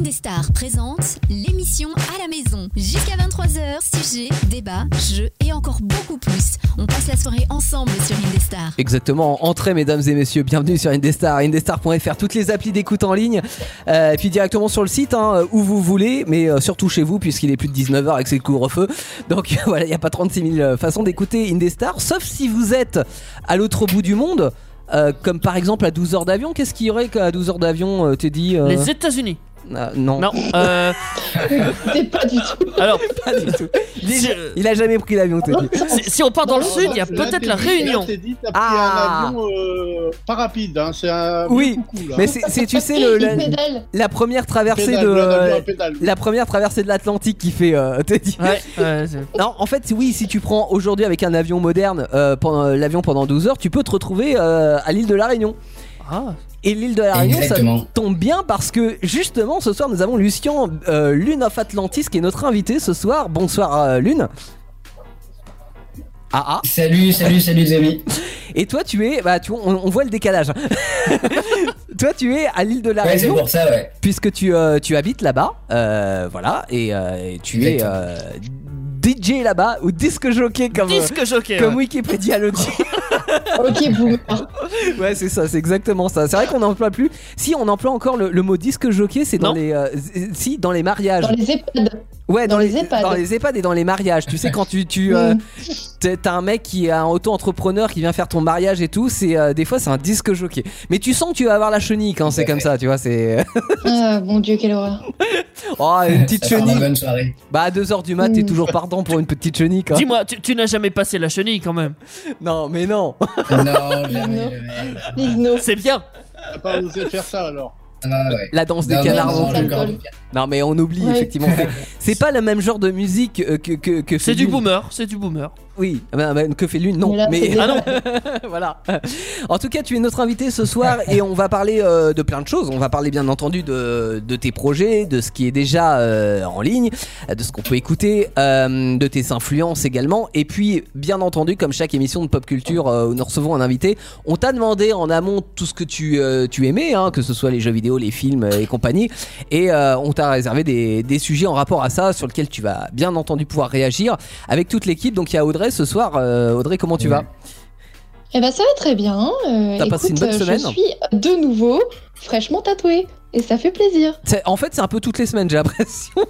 Indestar présente l'émission à la maison. Jusqu'à 23h, sujets, débats, jeux et encore beaucoup plus. On passe la soirée ensemble sur Indestar. Exactement, entrez mesdames et messieurs, bienvenue sur Indestar, indestar.fr, toutes les applis d'écoute en ligne, euh, et puis directement sur le site, hein, où vous voulez, mais euh, surtout chez vous, puisqu'il est plus de 19h avec ses couvre-feu. Donc voilà, il n'y a pas 36 000 euh, façons d'écouter Indestar, sauf si vous êtes à l'autre bout du monde, euh, comme par exemple à 12 heures d'avion. Qu'est-ce qu'il y aurait à 12 heures d'avion, euh, t'es dit euh, Les États-Unis. ah, non. Non. euh, C'est pas du tout. alors, pas du tout. Il, est- Si- il a jamais pris l'avion, Teddy. si, si on part dans le sud, il y a peut-être la Réunion. C'est dit, t'as pris Ah. un avion euh, pas rapide, hein, c'est un Oui, coucou, là. mais c'est, c'est- tu sais, le- la, Il pédale. la première traversée Pédale, de. un avion à pédale. la première traversée de l'Atlantique qui fait euh, Teddy. Ouais, ouais, c'est- Non, en fait, oui, si tu prends aujourd'hui avec un avion moderne euh, pendant, l'avion pendant 12 heures, tu peux te retrouver euh, à l'île de la Réunion. Ah, Et l'île de la Réunion, ça Exactement. tombe bien parce que justement ce soir nous avons Lucien euh, Lune of Atlantis qui est notre invité ce soir. Bonsoir euh, Lune. Ah ah. Salut, salut, salut les amis. Et toi tu es, bah tu vois, on, on voit le décalage. hein. toi tu es à l'île de la Ouais, c'est Réunion pour ça, ouais. puisque tu, euh, tu habites là-bas, euh, voilà, et, euh, et tu es Exactement. euh, DJ là-bas ou disque jockey comme. euh, disque jockey. Comme ouais. Wikipédia le dit. Ok, boomer. Ouais, c'est ça, c'est exactement ça. C'est vrai qu'on n'emploie plus. Si on emploie encore le, le mot disque jockey, c'est dans Non. les euh, z- si dans les mariages. Dans les EHPAD. Ouais, dans, Dans les, les EHPAD. dans les EHPAD et dans les mariages. Tu sais, quand tu, tu euh, Mm. t'es- t'as un mec qui est un auto-entrepreneur qui vient faire ton mariage et tout, c'est euh, des fois c'est un disque jockey. Mais tu sens que tu vas avoir la chenille quand c'est Tout à comme ça, tu vois. C'est Ah, mon dieu, quelle horreur. oh une petite Ça part d'une chenille. bonne soirée. Bah à 2 heures du mat, t'es Mm. toujours partant pour une petite chenille. Quoi. Dis-moi, tu, tu n'as jamais passé la chenille quand même. Non, mais non. Non, jamais, Non. jamais. Please, no. C'est bien. T'as pas osé faire ça alors. Ah, ouais. La danse des Non, non, canards non, non plus. d'accord. Non, mais on oublie Ouais. effectivement. C'est- C'est pas le même genre de musique euh, que que, que C'est fait du Lune. boomer, c'est du boomer. Oui, ah ben, ben, que fait l'une Non, Mais là, mais c'est Ah non, voilà. En tout cas, tu es notre invité ce soir et on va parler euh, de plein de choses. On va parler bien entendu de, de tes projets, de ce qui est déjà euh, en ligne, de ce qu'on peut écouter, euh, de tes influences également. Et puis, bien entendu, comme chaque émission de pop culture euh, où nous recevons un invité, on t'a demandé en amont tout ce que tu, euh, tu aimais, hein, que ce soit les jeux vidéo, les films euh, et compagnie. Et euh, on t'a réservé des, des sujets en rapport à ça sur lesquels tu vas bien entendu pouvoir réagir avec toute l'équipe. Donc il y a Audrey ce soir. Euh, Audrey, comment tu Ouais. vas Eh ben, ça va très bien. Euh, T'as passé écoute, une bonne euh, semaine Je suis de nouveau fraîchement tatouée. Et ça fait plaisir. Euh, C'est- En fait, c'est un peu toutes les semaines, j'ai l'impression.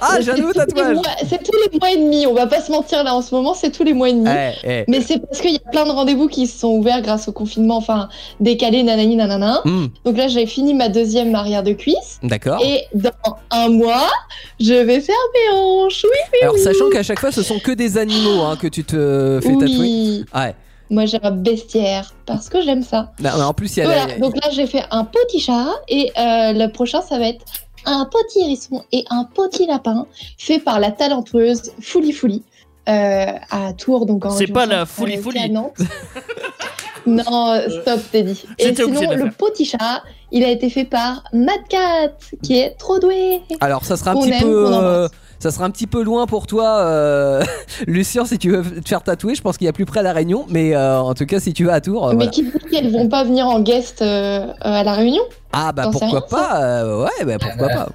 Ah, j'ai un C'est nouveau tous les tatouage. mois- C'est tous les mois et demi. On va pas se mentir là en ce moment, c'est tous les mois et demi. Eh, eh. Mais c'est parce qu'il y a plein de rendez-vous qui se sont ouverts grâce au confinement, enfin décalé, nanani, nanana. Hmm, Donc là, j'ai fini ma deuxième arrière de cuisse. D'accord. Et dans un mois, je vais faire mes hanches. Oui, Alors, sachant qu'à chaque fois, ce sont que des animaux hein, que tu te fais tatouer. oui. Ouais. Moi, j'ai un bestiaire parce que j'aime ça. Non, mais en plus, il y a la- Voilà. Donc là, j'ai fait un petit chat et euh, le prochain, ça va être un petit hérisson et un petit lapin fait par la talentueuse Fouli Fouli euh, à Tours. Donc en C'est région pas la centre, Fouli euh, Fouli. à Nantes. non, euh, stop, Teddy. Et J'étais obligé sinon, de la le faire. petit chat, il a été fait par Mad Cat, qui est trop doué. Alors, ça sera un qu'on petit aime, peu. qu'on euh, embrasse. Ça sera un petit peu loin pour toi, euh, Lucien, si tu veux te faire tatouer. Je pense qu'il y a plus près à La Réunion, mais euh, en tout cas, si tu vas à Tours, euh, Mais voilà. qui dit qu'elles vont pas venir en guest euh, euh, à la Réunion Ah bah T'en sais pourquoi rien, pas euh, Ouais, bah Ah, pourquoi pas.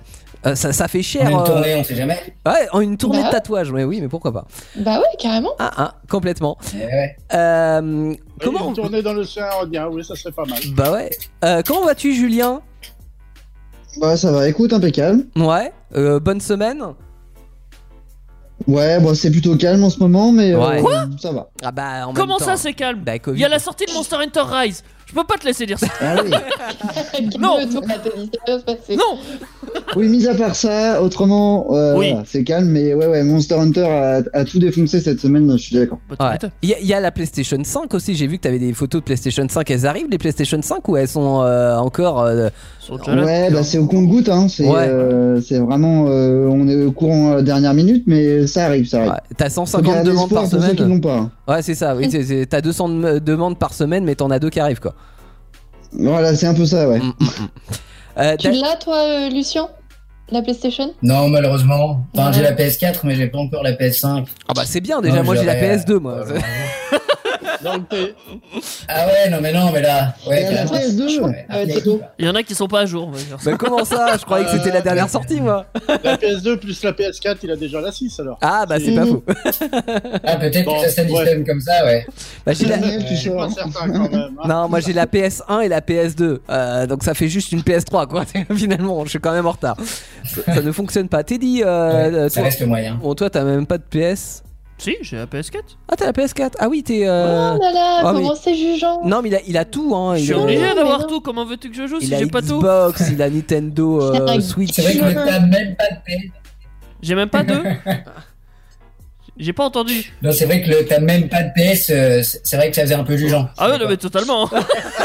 Euh, ça, ça fait cher. Même euh, tournée, on sait jamais. ouais, en une tournée Bah de ouais. tatouage, mais oui, mais pourquoi pas. Bah ouais, carrément. Ah, ah, complètement. Ouais, Eh ouais. Euh, comment Comment Bah, Tourner dans l'océan Indien, oui, ça serait pas mal. Bah ouais. Euh, comment vas-tu, Julien Bah ça va, écoute, impeccable. Ouais. euh, bonne semaine. Ouais, bon c'est plutôt calme en ce moment, mais euh, Ouais. ça va. Ah bah en même comment temps. ça c'est calme Bah Covid. Il y a la sortie de Monster Hunter Rise. Je peux pas te laisser dire ça. Ah oui. Non. Calme-toi, Nathalie, ça va se passer. Non, Oui, mis à part ça, autrement, euh, Oui. voilà, c'est calme, mais ouais, ouais, Monster Hunter a, a tout défoncé cette semaine, je suis d'accord. Bah, tu Ouais. m'étonnes. Il y, a- il y a la PlayStation 5 aussi. J'ai vu que t'avais des photos de PlayStation 5. Elles arrivent les PlayStation 5 ou elles sont euh, encore euh, Sont déjà là. Ouais, bah c'est au compte-goutte, hein, c'est Ouais. euh, c'est vraiment, euh, on est au courant à la dernière minute, mais ça arrive, ça arrive. ouais, T'as Faut garder 150 demandes espoir par pour ceux qui semaine. l'ont pas. hein. Ouais, c'est ça. Oui, c'est- c'est- t'as 200 dem- euh, demandes par semaine, mais t'en as deux qui arrivent quoi. Voilà, c'est un peu ça, ouais. Mm, mm, mm. Euh, Tu t'as- l'as, toi, euh, Lucien La PlayStation Non, malheureusement. Enfin, Ouais. j'ai la PS4, mais j'ai pas encore la PS5. ah bah c'est bien déjà. Non, moi j'ai la j'aurais, PS2 moi. euh, dans le thé. Ah ouais, non, mais non, mais là. Ouais, Et à la carrément. PS2, Ouais, euh, ok. Dodo. Il y en a qui sont pas à jour. on va dire. Euh, Bah comment ça Je croyais que c'était la dernière sortie, moi. Euh, La PS2 plus la PS4, il a déjà la 6 alors. Ah bah c'est Mhm. pas faux. Ah, peut-être Bon, que ça se ouais. système comme ça, ouais. Bah, j'ai la- Ouais, Je tu suis pas sors. certain quand même. hein. Non, moi j'ai la PS1 et la PS2, euh, donc ça fait juste une PS3 quoi. Finalement, je suis quand même en retard. Ça, ça ne fonctionne pas. Teddy, euh, ça toi, reste moyen. bon, toi t'as même pas de PS. Si, j'ai la PS4. Ah t'as la PS4. Ah oui t'es. euh, Oh là là, oh, mais- comment c'est jugeant Non mais il a, il a tout hein. Je Il suis a, obligé mais d'avoir non. tout. Comment veux-tu que je joue si il a j'ai pas tout Xbox, il a Nintendo euh, C'est vrai Switch. C'est vrai que t'as même pas de PS. J'ai même pas deux. J'ai pas entendu. Non, c'est vrai que le- t'as même pas de PS. euh, c'est c'est vrai que ça faisait un peu jugeant. Ah ouais, non, mais totalement.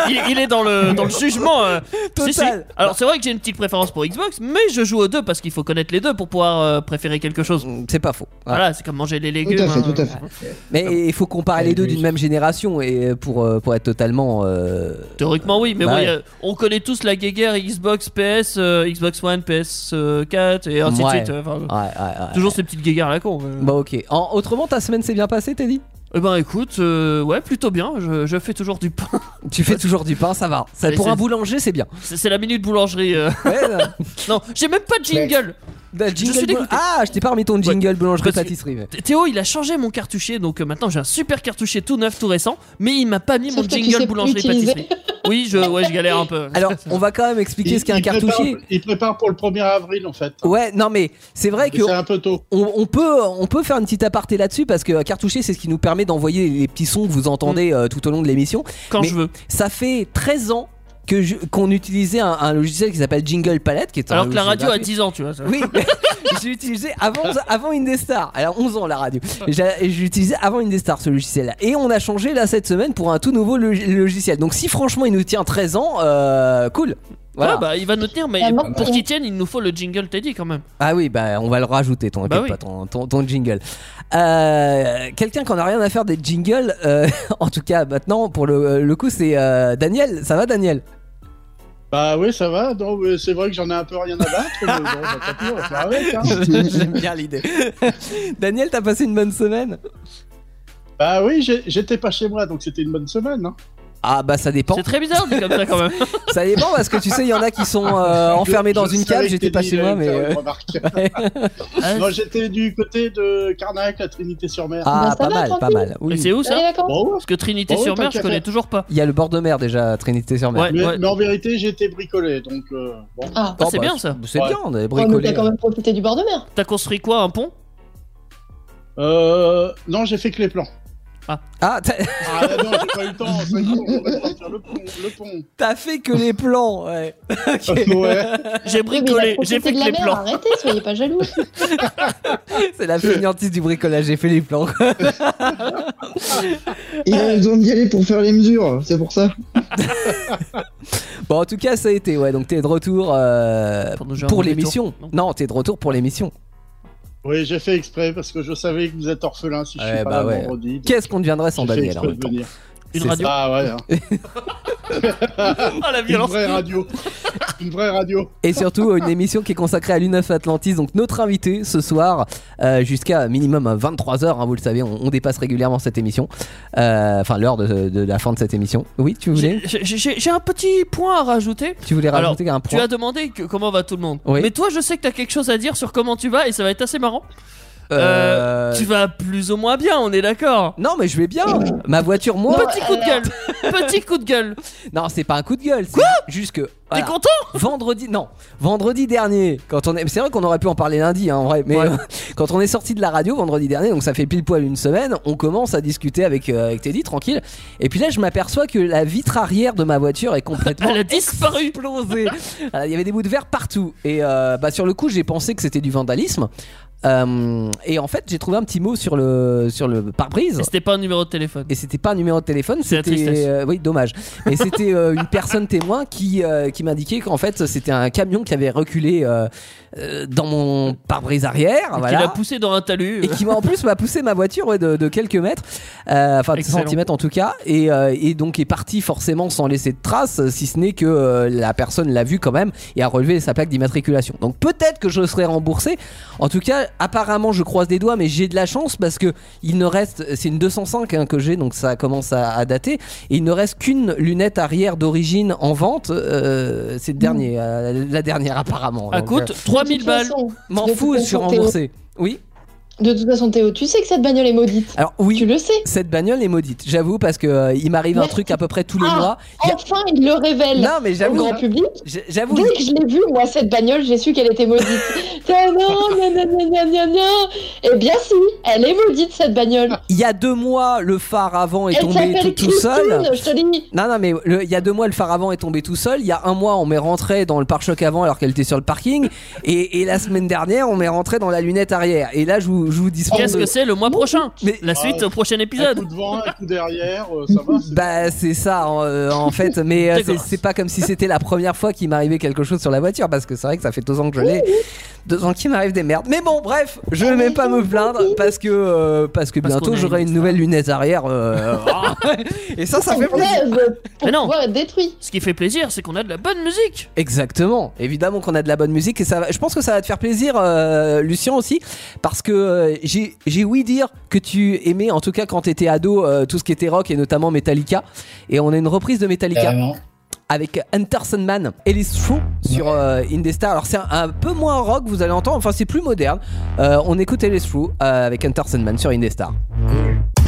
il, il est dans le, dans le jugement. euh. Si, si. Total. Alors c'est vrai que j'ai une petite préférence pour Xbox, mais je joue aux deux parce qu'il faut connaître les deux pour pouvoir euh, préférer quelque chose. Mm, C'est pas faux. Voilà. Voilà, c'est comme manger les légumes. Tout à fait, hein. tout à fait. Mais il faut comparer les deux Oui. d'une même génération et pour euh, pour être totalement. euh, Théoriquement oui, mais Bah bon, ouais. il y a- on connaît tous la guéguerre Xbox, PS, euh, Xbox One, PS4 et ainsi Ouais. de suite. euh, enfin, Ouais, ouais, ouais. Toujours ces petites guéguerres à la con. euh. Bon ok. En- autrement ta semaine s'est bien passée, Teddy Eh ben écoute, euh, ouais, plutôt bien. Je, je fais toujours du pain. Tu fais toujours du pain, ça va. Ça, Mais pour c'est- un boulanger, c'est bien. C'est c'est la minute boulangerie. euh. Ouais, bah. non. Non, j'ai même pas de jingle. Bah, jingle suis boul- dégoûté. Ah, je t'ai pas remis ton jingle boulangerie Parce que- pâtisserie. mais- Th- Théo, il a changé mon cartouchier, donc euh, maintenant j'ai un super cartouchier tout neuf, tout récent, mais il m'a pas mis Sauf mon que tu jingle sais plus boulangerie l'utiliser. pâtisserie. Oui, je, ouais, je galère un peu. Alors, on va quand même expliquer Il- ce qu'est un il prépare- cartouchier. Il prépare pour le 1er avril en fait. Ouais, non mais c'est vrai Mais que C'est un peu tôt. on, on peut on peut faire une petite aparté là-dessus parce que cartouchier c'est ce qui nous permet d'envoyer les petits sons que vous entendez euh, tout au long de l'émission. Mm. quand mais- je veux. Ça fait 13 ans que je- qu'on utilisait un, un logiciel qui s'appelle Jingle Palette qui est un Alors que la logiciel radio a gratuit. 10 ans, tu vois. ça. Oui, mais j'ai utilisé avant, avant Indestar. Alors 11 ans la radio. J'a- J'ai utilisé avant Indestar ce logiciel-là. Et on a changé là cette semaine pour un tout nouveau lo- logiciel. Donc si franchement il nous tient 13 ans, euh, cool. Voilà. Ouais, bah il va nous tenir, mais Vraiment, pour ouais. qu'il tienne, il nous faut le jingle Teddy quand même. Ah oui, bah on va le rajouter, ton, Bah inquiète oui. pas, ton, ton, ton jingle. Euh, Quelqu'un qui en a rien à faire des jingles, euh, en tout cas maintenant pour le, le coup c'est euh, Daniel. Ça va Daniel Bah oui, ça va. Donc euh, c'est vrai que j'en ai un peu rien à battre. mais bon, bah, tant pis, on va faire avec. hein. J'aime bien l'idée. Daniel, t'as passé une bonne semaine Bah oui, j'ai- j'étais pas chez moi, donc c'était une bonne semaine. hein. Ah bah ça dépend. C'est très bizarre dit comme ça quand même. Ça dépend parce que tu sais, il y en a qui sont euh, enfermés Je- dans je une savais cave. que J'étais pas Teddy chez moi, allait me mais. faire une euh, remarque. Ah, Non, j'étais du côté de Carnac, la Trinité-sur-Mer. Ah, Bah, ça pas va, mal, pas tranquille. mal. mais Oui. c'est où Allez, ça Bon, vacances. Bah ouais. Parce que Oh, Bon, Trinité-sur-Mer, tant je qu'à connais faire. toujours pas. Il y a le bord de mer déjà, à Trinité-sur-Mer. Ouais, mais, ouais. mais en vérité, j'ai été bricolé, donc euh, bon. Ah, Ah, c'est bien, ça. Oh, bah, C'est Ouais. bien, on avait oh, mais bricolé. t'as quand même profité du bord de mer. T'as construit quoi, un pont Euh, non, j'ai fait que les plans. Ah, t'as- Ah non, j'ai mm. pas eu le temps. ça y est, on va sortir le pont, le pont. t'as fait que les plans. Ouais. Ok. Ouais. Oui, J'ai mais il a profité bricolé, j'ai fait de que la les mer, plans. Arrêtez, soyez pas jaloux. C'est la fainéantise du bricolage. J'ai fait les plans. Il a besoin d'y aller pour faire les mesures, c'est pour ça. Bon, en tout cas, ça a été. Ouais, donc t'es de retour euh, Pour nous jouer un pour mauvais l'émission. tour, non Non, t'es de retour pour l'émission. Oui, j'ai fait exprès parce que je savais que vous êtes orphelin si je Ouais, suis bah pas là ouais. vendredi. donc Qu'est-ce qu'on deviendrait j'ai sans fait Daniel en exprès même de temps venir. Une C'est radio. Ah ouais, hein. Ah la une violence. vraie radio. Une vraie radio. Et surtout, une émission qui est consacrée à l'UNEF Atlantis. Donc, notre invité ce soir, euh, jusqu'à minimum 23h, hein, vous le savez, on, on dépasse régulièrement cette émission. Euh, Enfin, l'heure de, de la fin de cette émission. Oui, tu voulais J'ai- J'ai j'ai- j'ai un petit point à rajouter. Tu voulais Alors, rajouter un Tu point as demandé que- comment va tout le monde. Oui. Mais toi, je sais que t'as quelque chose à dire sur comment tu vas et ça va être assez marrant. Euh, Tu vas plus ou moins bien, on est d'accord. Non, mais je vais bien. Ma voiture, moi. Petit coup de gueule. Petit coup de gueule. Non, c'est pas un coup de gueule. Quoi Juste que. voilà. T'es content Vendredi, non, vendredi dernier, quand on est, c'est vrai qu'on aurait pu en parler lundi, hein, en vrai, mais Ouais. euh, quand on est sorti de la radio vendredi dernier, donc ça fait pile poil une semaine, on commence à discuter avec, euh, avec Teddy tranquille, et puis là je m'aperçois que la vitre arrière de ma voiture est complètement Elle a disparu. explosée. Voilà, euh, Il y avait des bouts de verre partout, et euh, bah, sur le coup j'ai pensé que c'était du vandalisme, Euh, et en fait j'ai trouvé un petit mot sur le sur le pare-brise. Et C'était pas un numéro de téléphone. Et c'était pas un numéro de téléphone, C'est la c'était tristesse. euh, oui dommage. Et c'était euh, une personne témoin qui euh, qui m'indiquait qu'en fait c'était un camion qui avait reculé euh, euh, dans mon pare-brise arrière, Qui Ah, voilà. l'a poussé dans un talus. euh, Et qui m'a en plus m'a poussé ma voiture ouais, de, de quelques mètres, euh, enfin de Excellent. centimètres en tout cas, et, euh, et donc est parti forcément sans laisser de traces, si ce n'est que euh, la personne l'a vu quand même et a relevé sa plaque d'immatriculation. Donc peut-être que je serai remboursé. En tout cas, apparemment, je croise des doigts, mais j'ai de la chance parce que il ne reste, c'est une 205 hein, que j'ai, donc ça commence à, à dater. Et il ne reste qu'une lunette arrière d'origine en vente. euh, c'est le dernier, euh, la dernière apparemment. Elle donc, coûte euh, 3000 balles. M'en de toute fous, je suis façon, remboursé. Oui. Théo- de toute façon, Théo, tu sais que cette bagnole est maudite. Alors Tu oui. le sais. Cette bagnole est maudite, j'avoue, parce que euh, il m'arrive un Merci. truc à peu près tous les Ah, mois. Il y a- Enfin, il le révèle Non, mais au j'avoue, grand public. j'ai- j'avoue, Dès que je l'ai vue, moi, cette bagnole, j'ai su qu'elle était maudite. Tiens, non, non, non, non, non, non, non. Eh bien, si, elle est maudite, cette bagnole. il y a deux mois, le phare avant est elle tombé tout, s'appelle tout Christine, seul. je te l'ai mis. Non, non, mais le- il y a deux mois, le phare avant est tombé tout seul. Il y a un mois, on m'est rentré dans le pare-choc avant alors qu'elle était sur le parking. Et, et la semaine dernière, on m'est rentré dans la lunette arrière. Et là, je vous, je vous dis Qu'est-ce que c'est le mois prochain Mais- La suite au prochain Ah, Un épisode. coup devant, un coup derrière, euh, ça va. c'est- Bah, c'est ça, en, euh, en fait. Mais euh, c'est- Dégueulasse. c'est pas comme si c'était la première fois qu'il m'arrivait quelque chose sur la voiture. Parce que c'est vrai que ça fait deux ans que je l'ai. Deux ans qu'il m'arrive des merdes. Mais bon, bref, je vais même pas me plaindre parce que, euh, parce que Parce qu'on bientôt, a j'aurai une une nouvelle lunette arrière. euh, ah. et ça, ça fait plaisir. Rêve pour Mais non. pouvoir être détruit. Ce qui fait plaisir, c'est qu'on a de la bonne musique. Exactement. Évidemment qu'on a de la bonne musique et ça va- je pense que ça va te faire plaisir, euh, Lucien aussi, parce que euh, j'ai j'ai ouï dire que tu aimais, en tout cas quand t'étais ado, euh, tout ce qui était rock et notamment Metallica. Et on a une reprise de Metallica Carrément. avec Hunter Sandman, Ellis True sur euh, Indestar. Alors c'est un, un peu moins rock, vous allez entendre. Enfin c'est plus moderne. Euh, on écoute Ellis True euh, avec Hunter Sandman sur Indestar.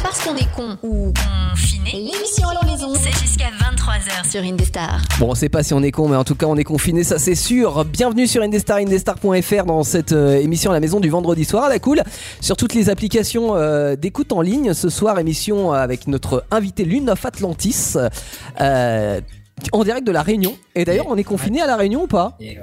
Parce qu'on est con ou confiné, l'émission à la maison, c'est jusqu'à 23h sur Indestar. Bon, on sait pas si on est con, mais en tout cas, on est confiné, ça c'est sûr. Bienvenue sur Indestar, indestar.fr dans cette euh, émission à la maison du vendredi soir, à la cool. Sur toutes les applications euh, d'écoute en ligne, ce soir, émission avec notre invité Lune of Atlantis, euh, en direct de La Réunion. Et d'ailleurs, on est confiné à La Réunion ou pas Et, ouais.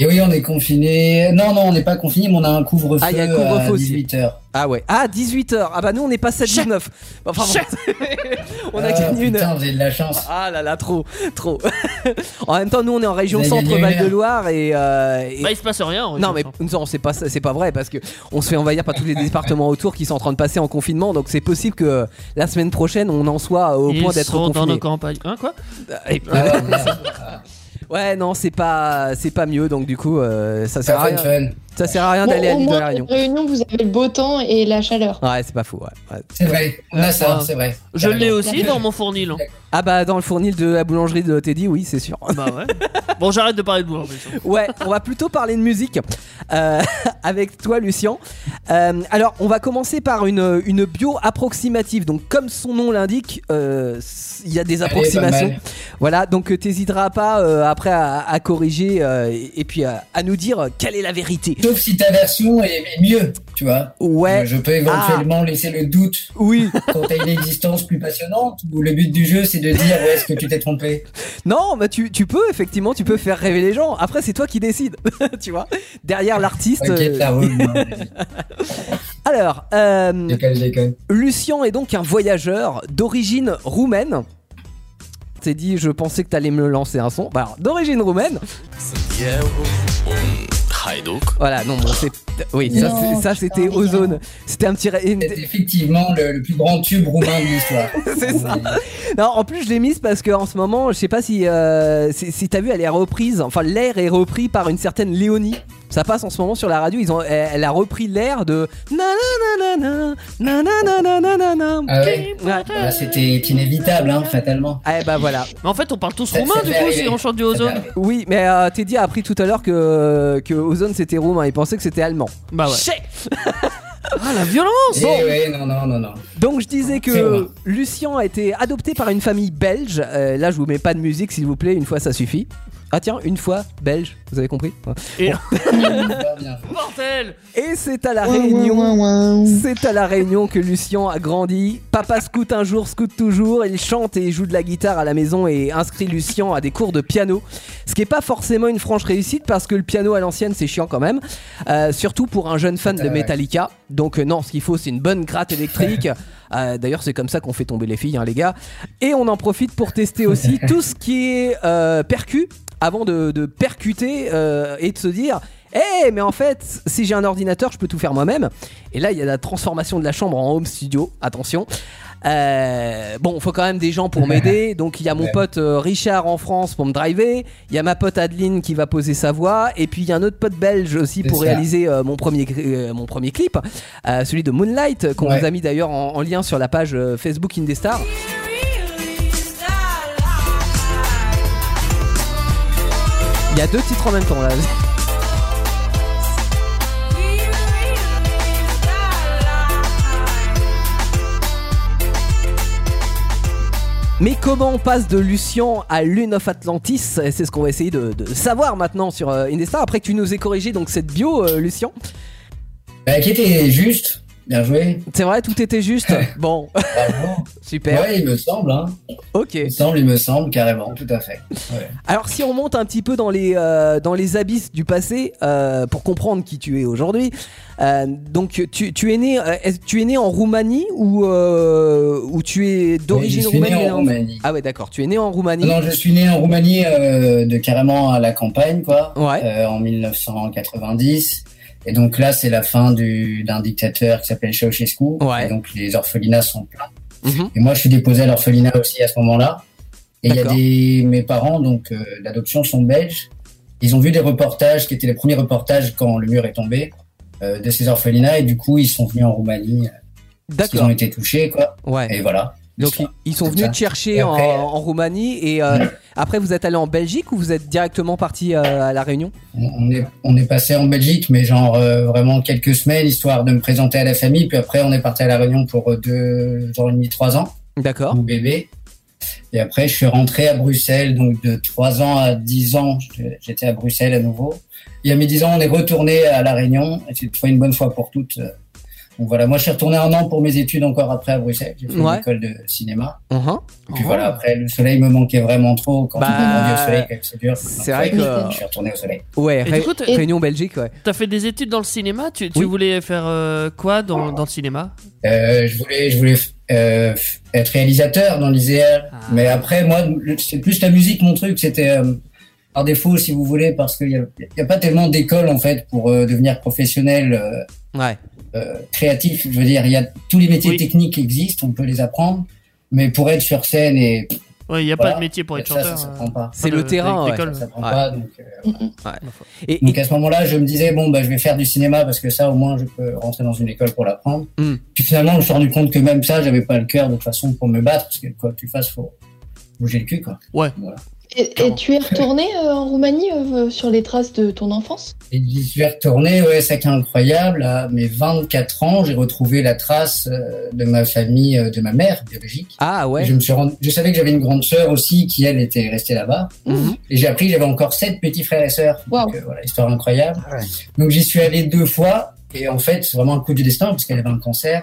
Et oui, on est confiné. Non, non, on n'est pas confiné, mais on a un couvre-feu Ah, il y a un à couvre-feu aussi. 18h. Ah ouais. Ah, 18h. Ah bah nous, on est passé à 19. Enfin, bon, on a gagné une heure. Putain, vous avez Ah, de la chance. Ah là là, trop, trop. en même temps, nous, on est en région Vous avez centre gagné une Val-de-Loire et, euh, et- Bah, il se passe rien. en Non mais fait. non c'est pas c'est pas vrai parce que on se fait envahir par tous les départements autour qui sont en train de passer en confinement donc c'est possible que la semaine prochaine on en soit au Ils point d'être sont dans confiné. nos campagnes. Hein, quoi Et- bah, Ah, merde. ouais non c'est pas c'est pas mieux donc du coup euh, ça sert à Pas fun, rien fun. ça sert à rien Bon, d'aller à au l'île de moins, la Réunion. cette réunion, vous avez le beau temps et la chaleur. Ouais c'est pas fou ouais. ouais. C'est vrai, on a ça, Ouais. c'est vrai. Ah. Je l'ai aussi Carrément. dans mon fournil. hein. Ah bah dans le fournil de la boulangerie de Teddy oui c'est sûr. Bah ouais. Bon, j'arrête de parler de vous. en hein. fait. Ouais, on va plutôt parler de musique euh, avec toi, Lucien. Euh, alors, on va commencer par une, une bio approximative. Donc, comme son nom l'indique, euh, s- il y a des Elle est pas approximations. mal. Voilà, donc euh, t'hésiteras pas euh, après à, à corriger euh, et, et puis à, à nous dire euh, quelle est la vérité. Sauf si ta version est est mieux, tu vois. Ouais, Ah. Je peux éventuellement laisser le doute oui. quand t'as une existence plus passionnante ou le but du jeu c'est de dire où est-ce que tu t'es trompé. Non, bah tu, tu peux, effectivement, tu peux faire rêver les gens. Après, c'est toi qui décides, tu vois. Derrière l'artiste. T'inquiète, euh, ça roule. hein. Alors, euh, Je déconne, je déconne. Lucien est donc un voyageur d'origine roumaine. T'es dit, je pensais que t'allais me lancer un son. Bah, alors, d'origine roumaine. Voilà, non, bon, c'est. Oui, ça, Non, c'est- ça, c'était putain, Ozone. C'était un petit. ré- une- C'est effectivement le, le plus grand tube roumain de l'histoire. C'est ça. Non, en plus, je l'ai mise parce qu'en ce moment, je sais pas si, euh, si, si t'as vu, elle est reprise. Enfin, l'air est repris par une certaine Léonie. Ça passe en ce moment sur la radio. Ils ont, elle, elle a repris l'air de. Nananana, nananana. Ah ouais. Ouais. Ah, C'était inévitable, hein, fatalement. Eh bah voilà. Mais en fait, on parle tous Ça- roumain ça du fait coup si arriver. on chante du ozone. Oui, mais euh, Teddy a appris tout à l'heure que, que Ozone c'était roumain. Il pensait que c'était allemand. Bah ouais. Chais Ah la violence Eh Bon. ouais, non, non, non, non. Donc je disais C'est que vrai. Lucien a été adopté par une famille belge. Euh, là, je vous mets pas de musique, s'il vous plaît. Une fois, ça suffit. Ah tiens, une fois belge. Vous avez compris Pas bien. Mortel Et c'est à la Ouin, ouin, Réunion. ouin, ouin. C'est à La Réunion que Lucien a grandi. Papa scout un jour, scout toujours. Il chante et joue de la guitare à la maison et inscrit Lucien à des cours de piano. Ce qui n'est pas forcément une franche réussite parce que le piano à l'ancienne, c'est chiant quand même. Euh, surtout pour un jeune fan de Ouais. Metallica. Donc, euh, non, ce qu'il faut, c'est une bonne gratte électrique. Euh, D'ailleurs, c'est comme ça qu'on fait tomber les filles, hein, les gars. Et on en profite pour tester aussi tout ce qui est euh, percu avant de, de percuter euh, et de se dire. Eh, mais en fait, si j'ai un ordinateur, je peux tout faire moi-même. Et là, il y a la transformation de la chambre en home studio, attention. Euh, bon, faut quand même des gens pour m'aider. Donc il y a mon Ouais. pote euh, Richard en France pour me driver. Il y a ma pote Adeline qui va poser sa voix. Et puis il y a un autre pote belge aussi C'est pour ça. réaliser euh, mon, premier, cri- euh, mon premier clip, Euh, celui de Moonlight, qu'on Ouais. vous a mis d'ailleurs en, en lien sur la page euh, Facebook Indestar. Il y a deux titres en même temps là. Mais comment on passe de Lucian à Lune of Atlantis C'est ce qu'on va essayer de, de savoir maintenant sur euh, Indestar. Après que tu nous aies corrigé donc cette bio, euh, Lucian. Bah, qui était juste. Bien joué. C'est vrai, tout était juste. Bon, Bravo. super. ouais, il me semble, hein. Ok. Il me semble, il me semble, carrément, tout à fait. Ouais. Alors si on monte un petit peu dans les euh, dans les abysses du passé euh, pour comprendre qui tu es aujourd'hui. euh, donc tu, tu es né euh, est-ce- tu es né en Roumanie ou euh, ou tu es Oui, d'origine je suis né roumaine en Roumanie. Ah Ah ouais, d'accord. Tu es né en Roumanie. Non, je suis né en Roumanie, euh, de carrément à la campagne, quoi, Ouais. euh, en 1990. Et donc là, c'est la fin du- d'un dictateur qui s'appelle Ceausescu. Ouais. Et donc les orphelinats sont pleins. Mhm. Et moi, je suis déposé à l'orphelinat aussi à ce moment-là. Et il y a D'accord. des, mes parents, donc euh, d'adoption, sont belges. Ils ont vu des reportages qui étaient les premiers reportages quand le mur est tombé euh, de ces orphelinats. Et du coup, ils sont venus en Roumanie. euh, Parce qu'ils D'accord. ont été touchés, quoi. Ouais. Et voilà. Donc ils, ils sont C'est venus ça. te chercher Et après, euh, en, en Roumanie et euh, après vous êtes allé en Belgique ou vous êtes directement parti euh, à la Réunion On- On est, on est passé en Belgique, mais genre euh, vraiment quelques semaines, histoire de me présenter à la famille. Puis après, on est parti à La Réunion pour euh, deux ans et demi, trois ans, D'accord. mon bébé. Et après, je suis rentré à Bruxelles, donc de trois ans à dix ans, j'étais- j'étais à Bruxelles à nouveau. Il y a mes dix ans, on est retourné à La Réunion, et cette fois, une bonne fois pour toutes. euh, Donc voilà, moi, je suis retourné un an pour mes études encore après à Bruxelles. J'ai fait Ouais. une école de Euh, cinéma. Mhm. Et puis voilà, après, le soleil me manquait vraiment trop. Quand Bah, on est grandi au soleil, quand même, c'est dur. c'est Donc, vrai ouais, que- Je suis retourné au soleil. Euh, Ouais. Et Ré- du coup, t'as- Réunion Belgique. Ouais. t'as fait des études dans le cinéma Tu, tu Oui. voulais faire euh, quoi dans, dans le cinéma Euh, je voulais, je voulais euh, f- être réalisateur dans l'ISER. Ah. Mais après, moi, le- c'est plus la musique mon truc. C'était euh, par défaut, si vous voulez, parce qu'il n'y a, y a pas tellement d'école, en fait, pour euh, devenir professionnel euh, Ouais. euh, créatif. Je veux dire, il y a tous les métiers Oui. techniques qui existent, on peut les apprendre. Mais pour être sur scène et Ouais, il n'y a Voilà. pas de métier pour être ça, chanteur. ça euh, s'apprend pas. C'est pas le de- terrain, ouais. d'école. Ça s'apprend Ouais. pas. Donc, euh, Et, donc à ce moment-là, je me disais bon bah je vais faire du cinéma parce que ça au moins je peux rentrer dans une école pour l'apprendre. Mm. Puis finalement, je me suis rendu compte que même ça, j'avais pas le cœur de toute façon pour me battre parce que quoi que tu fasses, faut bouger le cul quoi. Et, et tu es retourné euh, en Roumanie euh, sur les traces de ton enfance Et j'y suis retourné, ouais, ça qui est incroyable. À mes 24 ans, j'ai retrouvé la trace euh, de ma famille, euh, de ma mère biologique. ah Et ouais. Je me suis rendu- je savais que j'avais une grande sœur aussi qui elle était restée là-bas. Mhm. Et j'ai appris que j'avais encore sept petits frères et sœurs. Donc, Wow. euh, voilà, histoire incroyable. Donc j'y suis allé deux fois. Et en fait, c'est vraiment un coup du destin parce qu'elle avait un cancer.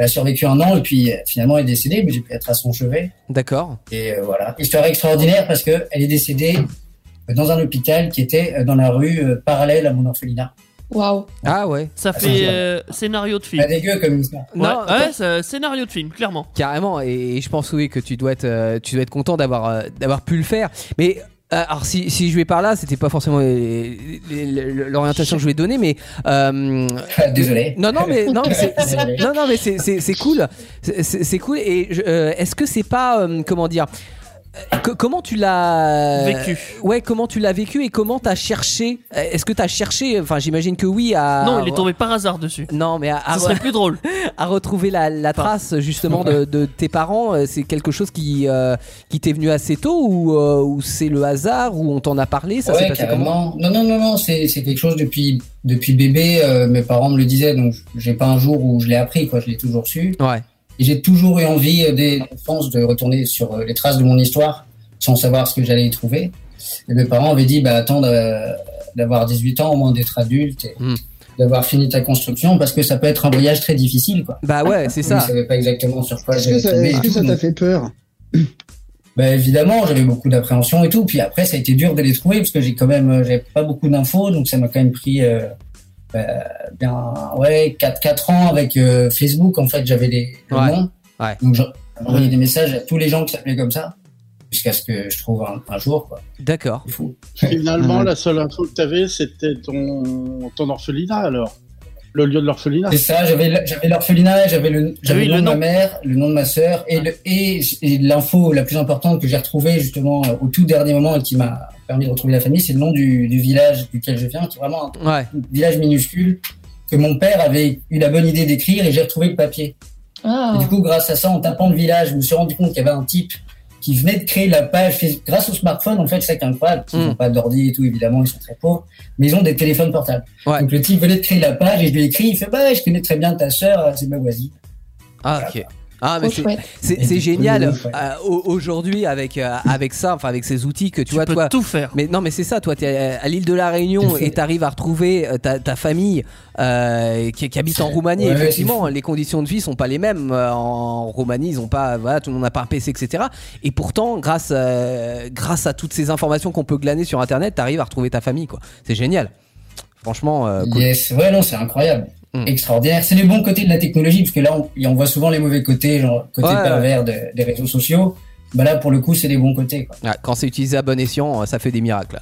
Elle a survécu un an et puis euh, finalement elle est décédée, mais j'ai pu être à son chevet. D'accord. Et euh, voilà, histoire extraordinaire parce que elle est décédée euh, dans un hôpital qui était euh, dans la rue euh, parallèle à mon orphelinat. Waouh Ah ouais. Ça Ah, fait ça. euh, scénario de film. Pas dégueu comme histoire. Ouais, Non, ouais, ça- scénario de film, clairement. Carrément, et je pense oui que tu dois être, euh, tu dois être content d'avoir, euh, d'avoir pu le faire. Mais euh, alors si, si je vais par là, c'était pas forcément euh, l'orientation que je vais donner, mais euh, Désolé. non non mais non mais c'est, Désolé. non non mais c'est, c'est, c'est cool, c'est, c'est- c'est cool. Et je- euh, est-ce que c'est pas euh, comment dire, euh, que- comment tu l'as Vécu. Ouais, comment tu l'as vécu et comment t'as cherché euh, Est-ce que t'as cherché Enfin, j'imagine que oui. À non, il est tombé par hasard dessus. Ah, Non, mais ah, à, à- Ce serait plus drôle. à retrouver la, la trace justement de, de tes parents, euh, c'est quelque chose qui, euh, qui t'est venu assez tôt ou, euh, ou c'est le hasard ou on t'en a parlé Ça s'est ouais, passé comment carrément. Non, non, non, non, c'est c'est quelque chose depuis, depuis bébé. euh, mes parents me le disaient, donc j'ai pas un jour où je l'ai appris, quoi. Je l'ai toujours su. Ouais, Et j'ai toujours eu envie, euh, dès l'enfance, de retourner sur euh, les traces de mon histoire, sans savoir ce que j'allais y trouver. Et mes parents avaient dit, bah, attends euh, d'avoir 18 ans, au moins d'être adulte, et Mm. d'avoir fini ta construction, parce que ça peut être un voyage très difficile, quoi. euh, bah ouais, c'est Je ne ça. savais pas exactement sur quoi Est-ce que j'allais ça- tomber. et est-ce que tout, ça t'a donc, fait peur bah, évidemment, j'avais beaucoup d'appréhension et tout. Puis après, ça a été dur de les trouver, parce que j'ai quand même, euh, j'avais pas beaucoup d'infos, donc ça m'a quand même pris, euh, euh, bien, ouais, 4, 4 ans avec euh, Facebook, en fait, j'avais les, le Ouais. nom. Ouais. Donc, j'en- j'envoyais des messages à tous les gens qui s'appelaient comme ça, jusqu'à ce que je trouve un, un jour, quoi. D'accord. C'est fou. Finalement, Ouais. la seule info que t'avais, c'était ton, ton orphelinat alors. le lieu de l'orphelinat. C'est ça, j'avais la- j'avais l'orphelinat, j'avais le, j'avais Oui, le le nom nom. de ma mère, le nom de ma sœur et le- et, et l'info la plus importante que j'ai retrouvée justement euh, au tout dernier moment et qui m'a permis de retrouver la famille, c'est le nom du, du village duquel je viens, qui est vraiment un Ouais. village minuscule que mon père avait eu la bonne idée d'écrire et j'ai retrouvé le papier. Ah. Et du coup, grâce à ça, en tapant le village, je me suis rendu compte qu'il y avait un type qui venait de créer la page Facebook grâce au smartphone. En fait, c'est ça qui est incroyable. Ils Mm. n'ont pas d'ordi et tout, évidemment, ils sont très pauvres, mais ils ont des téléphones portables. Ouais. Donc le type venait de créer la page et je lui ai écrit, il fait bah je connais très bien ta sœur, euh, c'est ma voisine. Ah, ok. Ah, mais Trop c'est- chouette. c'est Et c'est du génial coup, ouais. euh, au- aujourd'hui avec, euh, avec ça, enfin avec ces outils que tu, Tu vois, peux toi. tout faire. Mais non, mais c'est ça, toi, t'es à à l'île de la Réunion C'est fou. et t'arrives à retrouver euh, ta, ta famille euh, qui, qui habite en Roumanie. Ouais, Effectivement, les conditions de vie sont pas les mêmes euh, en Roumanie. Ils ont pas, voilà, tout le monde n'a pas un PC, etc. Et pourtant, grâce, euh, grâce à toutes ces informations qu'on peut glaner sur Internet, t'arrives à retrouver ta famille, quoi. C'est génial. Franchement, euh, cool. Yes, ouais, non, c'est incroyable. Mm. Extraordinaire. C'est les bons côtés de la technologie, parce que là, on, on voit souvent les mauvais côtés, genre côté Ouais, ouais. pervers de- des réseaux sociaux. Bah là, pour le coup, c'est les bons côtés. Quoi. Ouais, quand c'est utilisé à bon escient, euh, ça fait des miracles.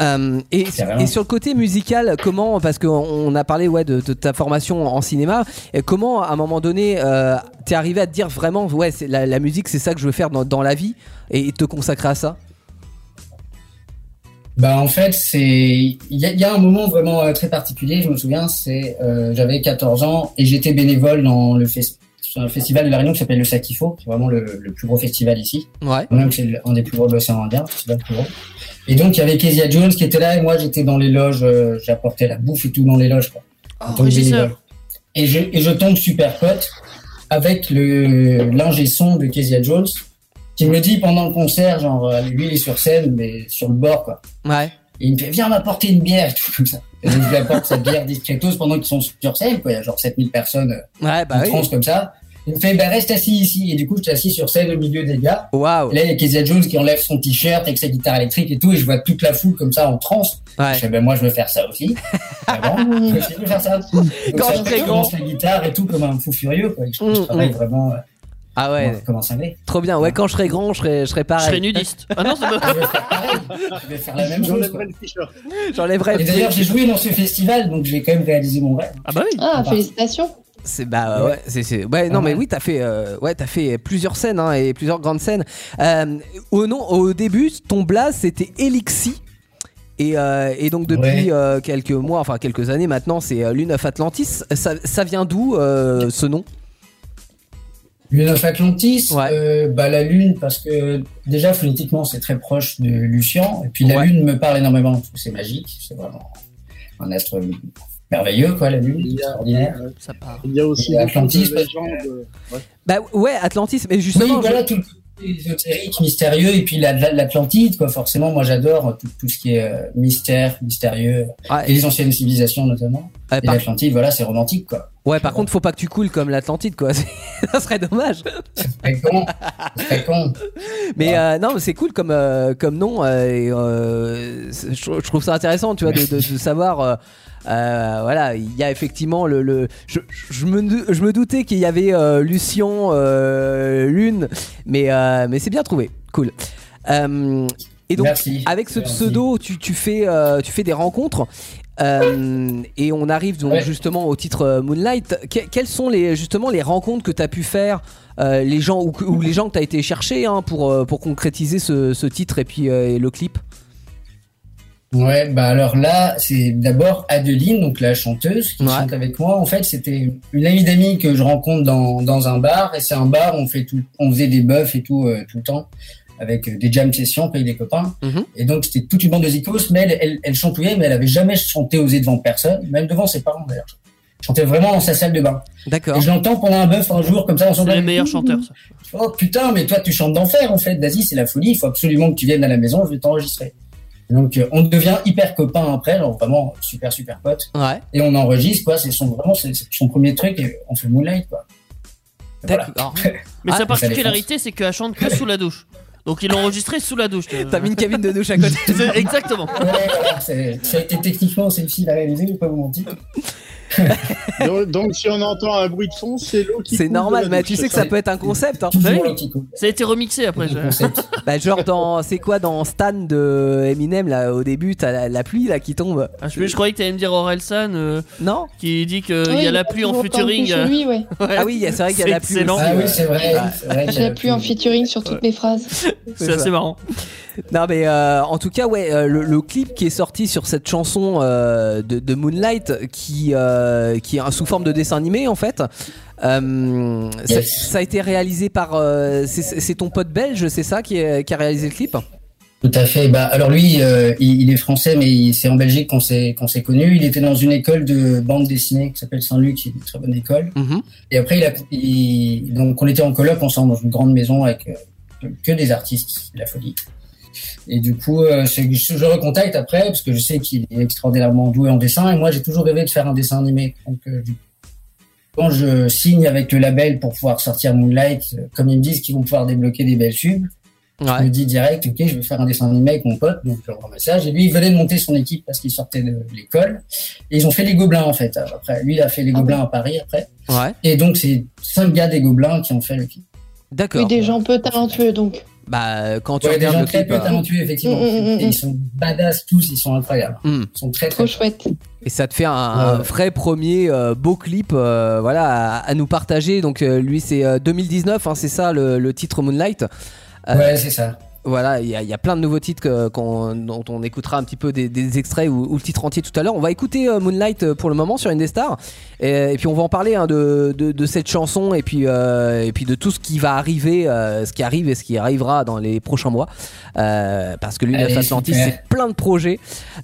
Euh, et, Carrément. et sur le côté musical, comment, parce qu'on a parlé ouais, de, de ta formation en cinéma, et comment à un moment donné euh, t'es arrivé à te dire vraiment, ouais, c'est la, la musique c'est ça que je veux faire dans, dans la vie et te consacrer à ça Bah en fait, c'est il y a, il y a un moment vraiment euh, très particulier. Je me souviens, c'est euh, j'avais 14 ans et j'étais bénévole dans le fes- sur un festival de la Réunion qui s'appelle le Sakifo, qui est vraiment le, le plus gros festival ici. Ouais. Même c'est le- un des plus gros de l'océan Indien, c'est pas le plus gros. Et donc il y avait Kezia Jones qui était là et moi j'étais dans les loges, euh, j'apportais la bouffe et tout dans les loges. Quoi, en Oh, tant que régisseur. bénévole. Et je, et je tombe super pote avec le l'ingé son de Kezia Jones qui me dit pendant le concert, genre euh, lui il est sur scène mais sur le bord quoi. Ouais. Et il me fait, viens m'apporter une bière, et tout comme ça. Et donc, je lui apporte cette bière discretos pendant qu'ils sont sur scène, quoi. Il y a genre 7000 personnes euh, Ouais, en bah oui. transe comme ça. Il me fait, bah, reste assis ici. Et du coup, je suis assis sur scène au milieu des gars. Waouh. Et là, il y a Kezia Jones qui enlève son t-shirt avec sa guitare électrique et tout. Et je vois toute la foule comme ça en transe. Je Ouais. fais, ben, moi, je veux faire ça aussi. Ah bon Moi aussi, je veux faire ça. Donc, Quand ça, je serai je commence la guitare et tout comme un fou furieux, quoi. Et je, je Mm, travaille mm. vraiment euh, Ah ouais, comme un cinglé. trop bien. Ouais, quand je serai grand, je serai, je serai Je serais pareil. nudiste. Ah non, c'est pas. Je vais faire pareil. Je vais faire la même chose, quoi. J'enlèverai le t-shirt. J'enlèverai. Et d'ailleurs, j'ai joué dans ce festival, donc j'ai quand même réalisé mon rêve. Ah bah oui. Ah, félicitations. C'est bah ouais, c'est c'est ouais non Ouais. Uh-huh. mais oui t'as fait euh, ouais t'as fait plusieurs scènes hein, et plusieurs grandes scènes. Euh, au nom au début ton blaze c'était Elixi et, euh, et donc depuis Ouais. euh, quelques mois enfin quelques années maintenant c'est euh, Lune of Atlantis. Ça, ça vient d'où euh, ce nom Lune of Atlantis, Ouais. euh, bah la Lune parce que déjà phonétiquement c'est très proche de Lucian et puis la Ouais. Lune me parle énormément parce que c'est magique, c'est vraiment un astre merveilleux quoi la Lune, Il y a- euh, extraordinaire. Ça part. Il y a aussi Et beaucoup Atlantis, de parce légendes. euh, Ouais. Bah ouais Atlantis mais Oui, justement voilà tout le côté ésotérique, mystérieux et puis la- la- l'Atlantide quoi. Forcément, moi j'adore tout, tout ce qui est euh, mystère, mystérieux je- ouais, et les anciennes civilisations notamment. ouais, Et par, l'Atlantide, voilà, c'est romantique quoi. ouais, par contre faut pas que tu coules comme l'Atlantide quoi ça serait dommage. C'est Très con, c'est très con. Mais euh, non, mais c'est cool comme euh, comme nom. euh, et, euh, c'est- je, je trouve ça intéressant, tu vois, de, de- de savoir. euh, euh, voilà, il y a effectivement le. le- je, je me, dou- je me doutais qu'il y avait euh, Lucien, euh, Lune, mais euh, mais c'est bien trouvé, cool. Euh, et donc, Merci. avec ce Merci. pseudo, tu, tu fais, euh, tu fais des rencontres. euh, et on arrive donc Ouais. justement au titre euh, Moonlight. Que- quelles sont les, justement les rencontres que tu as pu faire, euh, les gens ou, que- ou les gens que tu as été chercher hein, pour, euh, pour concrétiser ce, ce titre et puis euh, et le clip Ouais, bah alors là, c'est d'abord Adeline, donc la chanteuse, qui Ouais. chante avec moi. En fait, c'était une amie d'amis que je rencontre dans, dans un bar, et c'est un bar, on fait tout, on faisait des buffs et tout euh, tout le temps, avec euh, des jam sessions, paye des copains. Mhm. Et donc c'était toute une bande de zikos, mais elle, elle, elle chantouillait, mais elle avait jamais chanté osé devant personne, même devant ses parents d'ailleurs. Elle Chantait vraiment dans sa salle de bain. D'accord. Et je l'entends pendant un buff un jour comme ça, on C'est s'entend. les meilleurs chanteurs. Ça. Oh putain, mais toi tu chantes d'enfer en fait, vas-y, c'est la folie, il faut absolument que tu viennes à la maison, je vais t'enregistrer. Donc euh, on devient hyper copains après, genre vraiment super super pote, Ouais. et on enregistre quoi, c'est son vraiment c'est c'est son premier truc et on fait moonlight quoi. Et voilà. D'accord. Ah, Mais sa vous allez particularité, c'est qu'elle chante que sous la douche. Donc ils l'ont enregistré sous la douche. euh. T'as mis une cabine de douche à côté. C'est- Exactement. Ah, Ouais, voilà, c'est- ça a été techniquement c'est difficile à réaliser, je vais pas vous mentir. donc, donc, si on entend un bruit de fond, c'est l'eau qui C'est coule de normal, la mais douche, tu sais que ça peut être un concept. hein. Oui. Toujours l'eau qui coule. Ça a été remixé après. Le je- concept. Bah, genre dans c'est quoi dans Stan de Eminem là au début t'as la, la pluie là qui tombe. Ah, je, je croyais que t'allais me dire Orelsan euh, Non qui dit qu'il y a Oui, la pluie en toujours pas featuring. chez euh, lui, ouais. ouais. Ah oui c'est vrai qu'il y a C'est la pluie. excellent. aussi, Ah ouais. oui, c'est vrai. Ouais. c'est vrai, J'ai la pluie en featuring sur toutes mes phrases. c'est C'est assez ça. marrant. Non mais euh, en tout cas ouais euh, le, le clip qui est sorti sur cette chanson euh, de, de Moonlight qui euh, qui est un- sous forme de dessin animé en fait. euh, ça- Yes. ça, a été réalisé par euh, c'est- c'est c'est ton pote belge c'est ça qui, est- qui a réalisé le clip. Tout à fait. Bah, alors lui, euh, il, il est français, mais il- c'est en Belgique qu'on s'est qu'on s'est connu. Il était dans une école de bande dessinée qui s'appelle Saint-Luc, qui est une très bonne école. Mhm. Et après, il a, il- donc on était en coloc ensemble dans une grande maison avec euh, que des artistes, c'est la folie. Et du coup, euh, c'est- je, je le recontacte après parce que je sais qu'il est extraordinairement doué en dessin. Et moi, j'ai toujours rêvé de faire un dessin animé. Donc, euh, du- quand je signe avec le label pour pouvoir sortir Moonlight, euh, comme ils me disent qu'ils vont pouvoir débloquer des belles subs, je Ouais. me dis direct, ok, je vais faire un dessin animé avec mon pote, donc je leur envoie un message. Et lui, il venait de monter son équipe parce qu'il sortait de l'école. Et ils ont fait les Gobelins, en fait. hein, Après, lui, il a fait les Gobelins à Paris, après. Ah Ouais. Et donc, c'est cinq gars des Gobelins qui ont fait le clip. D'accord. Oui, des gens peu talentueux, donc. Bah quand tu Ouais, des regardes gens le très clip. peu euh, talentueux, effectivement. Mm, mm, mm, Et ils sont badass tous, ils sont incroyables. Mm. Ils sont très, très Trop chouette. Et ça te fait un, un Ouais. vrai premier euh, beau clip euh, voilà, à, à nous partager. Donc euh, lui c'est euh, 2019, hein, c'est ça le, le titre Moonlight. Euh, Ouais, c'est ça. Voilà, il y, a- il y a plein de nouveaux titres que- qu'on- dont on écoutera un petit peu des, des extraits ou, ou le titre entier tout à l'heure. On va écouter euh, Moonlight euh, pour le moment sur Indestar. Et, et puis on va en parler hein, de, de- de cette chanson et puis, euh, et puis de tout ce qui va arriver, euh, ce qui arrive et ce qui arrivera dans les prochains mois. Euh, parce que l'Union Allez, Atlantis, super. c'est plein de projets.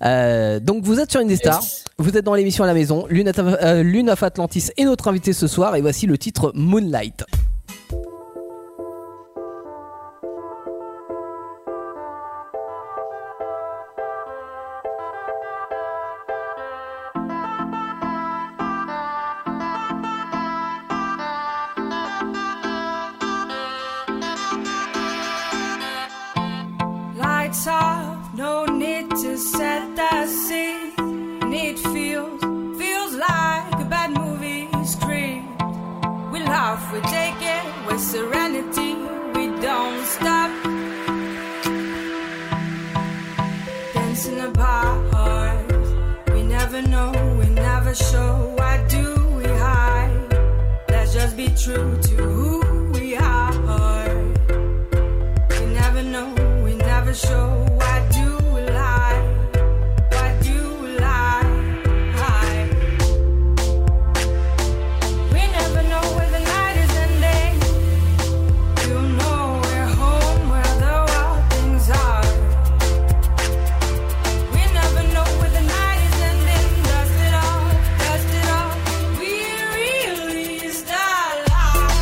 Euh, donc vous êtes sur Indestar. Yes. Vous êtes dans l'émission à la maison, Lune, At- euh, Lune of Atlantis est notre invité ce soir et voici le titre Moonlight. Lights off, no need to set the scene. And it feels, feels like a bad movie script. We laugh, we take it with serenity. We don't stop. Dancing apart, we never know, we never show. Why do we hide? Let's just be true to who we are. We never know, we never show. Why do we lie? Why do we lie? Lie. We never know where the night is ending. You know we're home where the wild things are. We never know where the night is ending. Dust it off, dust it off. We release the light.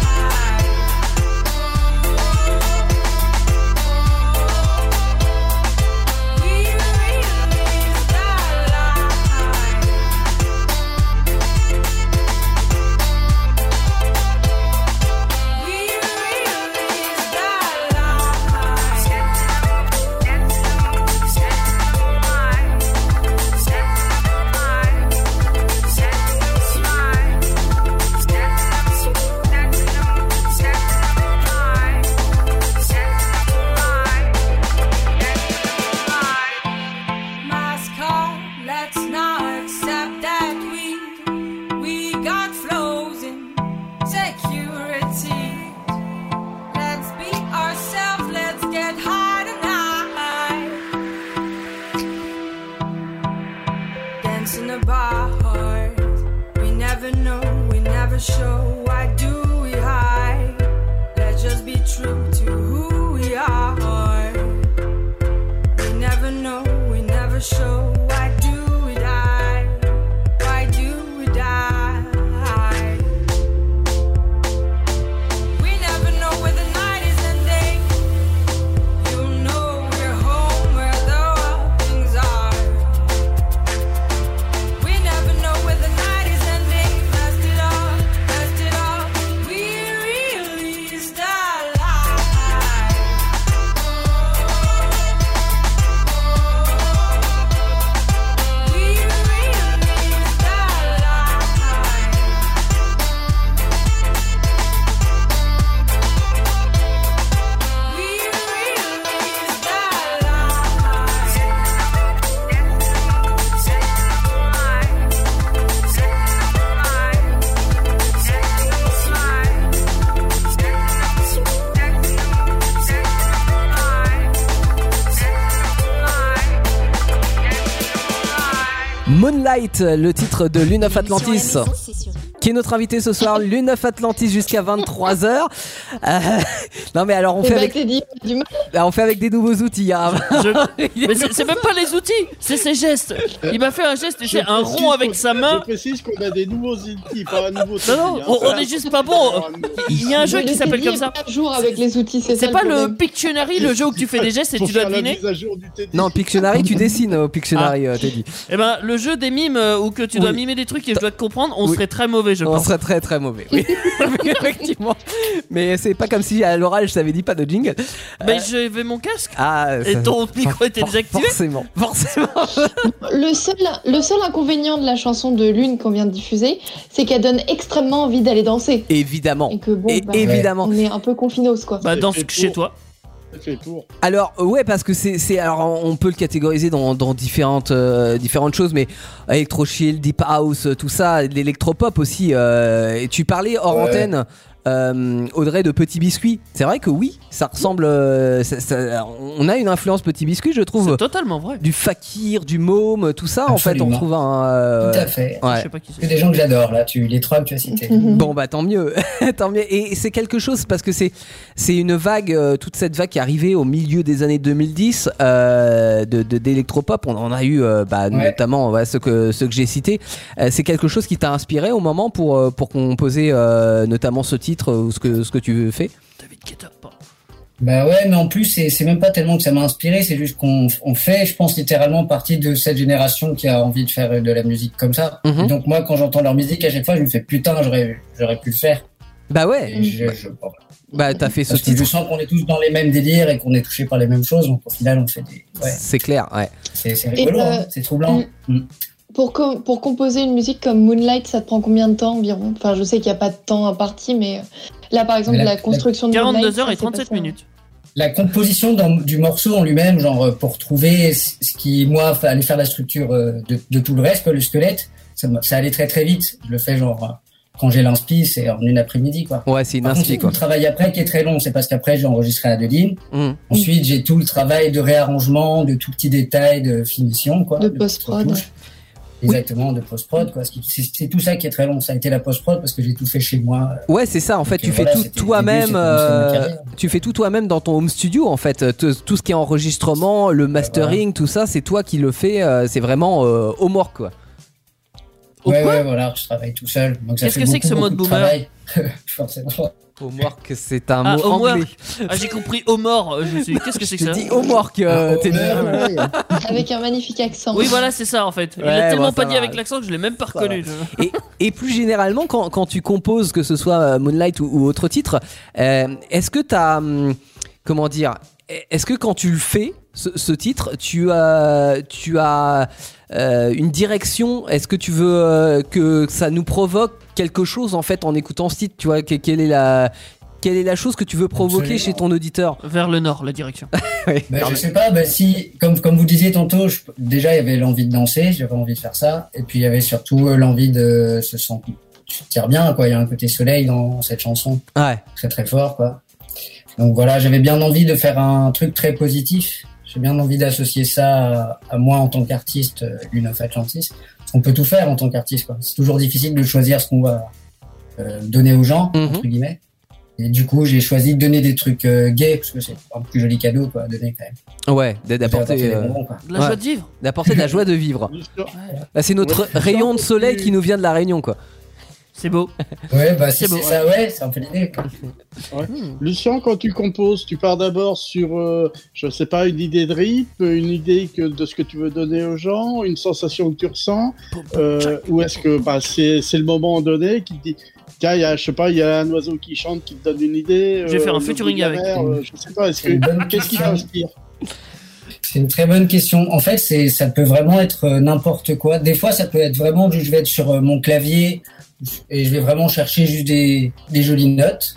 We release the light. We release the light. Step up, step up, step up, step up, step up, smile. Step up, step up, step up, step up. Mask off, let's not accept that we we got flows in security. Let's be ourselves, let's get high tonight. Dance in the bar, we never know, we never show. Why do we hide? Let's just be true to who we are. We never know, we never show. Why do we die? Why do we die? We never know where the night is ending. You know we're home where the wild things are. We never know where the night is ending. Dust it off, dust it off. Light, le titre de Lune of Atlantis, L'émission à la maison, c'est sur qui est notre invité ce soir, Lune of Atlantis jusqu'à 23h. non mais alors on Eh Et ben, bah, fait, avec, bah, t'es dit, du mal. on fait avec des nouveaux outils. hein. Je- Mais c'est c'est même pas les outils, c'est ses gestes. Il m'a fait un geste, j'ai un précise rond avec qu'on- sa main. Je précise qu'on a des nouveaux outils, pas un nouveau hein. Non, non, on- on est juste pas bon. Il y a un jeu Mais qui le s'appelle TDI comme est ça. pas à jour avec les outils, c'est ça C'est pas le problème. Pictionary, le jeu où tu fais des gestes et tu dois deviner. mise à jour du TD. Non, Pictionary, tu dessines au Pictionary, euh, Teddy. Eh ben, le jeu des mimes euh, où que tu dois Oui. mimer des trucs et je dois te comprendre, on Oui. serait très mauvais, je On pense. serait très très mauvais, oui. Effectivement. Mais c'est pas comme si à l'oral je t'avais dit pas de jingle. Mais j'avais Ben, mon casque Ah, et Euh, ça- ton micro était for- désactivé. Forcément, forcément. Le seul, le seul inconvénient de la chanson de Lune qu'on vient de diffuser, c'est qu'elle donne extrêmement envie d'aller danser. Évidemment. Et que bon, Et bah, évidemment. on est un peu confinos quoi. Bah, C'est dans fait chez pour. toi. C'est fait pour. Alors ouais parce que c'est c'est- alors on peut le catégoriser dans, dans différentes euh, différentes choses mais electro chill, deep house, tout ça, l'électropop aussi. euh, et tu parlais hors Ouais. antenne. euh, Audrey de Petit Biscuit, c'est vrai que oui, ça ressemble. euh, ça- ça- on a une influence Petit Biscuit, je trouve. C'est totalement vrai. Du fakir, du môme, tout ça. En fait, on Absolument. trouve un. euh, Tout à fait. ouais. Je sais pas qui C'est c'est. des gens que j'adore, là, tu, les trois que tu as cités. Bon bah tant mieux, tant mieux. Et c'est quelque chose parce que c'est c'est une vague, euh, toute cette vague qui est arrivée au milieu des années 2010 euh, de de- d'électropop. on en a eu euh, bah, notamment voilà, ceux que ceux que j'ai cités. Euh, c'est quelque chose qui t'a inspiré au moment pour euh, pour composer euh, notamment ce titre euh, ou ce que ce que tu fais. David Guetta. pardon. Bah ouais, mais en plus, c'est c'est même pas tellement que ça m'a inspiré, c'est juste qu'on on fait, je pense, littéralement partie de cette génération qui a envie de faire de la musique comme ça. Mhm. Et Donc moi, quand j'entends leur musique, à chaque fois, je me fais putain, j'aurais j'aurais pu le faire. Bah ouais, Et je, je, bah t'as fait ce parce que je titre. sens qu'on est tous dans les mêmes délires et qu'on est touchés par les mêmes choses, donc au final, on fait des... Ouais, C'est clair, ouais. c'est c'est rigolo, Et, euh, hein, c'est troublant. Mm. Pour, com- pour composer une musique comme Moonlight, ça te prend combien de temps environ Enfin, je sais qu'il n'y a pas de temps imparti, mais euh, là, par exemple, Mais la, la- construction de Moonlight... 42 heures ça et s'est passé 37 en- minutes. La composition d'un- du morceau en lui-même, genre euh, pour trouver ce ce qui, moi, fa- allait faire la structure euh, de, de tout le reste, quoi, le squelette, ça, m'a- ça allait très très vite. Je le fais genre euh, quand j'ai l'inspi, c'est en une après-midi, quoi. Ouais, c'est une Par contre, c'est inspi tout quoi. le travail après qui est très long, c'est parce qu'après j'ai enregistré Adeline. Mm. Ensuite, j'ai tout le travail de réarrangement, de tout petits détails, de finition, quoi. De petites post-prod. retouches. Exactement, de post-prod, quoi. Ce qui- C'est c'est tout ça qui est très long. Ça a été la post-prod parce que j'ai tout fait chez moi. Ouais, c'est ça. En fait, Donc, tu euh, fais voilà, tout c'était le début, toi-même. c'était le début de ma euh, carrière. tu fais tout toi-même dans ton home studio. En fait, Te- tout ce qui est enregistrement, Bah, le mastering, tout ça, c'est toi qui le fais. euh, c'est vraiment euh, homework, quoi. Au ouais, quoi ouais, voilà, je travaille tout seul. donc ça Qu'est-ce fait que c'est que ce beaucoup, mode beaucoup de boomer travail. Forcément. Homework, c'est un Ah, mot homework. anglais. Ah, j'ai compris au mort. euh, Je me suis dit, qu'est-ce que c'est que Je ça dis homework. euh, Ah, t'es dit. homework. Avec un magnifique accent. Oui, voilà, c'est ça en fait. Il Ouais, l'a tellement bon, ça pas dit va. avec l'accent que je l'ai même pas Ça reconnu. Et, et plus généralement, quand, quand tu composes, que ce soit euh, Moonlight ou, ou autre titre, euh, est-ce que t'as hum, comment dire Est-ce que quand tu le fais ce, ce titre, tu as tu as euh, une direction Est-ce que tu veux euh, que ça nous provoque quelque chose en fait en écoutant ce titre Tu vois que- quelle est la quelle est la chose que tu veux provoquer Absolument. chez ton auditeur Vers le nord, la direction. Ben, je sais pas, ben, si, comme, comme vous disiez tantôt, je- déjà il y avait l'envie de danser, j'avais envie de faire ça, et puis il y avait surtout euh, l'envie de se sentir se sentir bien, quoi. Il y a un côté soleil dans cette chanson, Ouais. très très fort, quoi. Donc voilà, j'avais bien envie de faire un truc très positif. J'ai bien envie d'associer ça à, à moi en tant qu'artiste, euh, Lune of Atlantis. On peut tout faire en tant qu'artiste, quoi. C'est toujours difficile de choisir ce qu'on va euh, donner aux gens, Mhm. entre guillemets. Et du coup, j'ai choisi de donner des trucs euh, gays, parce que c'est un plus joli cadeau, quoi, à donner quand même. Ouais, d- J'ai d'apporter apporté euh, des bonbons, quoi. De la Ouais. joie de vivre. d'apporter de la joie de vivre. Bah, c'est notre Ouais. rayon de soleil qui nous vient de la Réunion quoi. C'est beau. Ouais, bah si C'est Mmh. c'est beau, ça, ouais, c'est un peu l'idée. quoi. Lucien, quand tu composes, tu pars d'abord sur, euh, je sais pas, une idée de rythme, une idée que, de ce que tu veux donner aux gens, une sensation que tu ressens, euh, ou est-ce que bah, c'est c'est le moment donné qui te dit, tiens, il y a, je sais pas, il y a un oiseau qui chante, qui te donne une idée. Je vais faire un euh, le bruit featuring de la avec. mer, euh, je sais pas, est-ce C'est une bonne que qu'est-ce qui question. t'inspire C'est une très bonne question. En fait, c'est ça peut vraiment être euh, n'importe quoi. Des fois, ça peut être vraiment juste, je vais être sur euh, mon clavier et je vais vraiment chercher juste des, des jolies notes.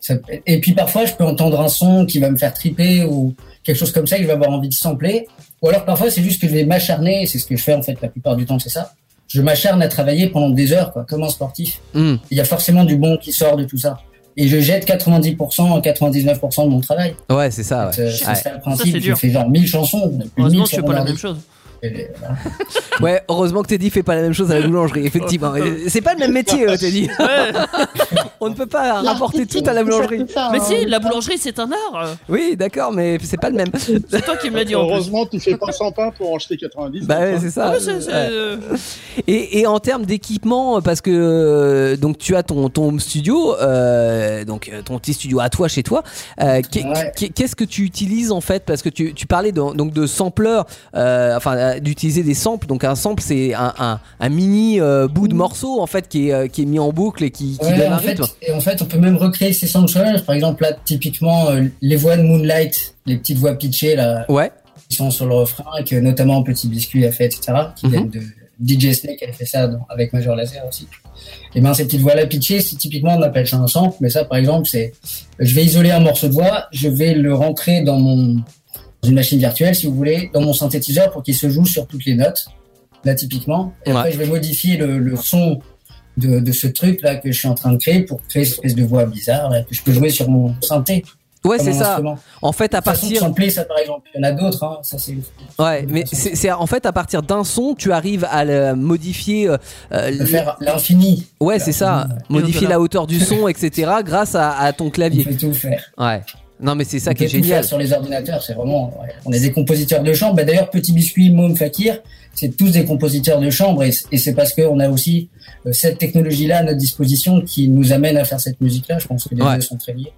Ça peut- et puis parfois, je peux entendre un son qui va me faire triper ou quelque chose comme ça que je vais avoir envie de sampler. Ou alors parfois, c'est juste que je vais m'acharner. C'est ce que je fais en fait la plupart du temps, c'est ça. Je m'acharne à travailler pendant des heures, quoi, comme un sportif. Hmm. Il y a forcément du bon qui sort de tout ça. Et je jette 90%, 99% de mon travail. Ouais, c'est ça. ouais. C'est c'est ça le Ouais. Ça, c'est principe. dur. je fais genre 1000 chansons. on a plus de Heureusement 1000 que je fais sur pas mon la ordi. même chose. Et les- voilà. Ouais, heureusement que Teddy fait pas la même chose à la boulangerie, effectivement. Et C'est pas le même métier, euh, Teddy. Ouais. On ne peut pas rapporter tout L'artistique, à la ça hein. boulangerie. peut faire Mais un- si, la boulangerie, c'est un art. Oui, d'accord, mais c'est pas le même. C'est toi qui me l'as dit en plus. Heureusement, tu fais pas 100 pas pour en jeter 90. Bah ouais, c'est ça. Ah ouais, c'est- c'est- Ouais. euh, Et, et en termes d'équipement, parce que euh, donc tu as ton, ton home studio, euh, donc euh, ton petit studio à toi chez toi. euh, qu'est- Ouais. qu'est- Qu'est-ce que tu utilises en fait Parce que tu, tu parlais de, donc de sampleur, euh, enfin euh, d'utiliser des samples. Donc un sample, c'est un, un, un mini euh, bout de morceau en fait qui est, euh, qui est mis en boucle et qui, qui Ouais, donne un en fait, rythme. et en fait, on peut même recréer ces sound challenges. Par exemple, là, typiquement, euh, les voix de Moonlight, les petites voix pitchées, là, Ouais, qui sont sur le refrain, et que notamment Petit Biscuit a fait, etc., qui Mhm. viennent de DJ Snake, elle fait ça dans- avec Major Laser aussi. Et ben, ces petites voix-là pitchées, c'est typiquement, on appelle ça un sample, mais ça, par exemple, c'est, je vais isoler un morceau de voix, je vais le rentrer dans mon, dans une machine virtuelle, si vous voulez, dans mon synthétiseur pour qu'il se joue sur toutes les notes, là, typiquement. Et après, Ouais. je vais modifier le, le son de, de ce truc-là que je suis en train de créer pour créer cette espèce de voix bizarre, là, que je peux jouer sur mon synthé. ouais, comme c'est un ça. instrument. En fait, à De toute façon, partir sampler, ça, par exemple. Il y en a d'autres, hein, ça, c'est, Ouais, mais c'est c'est- en fait à partir d'un son, tu arrives à le modifier. euh, euh, de faire l'infini. ouais, c'est ça. Modifier la hauteur du son, etc. grâce à, à ton On clavier. peut tout faire. Ouais. Non, mais c'est ça On qui est peut tout génial. faire sur les ordinateurs, c'est vraiment. ouais. On est des compositeurs de chambre. Bah, D'ailleurs, Petit Biscuit, Môme, Fakir, c'est tous des compositeurs de chambre et, et c'est parce qu'on a aussi euh, cette technologie-là à notre disposition qui nous amène à faire cette musique-là. Je pense que les Ouais. deux sont très liés.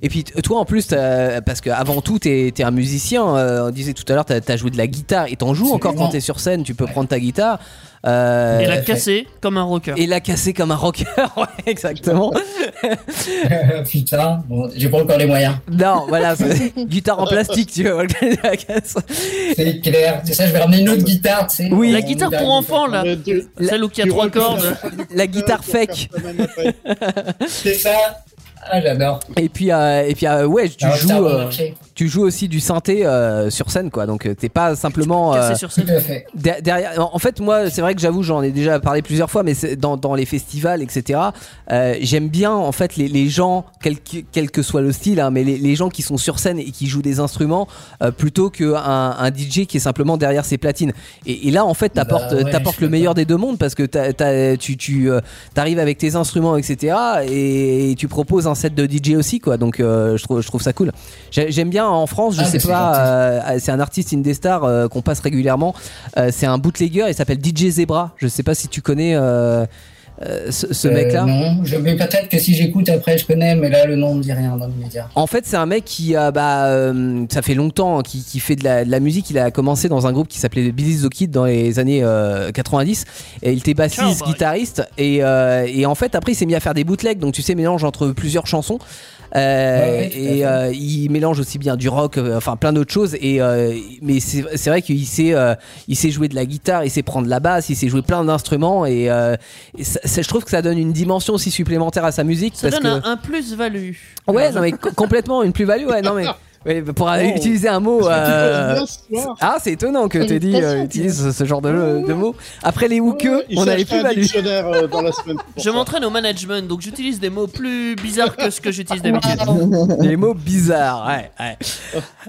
Et puis t- toi en plus, t'as- parce que avant tout, t'es es un musicien. euh, on disait tout à l'heure, t'as as joué de la guitare et t'en joues encore Absolument. quand t'es sur scène. Tu peux prendre ta guitare. euh, Et la casser comme un rocker. et la casser comme un rocker. ouais, exactement. Putain, bon, j'ai pas encore les moyens. Euh, Non, voilà, c'est- guitare en plastique, tu vois. la casse. C'est clair. C'est ça, je vais ramener une autre guitare, tu sais. Oui. On- La on guitare va- pour enfants, là. Mais tu- Celle où il y a tu trois recules cordes. la guitare La guitare pour fake. faire semaine après. C'est ça. Ah, j'adore. Et puis, euh, et puis euh, ouais, tu Alors, ça a joues, euh, marché. tu joues aussi du synthé euh, sur scène, quoi. Donc euh, t'es pas simplement euh, Casser sur Tout scène. à fait. Der- derrière, en en fait, moi, c'est vrai que j'avoue, j'en ai déjà parlé plusieurs fois, mais c'est dans, dans les festivals, etc., euh, j'aime bien, en fait, les, les gens, quel que, quel que soit le style, hein, mais les, les gens qui sont sur scène et qui jouent des instruments, euh, plutôt qu'un un DJ qui est simplement derrière ses platines. Et, et là, en fait, t'apportes Bah ouais, t'apportes je suis le meilleur des deux mondes, parce que t'as- t'as- tu, tu euh, t'arrives avec tes instruments, etc., et, et tu proposes un set de DJ aussi, quoi. Donc, euh, je, trouve, je trouve ça cool. J'ai- J'aime bien, en France, je Ah, sais mais c'est pas, gentil. euh, c'est un artiste Indestar euh, qu'on passe régulièrement. Euh, c'est un bootlegger, il s'appelle DJ Zebra. Je sais pas si tu connais euh, euh, ce, ce Euh, mec-là. Non, je vais peut-être que si j'écoute après, je connais, mais là, le nom ne dit rien dans le média. En fait, c'est un mec qui a, bah, euh, ça fait longtemps hein, qui, qui fait de la, de la musique. Il a commencé dans un groupe qui s'appelait Billy the Kid dans les années euh, 90. Et il était bassiste, Cowboy. guitariste. Et, euh, et en fait, après, il s'est mis à faire des bootlegs. Donc, tu sais, mélange entre plusieurs chansons. Euh, Ouais, ouais, tout à et fait. euh, il mélange aussi bien du rock, euh, enfin plein d'autres choses. Et euh, mais c'est c'est vrai qu'il sait, euh, il sait jouer de la guitare, il sait prendre la basse, il sait jouer plein d'instruments. Et, euh, et ça- ça- je trouve que ça donne une dimension aussi supplémentaire à sa musique. Ça parce donne que... un, un plus-value. Ouais, non, mais co- complètement une plus-value. Ouais, non, mais ouais, pour euh, Oh. utiliser un mot. euh, Bien ce soir. Ah, c'est étonnant que Teddy Félicitations, euh, utilise ce- ce genre de, de mots. Après les ou que, Il on s'est a les acheté un plus-values. dictionnaire euh, dans la semaine. pour Je ça. m'entraîne au management, donc j'utilise des mots plus bizarres que ce que j'utilise d'habitude. Les mots bizarres, ouais, ouais.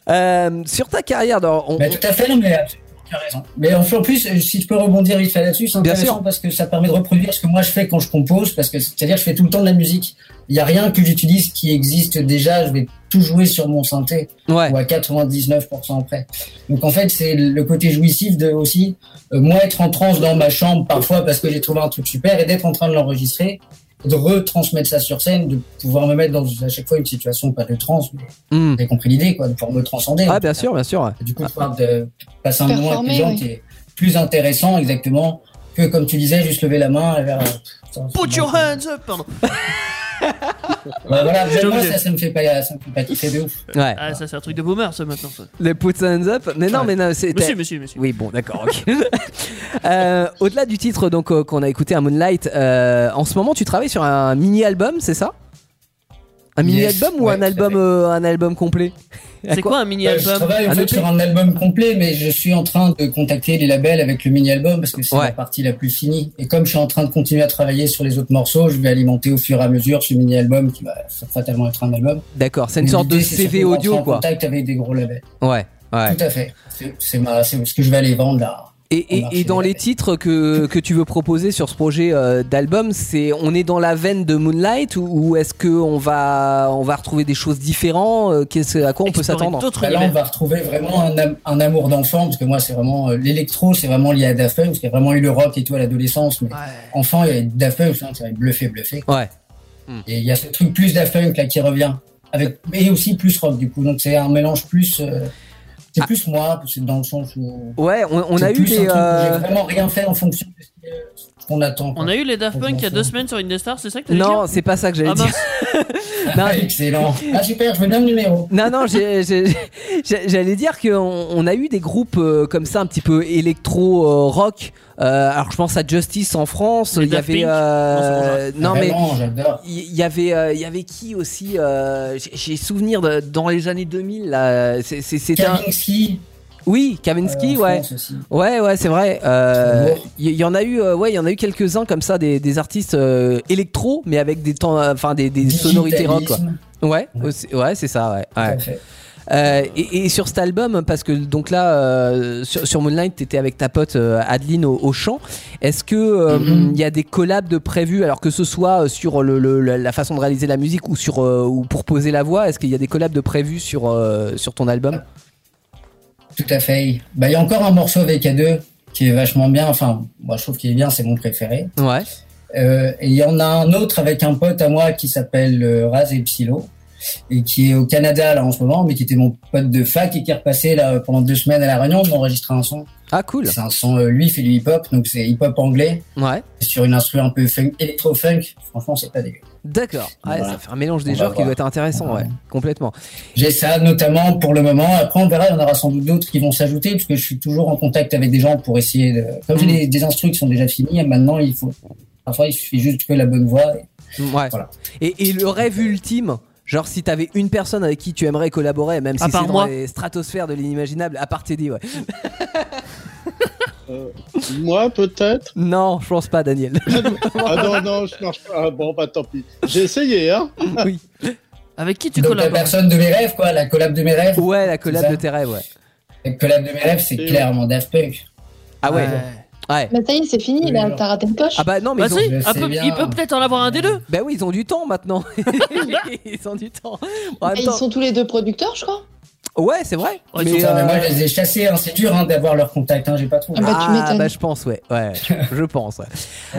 Euh, sur ta carrière, dans- on- Bah, tout à fait, non, mais tu as raison. Mais en plus, euh, si je peux rebondir vite fait là-dessus, c'est Bien intéressant parce que ça permet de reproduire ce que moi je fais quand je compose, parce que c'est-à-dire je fais tout le temps de la musique. Il n'y a rien que j'utilise qui existe déjà, je vais tout jouer sur mon synthé, ouais, ou à 99% près. Donc en fait, c'est le côté jouissif de aussi, euh, moi être en transe dans ma chambre parfois parce que j'ai trouvé un truc super, et d'être en train de l'enregistrer, de retransmettre ça sur scène, de pouvoir me mettre dans à chaque fois une situation, pas de transe, mais hmm. vous avez compris l'idée, quoi, de pouvoir me transcender. Ah, bien sûr, bien sûr. ouais. Du coup, je parle de euh, passer un moment avec Performer, les gens oui. qui est plus intéressant, exactement, que comme tu disais, juste lever la main et faire. euh, putain, c'est Put bon. your hands up, pardon. Bah, voilà, J'ai moi, oublié. ça, ça me fait pas, ça me fait pas kiffer de ouf. Ouais. Ah, ça c'est un truc de boomer, ça maintenant. ça. Les puts hands up. Mais non, Ouais. mais non, c'est. Monsieur, monsieur, monsieur. Oui, bon, d'accord. ok. Euh, Au-delà du titre donc euh, qu'on a écouté à Moonlight, euh, en ce moment tu travailles sur un mini album, c'est ça Un mini Yes, album ou ouais, un tout à album fait. euh, un album complet À C'est quoi un Euh, je mini-album travaille en Un E fait EP. sur un album complet, mais je suis en train de contacter les labels avec le mini-album parce que c'est Ouais. la partie la plus finie. Et comme je suis en train de continuer à travailler sur les autres morceaux, je vais alimenter au fur et à mesure ce mini-album qui va fatalement être un album. D'accord, c'est une Mais sorte de l'idée, c'est surtout CV d'entrer audio en quoi. contact avec des gros labels. Ouais. Ouais. Tout à fait. C'est- C'est ma- c'est ce que je vais aller vendre là. Et, et- Au et marché dans de la les paix. titres que, que tu veux proposer sur ce projet euh, d'album, c'est on est dans la veine de Moonlight ou, ou est-ce que on va on va retrouver des choses différentes euh, qu'est-ce- à quoi on peut Explorer s'attendre d'autres Bah là, on univers. va retrouver vraiment un, am- un amour d'enfant, parce que moi, c'est vraiment euh, l'électro, c'est vraiment lié à Daft Punk, parce qu'il y a vraiment eu le rock et tout à l'adolescence, mais enfant, il y avait Daft Punk, hein, ça va être bluffé, bluffé. Ouais. Hmm. Et il y a ce truc plus Daft Punk là qui revient, avec mais aussi plus rock du coup. Donc c'est un mélange plus, euh, c'est plus moi, parce que dans le sens où Ouais, on, on c'est a eu plus un des truc où euh, j'ai vraiment rien fait en fonction de ce que- ce qu'on attend. quoi. On a eu les Daft Punk il y a Exactement. deux semaines sur Indestar, c'est ça que t'allais non, dire c'est pas ça que j'allais Ah dire. mince, Non. Ah, excellent. Ah super, je veux bien le numéro. Non, non, j'ai- j'ai- j'ai- j'allais dire qu'on on a eu des groupes euh, comme ça, un petit peu électro-rock. Euh, alors, je pense à Justice en France. Les Il y Daft avait. Punk euh, non, mais. vraiment, j'adore. Il y, y avait, euh, il y avait qui aussi euh, j'ai- J'ai souvenir de- dans les années 2000. Là, c'est- c'est- c'était un- Kavinsky, Oui, euh, Kavinsky, en ouais. France aussi. Ouais, ouais, c'est vrai. Euh, Strasbourg. Il y, y en a eu, euh, ouais, il y en a eu quelques uns comme ça, des, des artistes euh, électro, mais avec des temps, euh, enfin des, des sonorités rock, quoi. Digitalisme, Ouais, aussi- ouais, c'est ça, ouais. tout ouais. à fait. Euh, et, et sur cet album, parce que donc là, euh, sur, sur Moonlight, t'étais avec ta pote euh, Adeline au, au chant. Est-ce que euh, il Mhm. y a des collabs de prévus, alors que ce soit euh, sur le, le- la la façon de réaliser la musique ou sur euh, ou pour poser la voix, est-ce qu'il y a des collabs de prévus sur euh, sur ton album Tout à fait. Bah, il y a encore un morceau avec A2 qui est vachement bien. Enfin, moi, je trouve qu'il est bien, c'est mon préféré. Ouais. Euh, et il y en a un autre avec un pote à moi qui s'appelle euh, Raz et Psylo et qui est au Canada là en ce moment, mais qui était mon pote de fac et qui est repassé là pendant deux semaines à la Réunion. On enregistrait un son. Ah cool. C'est un son, euh, lui, il fait du hip-hop, donc c'est hip-hop anglais Ouais. sur une instru un peu funk, électro-funk. Franchement, c'est pas dégueu. D'accord. Ouais, Voilà. Ça fait un mélange des On va genres qui voir. doit être intéressant. Ouais. Ouais. Complètement. J'ai ça notamment pour le moment. Après, on verra, il y en aura sans doute d'autres qui vont s'ajouter, puisque je suis toujours en contact avec des gens pour essayer de. Comme Hmm. j'ai des, des instructions qui sont déjà finis, maintenant il faut. Parfois, il suffit juste de trouver la bonne voie. Ouais. Voilà. Et, et le rêve ultime. Genre si t'avais une personne avec qui tu aimerais collaborer, même si À c'est part dans moi. les stratosphères de l'inimaginable, à part Teddy, ouais. Euh, Moi, peut-être Non, je pense pas, Daniel. Ah non, non, je marche pas. Ah, bon, bah tant pis. J'ai essayé, hein oui. avec qui tu Donc, la collabores personne de mes rêves, quoi, la collab de mes rêves. Ouais, la collab C'est ça. de tes rêves, ouais. La collab de mes rêves, c'est Et- clairement Daft Punk. Ah ouais, ouais. Ouais. Bah ça y est, c'est fini, Oui, là, alors. t'as raté une coche. Ah bah non, mais Bah ils ont... si, Je un sais peu- bien. il peut peut-être en avoir un des deux. Bah oui, ils ont du temps maintenant. ils ont du temps. En même Et ils temps- sont tous les deux producteurs, je crois. Ouais, c'est vrai. Ouais, ils mais, sont- Putain, mais euh, moi, je les ai chassés, hein. c'est dur hein, d'avoir leur contact, hein, j'ai pas trouvé. Ah bah, tu Ah m'étonnes. bah je pense, ouais. Ouais, je- je pense. ouais.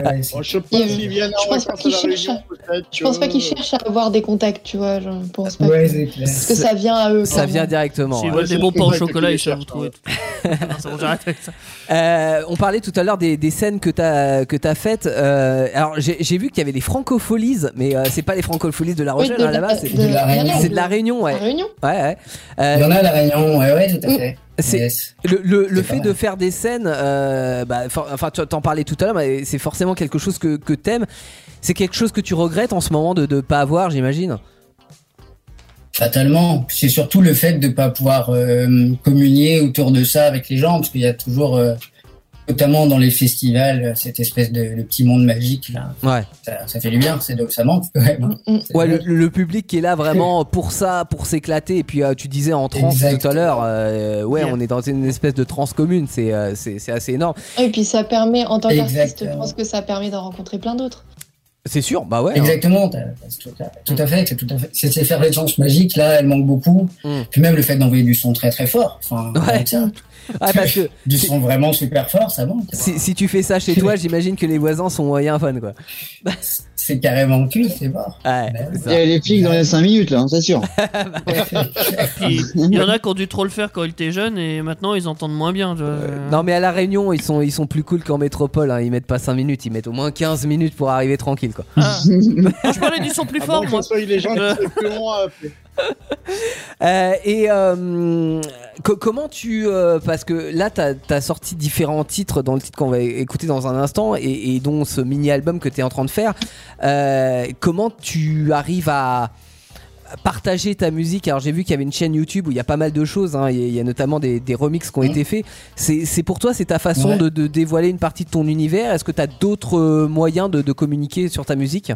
Ouais, c'est- Bon, Oh, je pense Et- qu'ils viennent en je pense vacances à pas la qu'ils Réunion, cherchent. peut-être. Je pense pas qu'ils que- cherchent à avoir des contacts, tu vois. Je pense pas Ouais, que... c'est clair. Parce que ça vient à eux. Ça clairement. vient directement. hein. S'ils ouais. ouais, veulent des c'est- bons pains au c'est- chocolat, ils c'est- savent vous trouver tout. Non, c'est bon, j'arrête avec ça. Euh, on parlait tout à l'heure des, des scènes que t'as que t'as faites. Euh, alors j'ai j'ai vu qu'il y avait des francopholies, mais euh, c'est pas les francopholies de La Oui, Rochelle de- hein, là-bas, c'est de- de la non, non, c'est de la Réunion, la ouais. Réunion. Ouais, ouais. Il Euh, y en a à la Réunion, ouais, ouais, tout à fait. c'est- Yes. Le, le, le C'est fait pas de mal. faire des scènes, euh, bah, for- enfin, tu t'en parlais tout à l'heure, mais c'est forcément quelque chose que, que t'aimes. C'est quelque chose que tu regrettes en ce moment de ne pas avoir, j'imagine. Fatalement. Puis C'est surtout le fait de ne pas pouvoir euh, communier autour de ça avec les gens, parce qu'il y a toujours, euh, notamment dans les festivals, euh, cette espèce de, de petit monde magique là. Ouais. Ça, ça fait du bien, c'est donc ça manque quand même. hein. Mm. C'est Ouais, le, vrai. le public qui est là vraiment pour ça, pour s'éclater. Et puis euh, tu disais en trance tout à Exactement. l'heure, euh, ouais, Yeah. on est dans une espèce de trance commune. C'est euh, c'est c'est assez énorme. Et puis ça permet, en tant qu'artiste, Exactement. je pense que ça permet d'en rencontrer plein d'autres. C'est sûr, bah ouais. hein. Exactement, t'as- t'as ce truc-là. tout à fait, c'est tout à fait. Cette effervescence magique là, elle manque beaucoup. Mm. Puis même le fait d'envoyer du son très très fort, enfin, Ouais. rien que ça. Ouais, parce que du son vraiment super fort, ça manque. si, si tu fais ça chez toi, j'imagine que les voisins sont moyen fun, quoi. C'est carrément cuit, c'est mort. Ouais, Ben, c'est ça. Il y a les flics dans les 5 minutes, là, hein, Eh, c'est sûr. Puis, Il y en a qui ont dû trop le faire quand ils étaient jeunes et maintenant ils entendent moins bien. tu vois. Non mais à la Réunion ils sont ils sont plus cool qu'en métropole hein. ils mettent pas 5 minutes ils mettent au moins 15 minutes pour arriver tranquille quoi. Ah. Ah, je parlais du son plus Ah fort, bon, moi. que ce soit les gens qui Euh. sont plus loin à appeler. Euh, et euh, co- comment tu euh, parce que là t'as as sorti différents titres dans le titre qu'on va é- écouter dans un instant et, et dont ce mini album que t'es en train de faire Euh, comment tu arrives à à partager ta musique alors j'ai vu qu'il y avait une chaîne YouTube où il y a pas mal de choses hein. il y a- il y a notamment des, des remixes qui ont Mhm. été faits c'est c'est pour toi c'est ta façon Ouais. de, de dévoiler une partie de ton univers est-ce que t'as d'autres euh, moyens de, de communiquer sur ta musique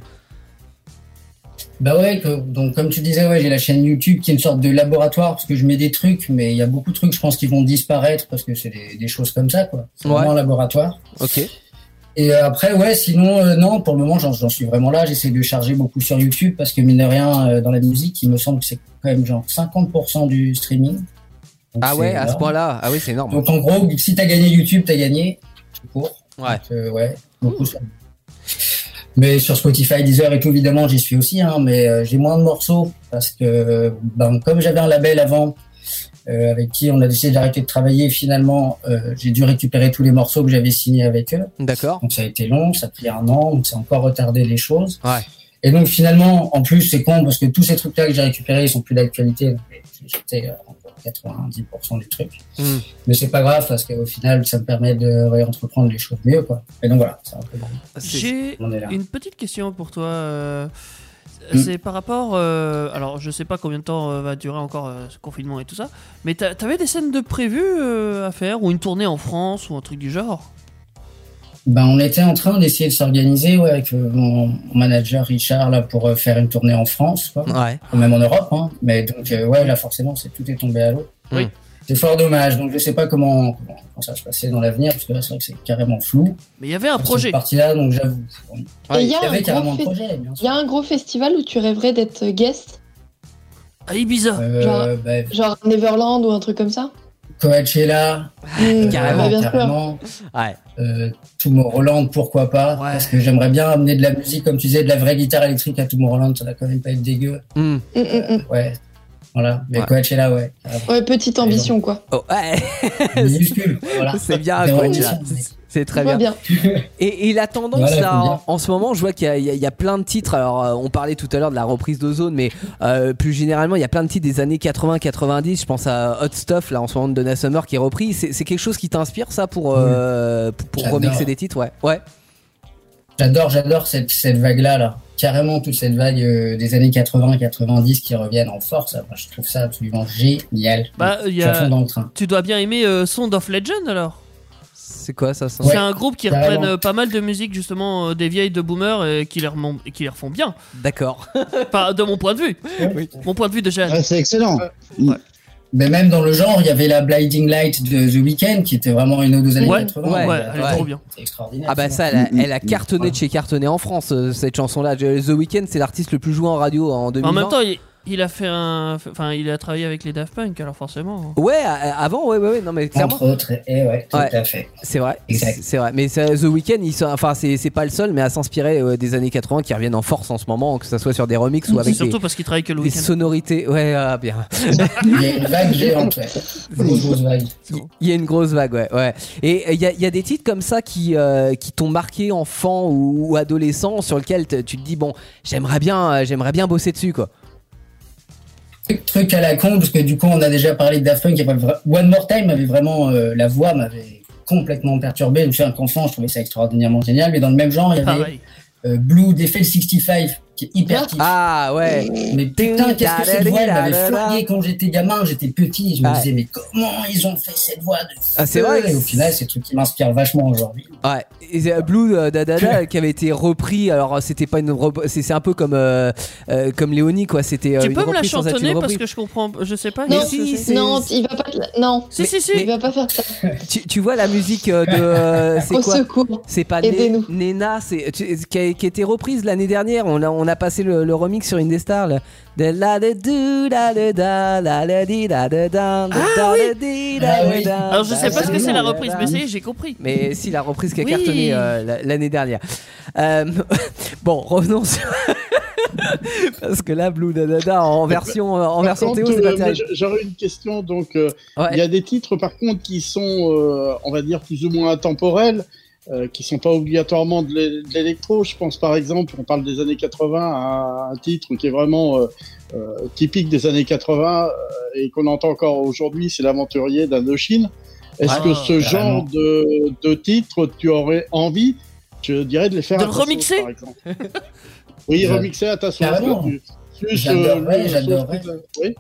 Bah ouais, que- donc comme tu disais, ouais, j'ai la chaîne YouTube qui est une sorte de laboratoire parce que je mets des trucs, mais il y a beaucoup de trucs, je pense, qui vont disparaître parce que c'est des, des choses comme ça, quoi. C'est Ouais. vraiment un laboratoire. Ok. Et euh, après, ouais, sinon, euh, non, pour le moment, j'en j'en suis vraiment là. J'essaie de charger beaucoup sur YouTube parce que, mine de rien, euh, dans la musique, il me semble que c'est quand même genre 50% du streaming. Donc, Ah ouais, c'est à ce énorme. point-là. Ah oui, c'est énorme. Donc en gros, si t'as gagné YouTube, t'as gagné. Tout court. Ouais. Donc, euh, ouais. Beaucoup ça. Mais sur Spotify, Deezer et tout, évidemment, j'y suis aussi, hein, mais euh, j'ai moins de morceaux parce que, euh, ben, comme j'avais un label avant, euh, avec qui on a décidé d'arrêter de travailler, finalement, euh, j'ai dû récupérer tous les morceaux que j'avais signés avec eux. D'accord. Donc ça a été long, ça a pris un an, donc ça a encore retardé les choses. Ouais. Et donc finalement, en plus, c'est con parce que tous ces trucs-là que j'ai récupérés, ils sont plus d'actualité. Donc, J'étais euh, encore 90% du truc. Mm. Mais c'est pas grave parce qu'au final, ça me permet de réentreprendre les choses mieux, quoi. Et donc voilà, Ah, c'est un peu bon. C'est- J'ai On est là. une petite question pour toi. euh, Mm. C'est par rapport. euh, alors, je sais pas combien de temps euh, va durer encore euh, ce confinement et tout ça, mais t'a- t'avais des scènes de prévues euh, à faire ou une tournée en France ou un truc du genre Ben, on était en train d'essayer de s'organiser ouais, avec euh, mon mon manager Richard là pour euh, faire une tournée en France, quoi. Mm. Ouais. ou même en Europe. Hein. Mais donc euh, ouais, là forcément, c'est tout est tombé à l'eau. Oui. C'est fort dommage. Donc je sais pas comment, comment, comment ça va se passer dans l'avenir parce que là c'est vrai que c'est carrément flou. Mais il y avait un Sur projet. Cette partie-là, donc j'avoue. Et il y, a Il y un avait gros carrément un fes- projet. Bien il y sûr. a un gros festival où tu rêverais d'être guest, À Ibiza. Euh, bah, genre Neverland ou un truc comme ça Coachella, Euh, Mmh, Carrément. ouais, bien sûr. carrément. Ouais. euh, Tomorrowland, pourquoi pas Ouais. Parce que j'aimerais bien amener de la musique, comme tu disais, de la vraie guitare électrique à Tomorrowland, ça va quand même pas être dégueu. Hmm. Mmh, mmh, mmh. Ouais, voilà. Mais Ouais. Coachella, ouais. carrément. Ouais, petite ambition quoi. Oh, ouais. Minuscule, voilà. C'est bien, Zéro Coachella. ambition, mais- C'est très Je vois bien. Et, et la tendance Voilà, là, faut en, bien. en ce moment, je vois qu'il y a- il y, a- il y a plein de titres. Alors, euh, on parlait tout à l'heure de la reprise d'Ozone, mais euh, plus généralement, il y a plein de titres des années 80-90. Je pense à Hot Stuff là en ce moment de Donna Summer qui est repris. C'est c'est quelque chose qui t'inspire ça pour euh, pour, pour J'adore. remixer des titres, ouais. Ouais. J'adore, j'adore cette, cette vague-là, là. Carrément, toute cette vague euh, des années 80-90 qui reviennent en force. Moi, je trouve ça absolument génial. Bah, il y Mm. Je suis à a- fond dans le train. Tu dois bien aimer euh, Sound of Legend alors C'est quoi ça, ça Ouais. C'est un groupe qui carrément. reprennent euh, pas mal de musique justement euh, des vieilles de boomers et qui les, remon- et qui les refont bien. D'accord. Enfin, de mon point de vue. Oui. Mon point de vue de jeune. Ouais, Ah, c'est excellent. Mais même dans le genre, il y avait la Blinding Light de The Weeknd, qui était vraiment une ode aux années Ouais, 80. ouais, Ouais, ouais. elle est trop bien. C'est extraordinaire. Ah bah ça, elle a, elle a cartonné de chez cartonné en France euh, cette chanson-là. Je- The Weeknd, c'est l'artiste le plus joué en radio en 2020. En même temps, il, il a fait un. Enfin, il a travaillé avec les Daft Punk alors forcément. Ouais, à- avant, ouais, ouais, ouais, non mais clairement. Entre autres, et ouais, tout Ouais. à fait. C'est vrai, Exact. c'est vrai. Mais ça, The Weeknd, ils sont, enfin, c'est c'est pas le seul, mais à s'inspirer euh, des années 80 qui reviennent en force en ce moment, que ça soit sur des remixes ou C'est avec des, surtout parce qu'il travaille que le des week-end. sonorités. Ouais, ah, bien. Il y a une vague géante, ouais. Une grosse, grosse vague. Il y a une grosse vague, ouais. ouais. Et euh, il y, a- il y a des titres comme ça qui, euh, qui t'ont marqué enfant ou, ou adolescent, sur lequel t- tu te dis bon, j'aimerais bien, euh, j'aimerais bien bosser dessus, quoi. Truc- Truc à la con, parce que du coup, on a déjà parlé de Daft Punk. il y a pas vra- One More Time avait vraiment, euh, la voix m'avait complètement perturbé. Je me suis un enfant, je trouvais ça extraordinairement génial. Mais dans le même genre, il y avait Pareil. euh, Blue d'Effet 65, qui est hyper kitsch. Ah ouais. Mais putain, qu'est-ce que cette voix elle m'avait flingué quand j'étais gamin, j'étais petit. Je me Ouais. disais, mais comment ils ont fait cette voix de Ah, c'est feu vrai. Et au final, c'est le truc qui m'inspire vachement aujourd'hui. Ouais, et c'est, euh, Blue euh, da, da, da, qui avait été repris. Alors euh, c'était pas une rep- c'est c'est un peu comme euh, euh, comme Léonie quoi. C'était euh, Tu une peux me la reprise sans être une chantonner parce reprise. que je comprends. Je sais pas. Non, qu'est-ce que Ah, si, c'est. c'est- Non, il va pas te la- non, Si, si, si. il va pas faire ça. Tu, tu vois la musique euh, de euh, c'est Au quoi secours. C'est pas Aidez-nous. Nena, c'est tu- qui a, qui a été reprise l'année dernière. On a on a passé le, le remix sur Indestar. Là. De la de du, la de da la de di la de da Ah de da de di, la Ah de oui. da, Alors, je da, sais pas da, ce que c'est la da, reprise, da. mais c'est, j'ai compris. Mais si la reprise qui a Oui. cartonné euh, la- l'année dernière. Euh, bon, revenons sur. Parce que là, Blue Dadada en version, euh, en Par version contre, Théo, c'est euh, pas moi, terrible. j'- J'aurais une question. Donc, euh, il Ouais. y a des titres, par contre, qui sont, euh, on va dire, plus ou moins intemporels, euh, qui sont pas obligatoirement de l'é- de l'électro. Je pense, par exemple, on parle des années 80 à un titre qui est vraiment euh, euh, typique des années 80 euh, et qu'on entend encore aujourd'hui, c'est l'aventurier d'Indochine. Est-ce Ah, que ce genre de, de titre, tu aurais envie, je dirais, de les faire De à le ta sauce, remixer par exemple Oui, Je- remixer à ta sauce. Carrément. Tu- plus, euh, J'adorerais, le- euh, j'adorerais. le- oui.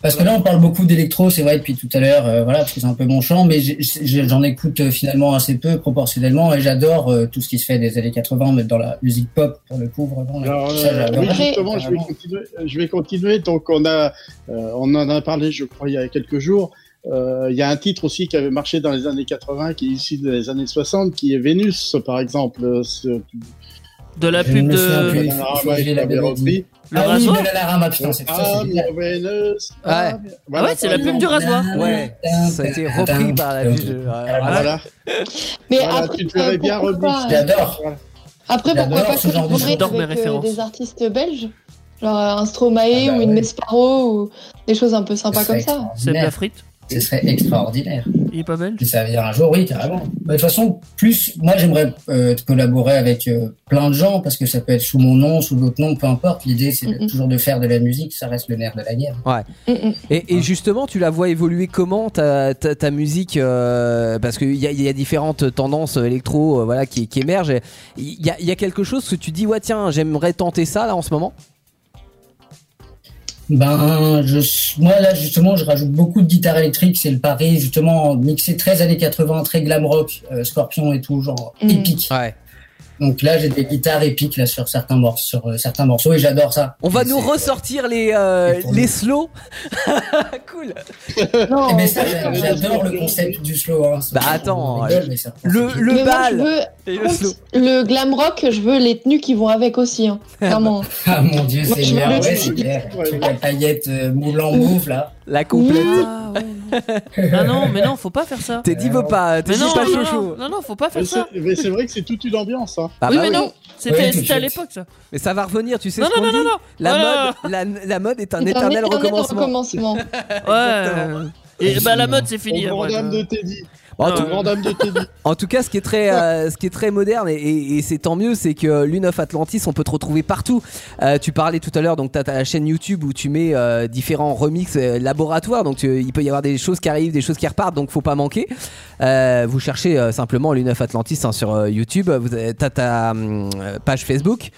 Parce que là, on parle beaucoup d'électro, c'est vrai, depuis tout à l'heure, euh, voilà, parce que c'est un peu mon champ, mais j'ai- j'ai- j'en écoute euh, finalement assez peu, proportionnellement, et j'adore euh, tout ce qui se fait des années 80, mais dans la musique pop, pour le coup, vraiment. là, Alors, ça, euh, j'adore. oui, justement, je vais, Vraiment. continuer, je vais continuer. Donc, on, a, euh, on en a parlé, je crois, il y a quelques jours. Euh, il y a un titre aussi qui avait marché dans les années 80, qui est issu des années 60, qui est Vénus, par exemple. Euh, ce- De la Je pub me souviens de. plus. Bananarama, il faut- faut que je il la l'avait vérifie. repris. Le ah oui, rasoir Bananarama, putain, c'est ça, Ah, c'est mais Vénus. Ouais. mais- Ah ouais, c'est la pub du rasoir. Ouais, ça a été repris par la vie de. euh, ouais, ouais. Ah, Voilà. Mais Voilà, après, tu te verrais euh, bien pourquoi rebondir. pas, euh, J'adore. Après, pourquoi J'adore pas ce genre de collaborer choses. J'adore mes avec euh, références. des artistes belges Genre euh, un Stromae Ah bah ou une ouais. Mesparo ou des choses un peu sympas comme ça. C'est de la frite. Ce serait extraordinaire. Il est pas belge. Et ça veut dire un jour, oui, carrément. Mais de toute façon, plus, moi, j'aimerais euh, collaborer avec euh, plein de gens parce que ça peut être sous mon nom, sous d'autres noms, peu importe. L'idée, c'est de- Mhm. toujours de faire de la musique. Ça reste le nerf de la guerre. Mm, mm. Et, et justement, tu la vois évoluer comment ta, ta, ta musique euh, Parce qu'il y a, il y a différentes tendances électro euh, voilà, qui, qui émergent. Et Il y a, il y a quelque chose que tu dis, ouais, tiens, j'aimerais tenter ça là en ce moment Ben, je, moi là justement, je rajoute beaucoup de guitare électrique, c'est le pari justement mixé 13 années 80, très glam rock, euh, Scorpion et tout, genre Mm. épique. Ouais. Donc là, j'ai des guitares épiques là sur certains morceaux, sur euh, certains morceaux et j'adore ça. On va Et nous c'est- ressortir les, euh, Et pour les nous. slows. cool. Non, Eh ben, ça, euh, j'a- j'adore le concept du slow. Hein. Bah, attends, On rigole, mais ça- Le, le mais moi, je bal veux- et le contre, slow. le glam rock, je veux les tenues qui vont avec aussi. hein. Clairement. Ah mon dieu, Moi, c'est je bien, me le ouais, dis. c'est clair. Ouais. Le truc à paillettes euh, moulant mauve là. La complète. Ah ouais, non. Ah non, mais non, faut pas faire ça. T'es dit, veut pas, t'es Mais dit non, pas non, chaud non, chaud. non, non, faut pas Mais faire c'est ça. mais c'est vrai que c'est toute une ambiance. Hein. Ah oui, bah mais oui. non, Oui, c'était tout de c'était à suite. l'époque ça. Mais ça va revenir, tu sais Non, ce non, qu'on non, dit non, non. La, Voilà. mode, la, la mode est un C'est éternel éternel recommencement. recommencement. Ouais. Exactement. Et bah la mode c'est fini. Au grand après, dame euh. de Teddy. Bon, en Non, tout- Au grand dame de Teddy. En tout cas, ce qui est très, euh, ce qui est très moderne et, et- et c'est tant mieux, c'est que Lune of Atlantis, on peut te retrouver partout. Euh, tu parlais tout à l'heure, donc t'as t'as la chaîne YouTube où tu mets euh, différents remix euh, laboratoires, donc tu- il peut y avoir des choses qui arrivent, des choses qui repartent, donc faut pas manquer. Euh, vous cherchez euh, simplement Lune of Atlantis hein, sur euh, YouTube. Vous avez- T'as ta hum, euh, page Facebook.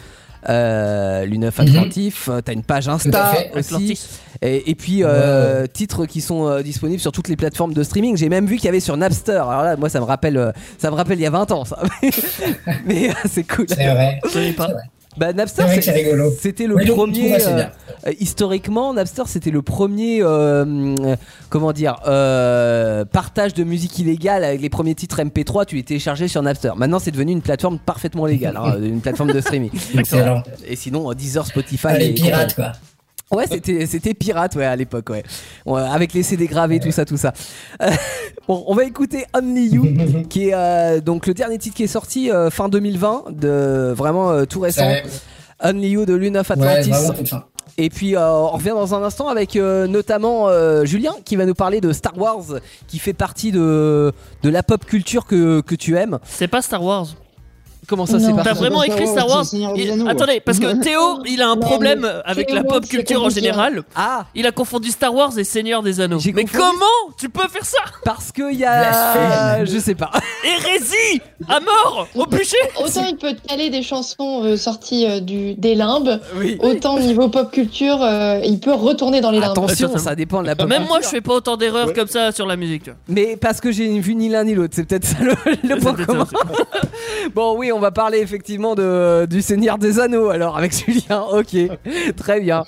Euh, Lune of Mhm. Atlantif, euh, t'as une page Insta fait. aussi, Atlantis. et, et puis euh, titres qui sont euh, disponibles sur toutes les plateformes de streaming. J'ai même vu qu'il y avait sur Napster. Alors là, moi, ça me rappelle, euh, ça me rappelle il y a 20 ans, ça. Mais euh, c'est cool. C'est vrai. Je connais pas. Bah, C'est Napster, vrai c'est- que c'est rigolo. c'était le Oui, donc, tout premier. va, c'est euh, bien. euh, historiquement, Napster, c'était le premier, euh, euh, comment dire, euh, partage de musique illégale avec les premiers titres MP3. Tu les téléchargeais sur Napster. Maintenant, c'est devenu une plateforme parfaitement légale, hein, une plateforme de streaming. Excellent. Et sinon, euh, Deezer, Spotify, Ah, les et pirates quoi. Ouais, c'était c'était pirate ouais à l'époque ouais. Ouais, Avec les CD gravés tout ça tout ça. Euh, bon, on va écouter Only You qui est euh, donc le dernier titre qui est sorti euh, fin 2020 de vraiment euh, tout récent. Ouais, Only You de Lune of ouais, Atlantis. vraiment tout ça. Et puis euh, on revient dans un instant avec euh, notamment euh, Julien qui va nous parler de Star Wars qui fait partie de de la pop culture que que tu aimes. C'est pas Star Wars. Comment Oh, Non. ça c'est T'as parti vraiment écrit Star Wars c'est le Seigneur des Il- Anneaux, ouais. Attendez, parce que Théo, il a un Non, problème mais avec Théo, la pop c'est culture en compliqué. général. Ah Il a confondu Star Wars et Seigneur des Anneaux. J'ai Mais confondu. comment Euh, tu peux faire ça parce que il y a Blasphème. je sais pas. Hérésie À mort Au bûcher Autant il peut te caler des chansons euh, sorties euh, du, des limbes, Oui. autant niveau pop culture, euh, il peut retourner dans les limbes. Attention, Attends, ça dépend de la pop Même moi, je fais pas autant d'erreurs Ouais. comme ça sur la musique. tu vois. Mais parce que j'ai vu ni l'un ni l'autre, c'est peut-être ça le, le point C'est- commun. Bon, oui, on va parler effectivement de, du Seigneur des Anneaux alors avec Julien, ok, très bien.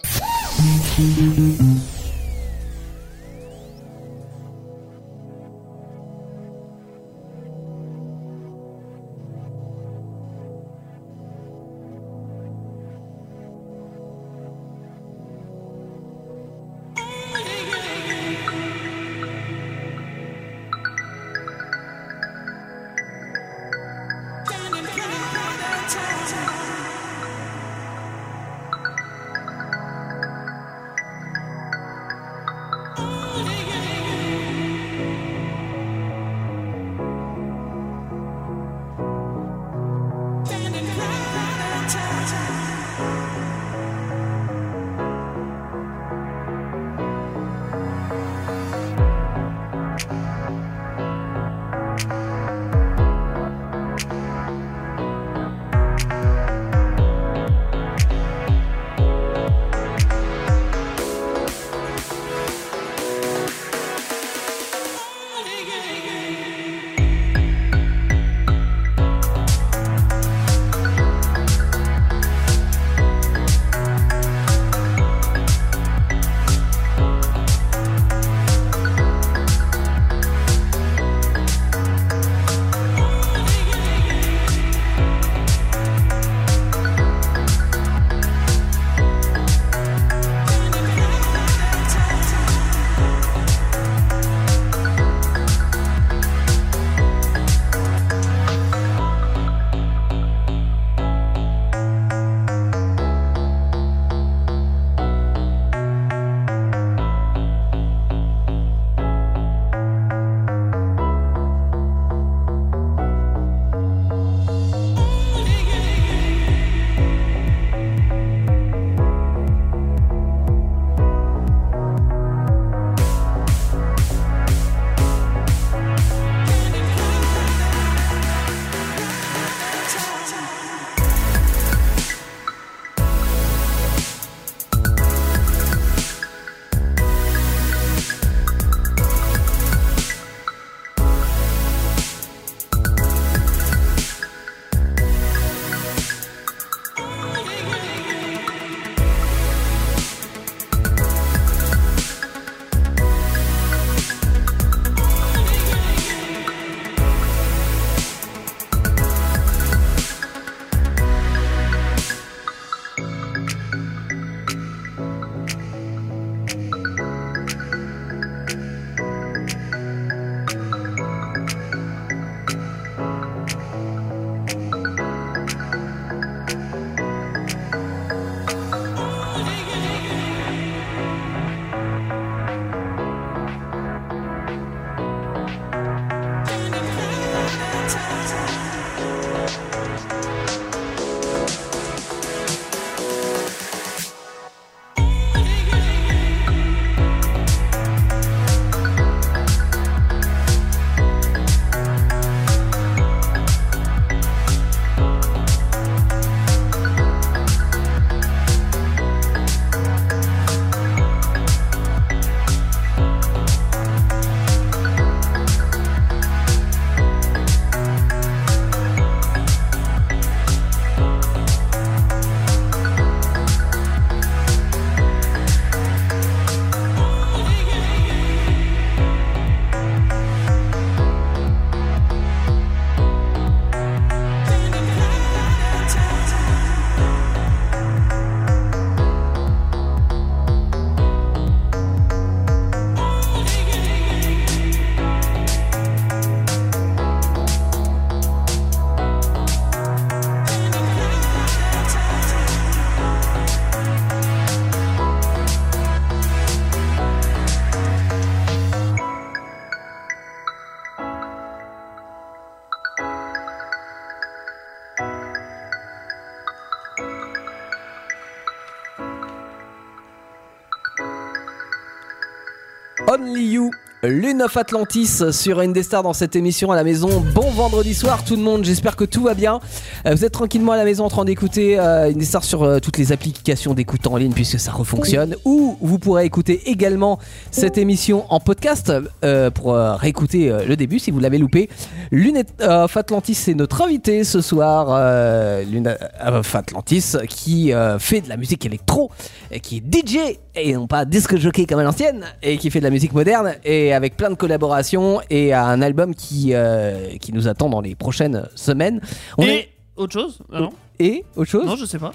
Only You. Lune of Atlantis sur Indestar dans cette émission à la maison. Bon vendredi soir tout le monde, j'espère que tout va bien. Euh, Vous êtes tranquillement à la maison en train d'écouter euh, Indestar sur euh, toutes les applications d'écoute en ligne puisque ça refonctionne. Ou vous pourrez écouter également cette émission en podcast euh, pour euh, réécouter euh, le début si vous l'avez loupé. Lune of Atlantis c'est notre invité ce soir. euh, Lune of Atlantis qui euh, fait de la musique électro et qui est DJ et non pas disque jockey comme à l'ancienne et qui fait de la musique moderne et avec plein de collaborations et a un album qui, euh, qui nous attend dans les prochaines semaines. On Et est... autre chose Ah Oh, non. et autre chose non, je sais pas.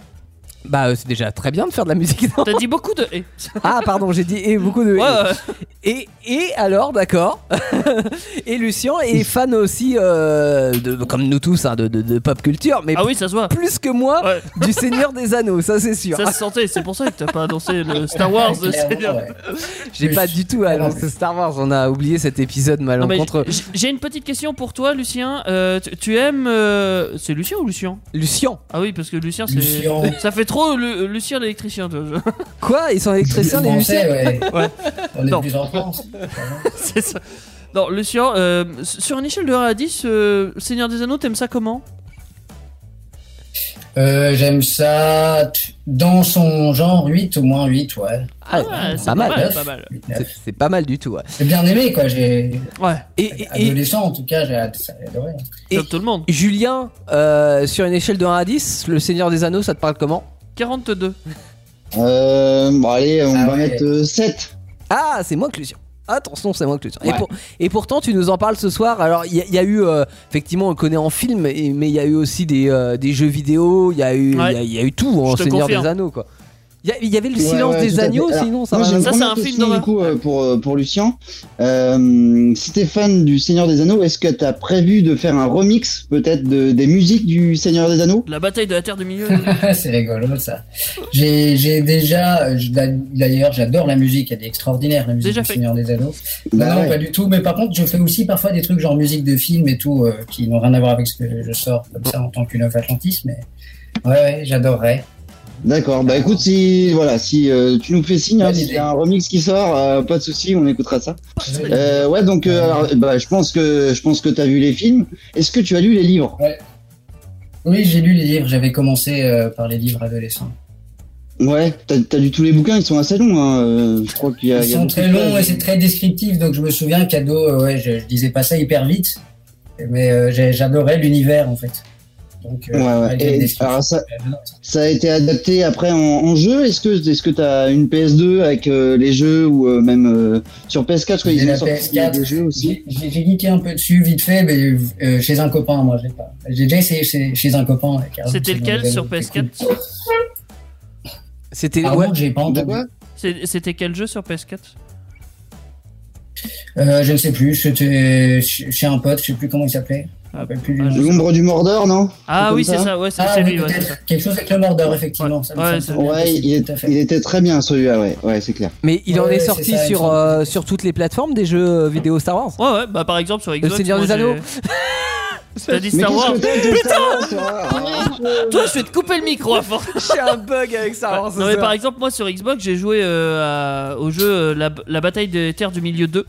Bah euh, c'est déjà très bien de faire de la musique. non T'as dit beaucoup de et. ah pardon j'ai dit et beaucoup de Ouais, ouais. et et alors d'accord et Lucien est fan aussi euh, de, comme nous tous hein, de, de- de pop culture mais Ah oui, ça se voit. plus que moi Ouais. du Seigneur des Anneaux ça c'est sûr Ça se sentait, c'est pour ça que t'as pas annoncé le Star Wars. de Seigneur. Clairement, ouais. j'ai pas du tout annoncé Star Wars on a oublié cet épisode Non, mais malencontreux j- J'ai une petite question pour toi, Lucien. Euh, tu, tu aimes. euh, C'est Lucien ou Lucien Lucien Ah oui, parce que Lucien, c'est. Lucien. Ça fait trop le, Lucien l'électricien. tu vois. quoi ils sont électriciens les Lucien Français, ouais. Ouais. On est Non. de plus en France. C'est ça. Non, Lucien, euh, s- sur une échelle de 1 à 10, euh, Seigneur des Anneaux, t'aimes ça comment Ah Euh, J'aime ça t- dans son genre 8, au moins 8, ouais. Ah, ouais, c'est pas mal, Pas mal. 8, C'est- 9. c'est pas mal du tout ouais. J'ai bien aimé, quoi. J'ai Ouais, et, et- et- adolescent, en tout cas, j'ai ad- ça, j'ai adoré. Et- comme tout le monde. Julien, euh, sur une échelle de 1 à 10, le Seigneur des Anneaux, ça te parle comment 42. Euh, bon, allez, on Ah va ouais. mettre euh, 7. Ah, c'est moins que Lucien. Attention, c'est moins que Lucien. Et, Ouais. pour- et pourtant, tu nous en parles ce soir. Alors, il y, a- il y a eu, euh, effectivement, on le connaît en film, et- mais il y a eu aussi des, euh, des jeux vidéo, il y, a eu- il y, Ouais. a- il y a eu tout en Je te Seigneur confirme. des Anneaux, quoi. Il y, a- il y avait le Ouais, silence ouais, des tout à fait. agneaux, Alors, sinon ça Moi, va. j'ai une Ça, c'est première un film question, d'horreur. du coup, euh, pour, euh, pour Lucien. Euh, si t'es fan du Seigneur des Anneaux, est-ce que t'as prévu de faire un remix, peut-être, de, des musiques du Seigneur des Anneaux La bataille de la Terre du Milieu. c'est rigolo, ça. J'ai j'ai déjà, euh, je- d'ailleurs, j'adore la musique. Elle est extraordinaire, la musique Déjà du fait. Seigneur des Anneaux. non, non, Bah ouais. pas du tout. Mais par contre, je fais aussi parfois des trucs genre musique de film et tout, euh, qui n'ont rien à voir avec ce que je sors comme ça en tant qu'une Atlantis. Mais ouais, ouais j'adorerais. D'accord, bah écoute, si, voilà, si euh, tu nous fais signe, hein, Bonne s'il idée. y a un remix qui sort, euh, pas de souci, on écoutera ça. Ouais. Euh, ouais, donc, euh, alors, bah, je pense que je pense que t'as vu les films. Est-ce que tu as lu les livres Oui, j'ai lu les livres. J'avais commencé euh, par les livres adolescents. Ouais, t'as t'as lu tous les bouquins, ils sont assez longs. Hein. euh, Je crois qu'il y a. Ils il y a sont beaucoup très de longs et pages. c'est très descriptif. Donc je me souviens qu'ado, euh, ouais, je, je disais pas ça hyper vite, mais euh, j'ai- j'adorais l'univers en fait. Donc euh, Ouais, ouais. malgré les Et, descriptions, alors, ça, euh, j'adore ça. ça a été adapté après en, en jeu. Est-ce que est-ce que t'as une PS2 avec euh, les jeux ou euh, même euh, sur PS4 quoi, J'ai ils la ont sorti PS4. des jeux aussi. J'ai j'ai- j'ai geeké un peu dessus vite fait, mais euh, chez un copain, moi j'ai pas. J'ai déjà essayé chez, chez un copain. ouais, carrément, C'était chez lequel un vélo, sur c'est PS4 cool. C'était. Pardon, ouais. j'ai pas De entendu. quoi C'est- C'était quel jeu sur PS4 Euh, je ne sais plus. C'était ch- chez un pote, je sais plus comment il s'appelait. Ah, Je me rappelle plus du ah, nom. je- L'ombre du Mordor, non Ah comme oui, c'est ça ça, ouais, c'est Ah, c'est oui, lui. ouais, c'est peut-être. ça. quelque chose avec le Mordor, effectivement. ça me Ouais, semble c'est- bien Ouais, possible, il, est- tout à fait. il était très bien celui-là, ouais, ouais, c'est clair. Mais il en Ouais, est c'est sorti ça, il me sur, semble. euh, sur toutes les plateformes des jeux vidéo Star Wars. Ouais, ouais, bah par exemple sur Xbox. Euh, Seigneur moi, des j'ai- Anneaux. T'as dit Mais Star Wars qu'est-ce que t'as de Star Wars, toi Toi, je vais te couper le micro à force. J'ai un bug avec Star Wars. non, ce mais soir. par exemple, moi sur Xbox, j'ai joué euh, à- au jeu euh, la, la bataille des terres du milieu 2.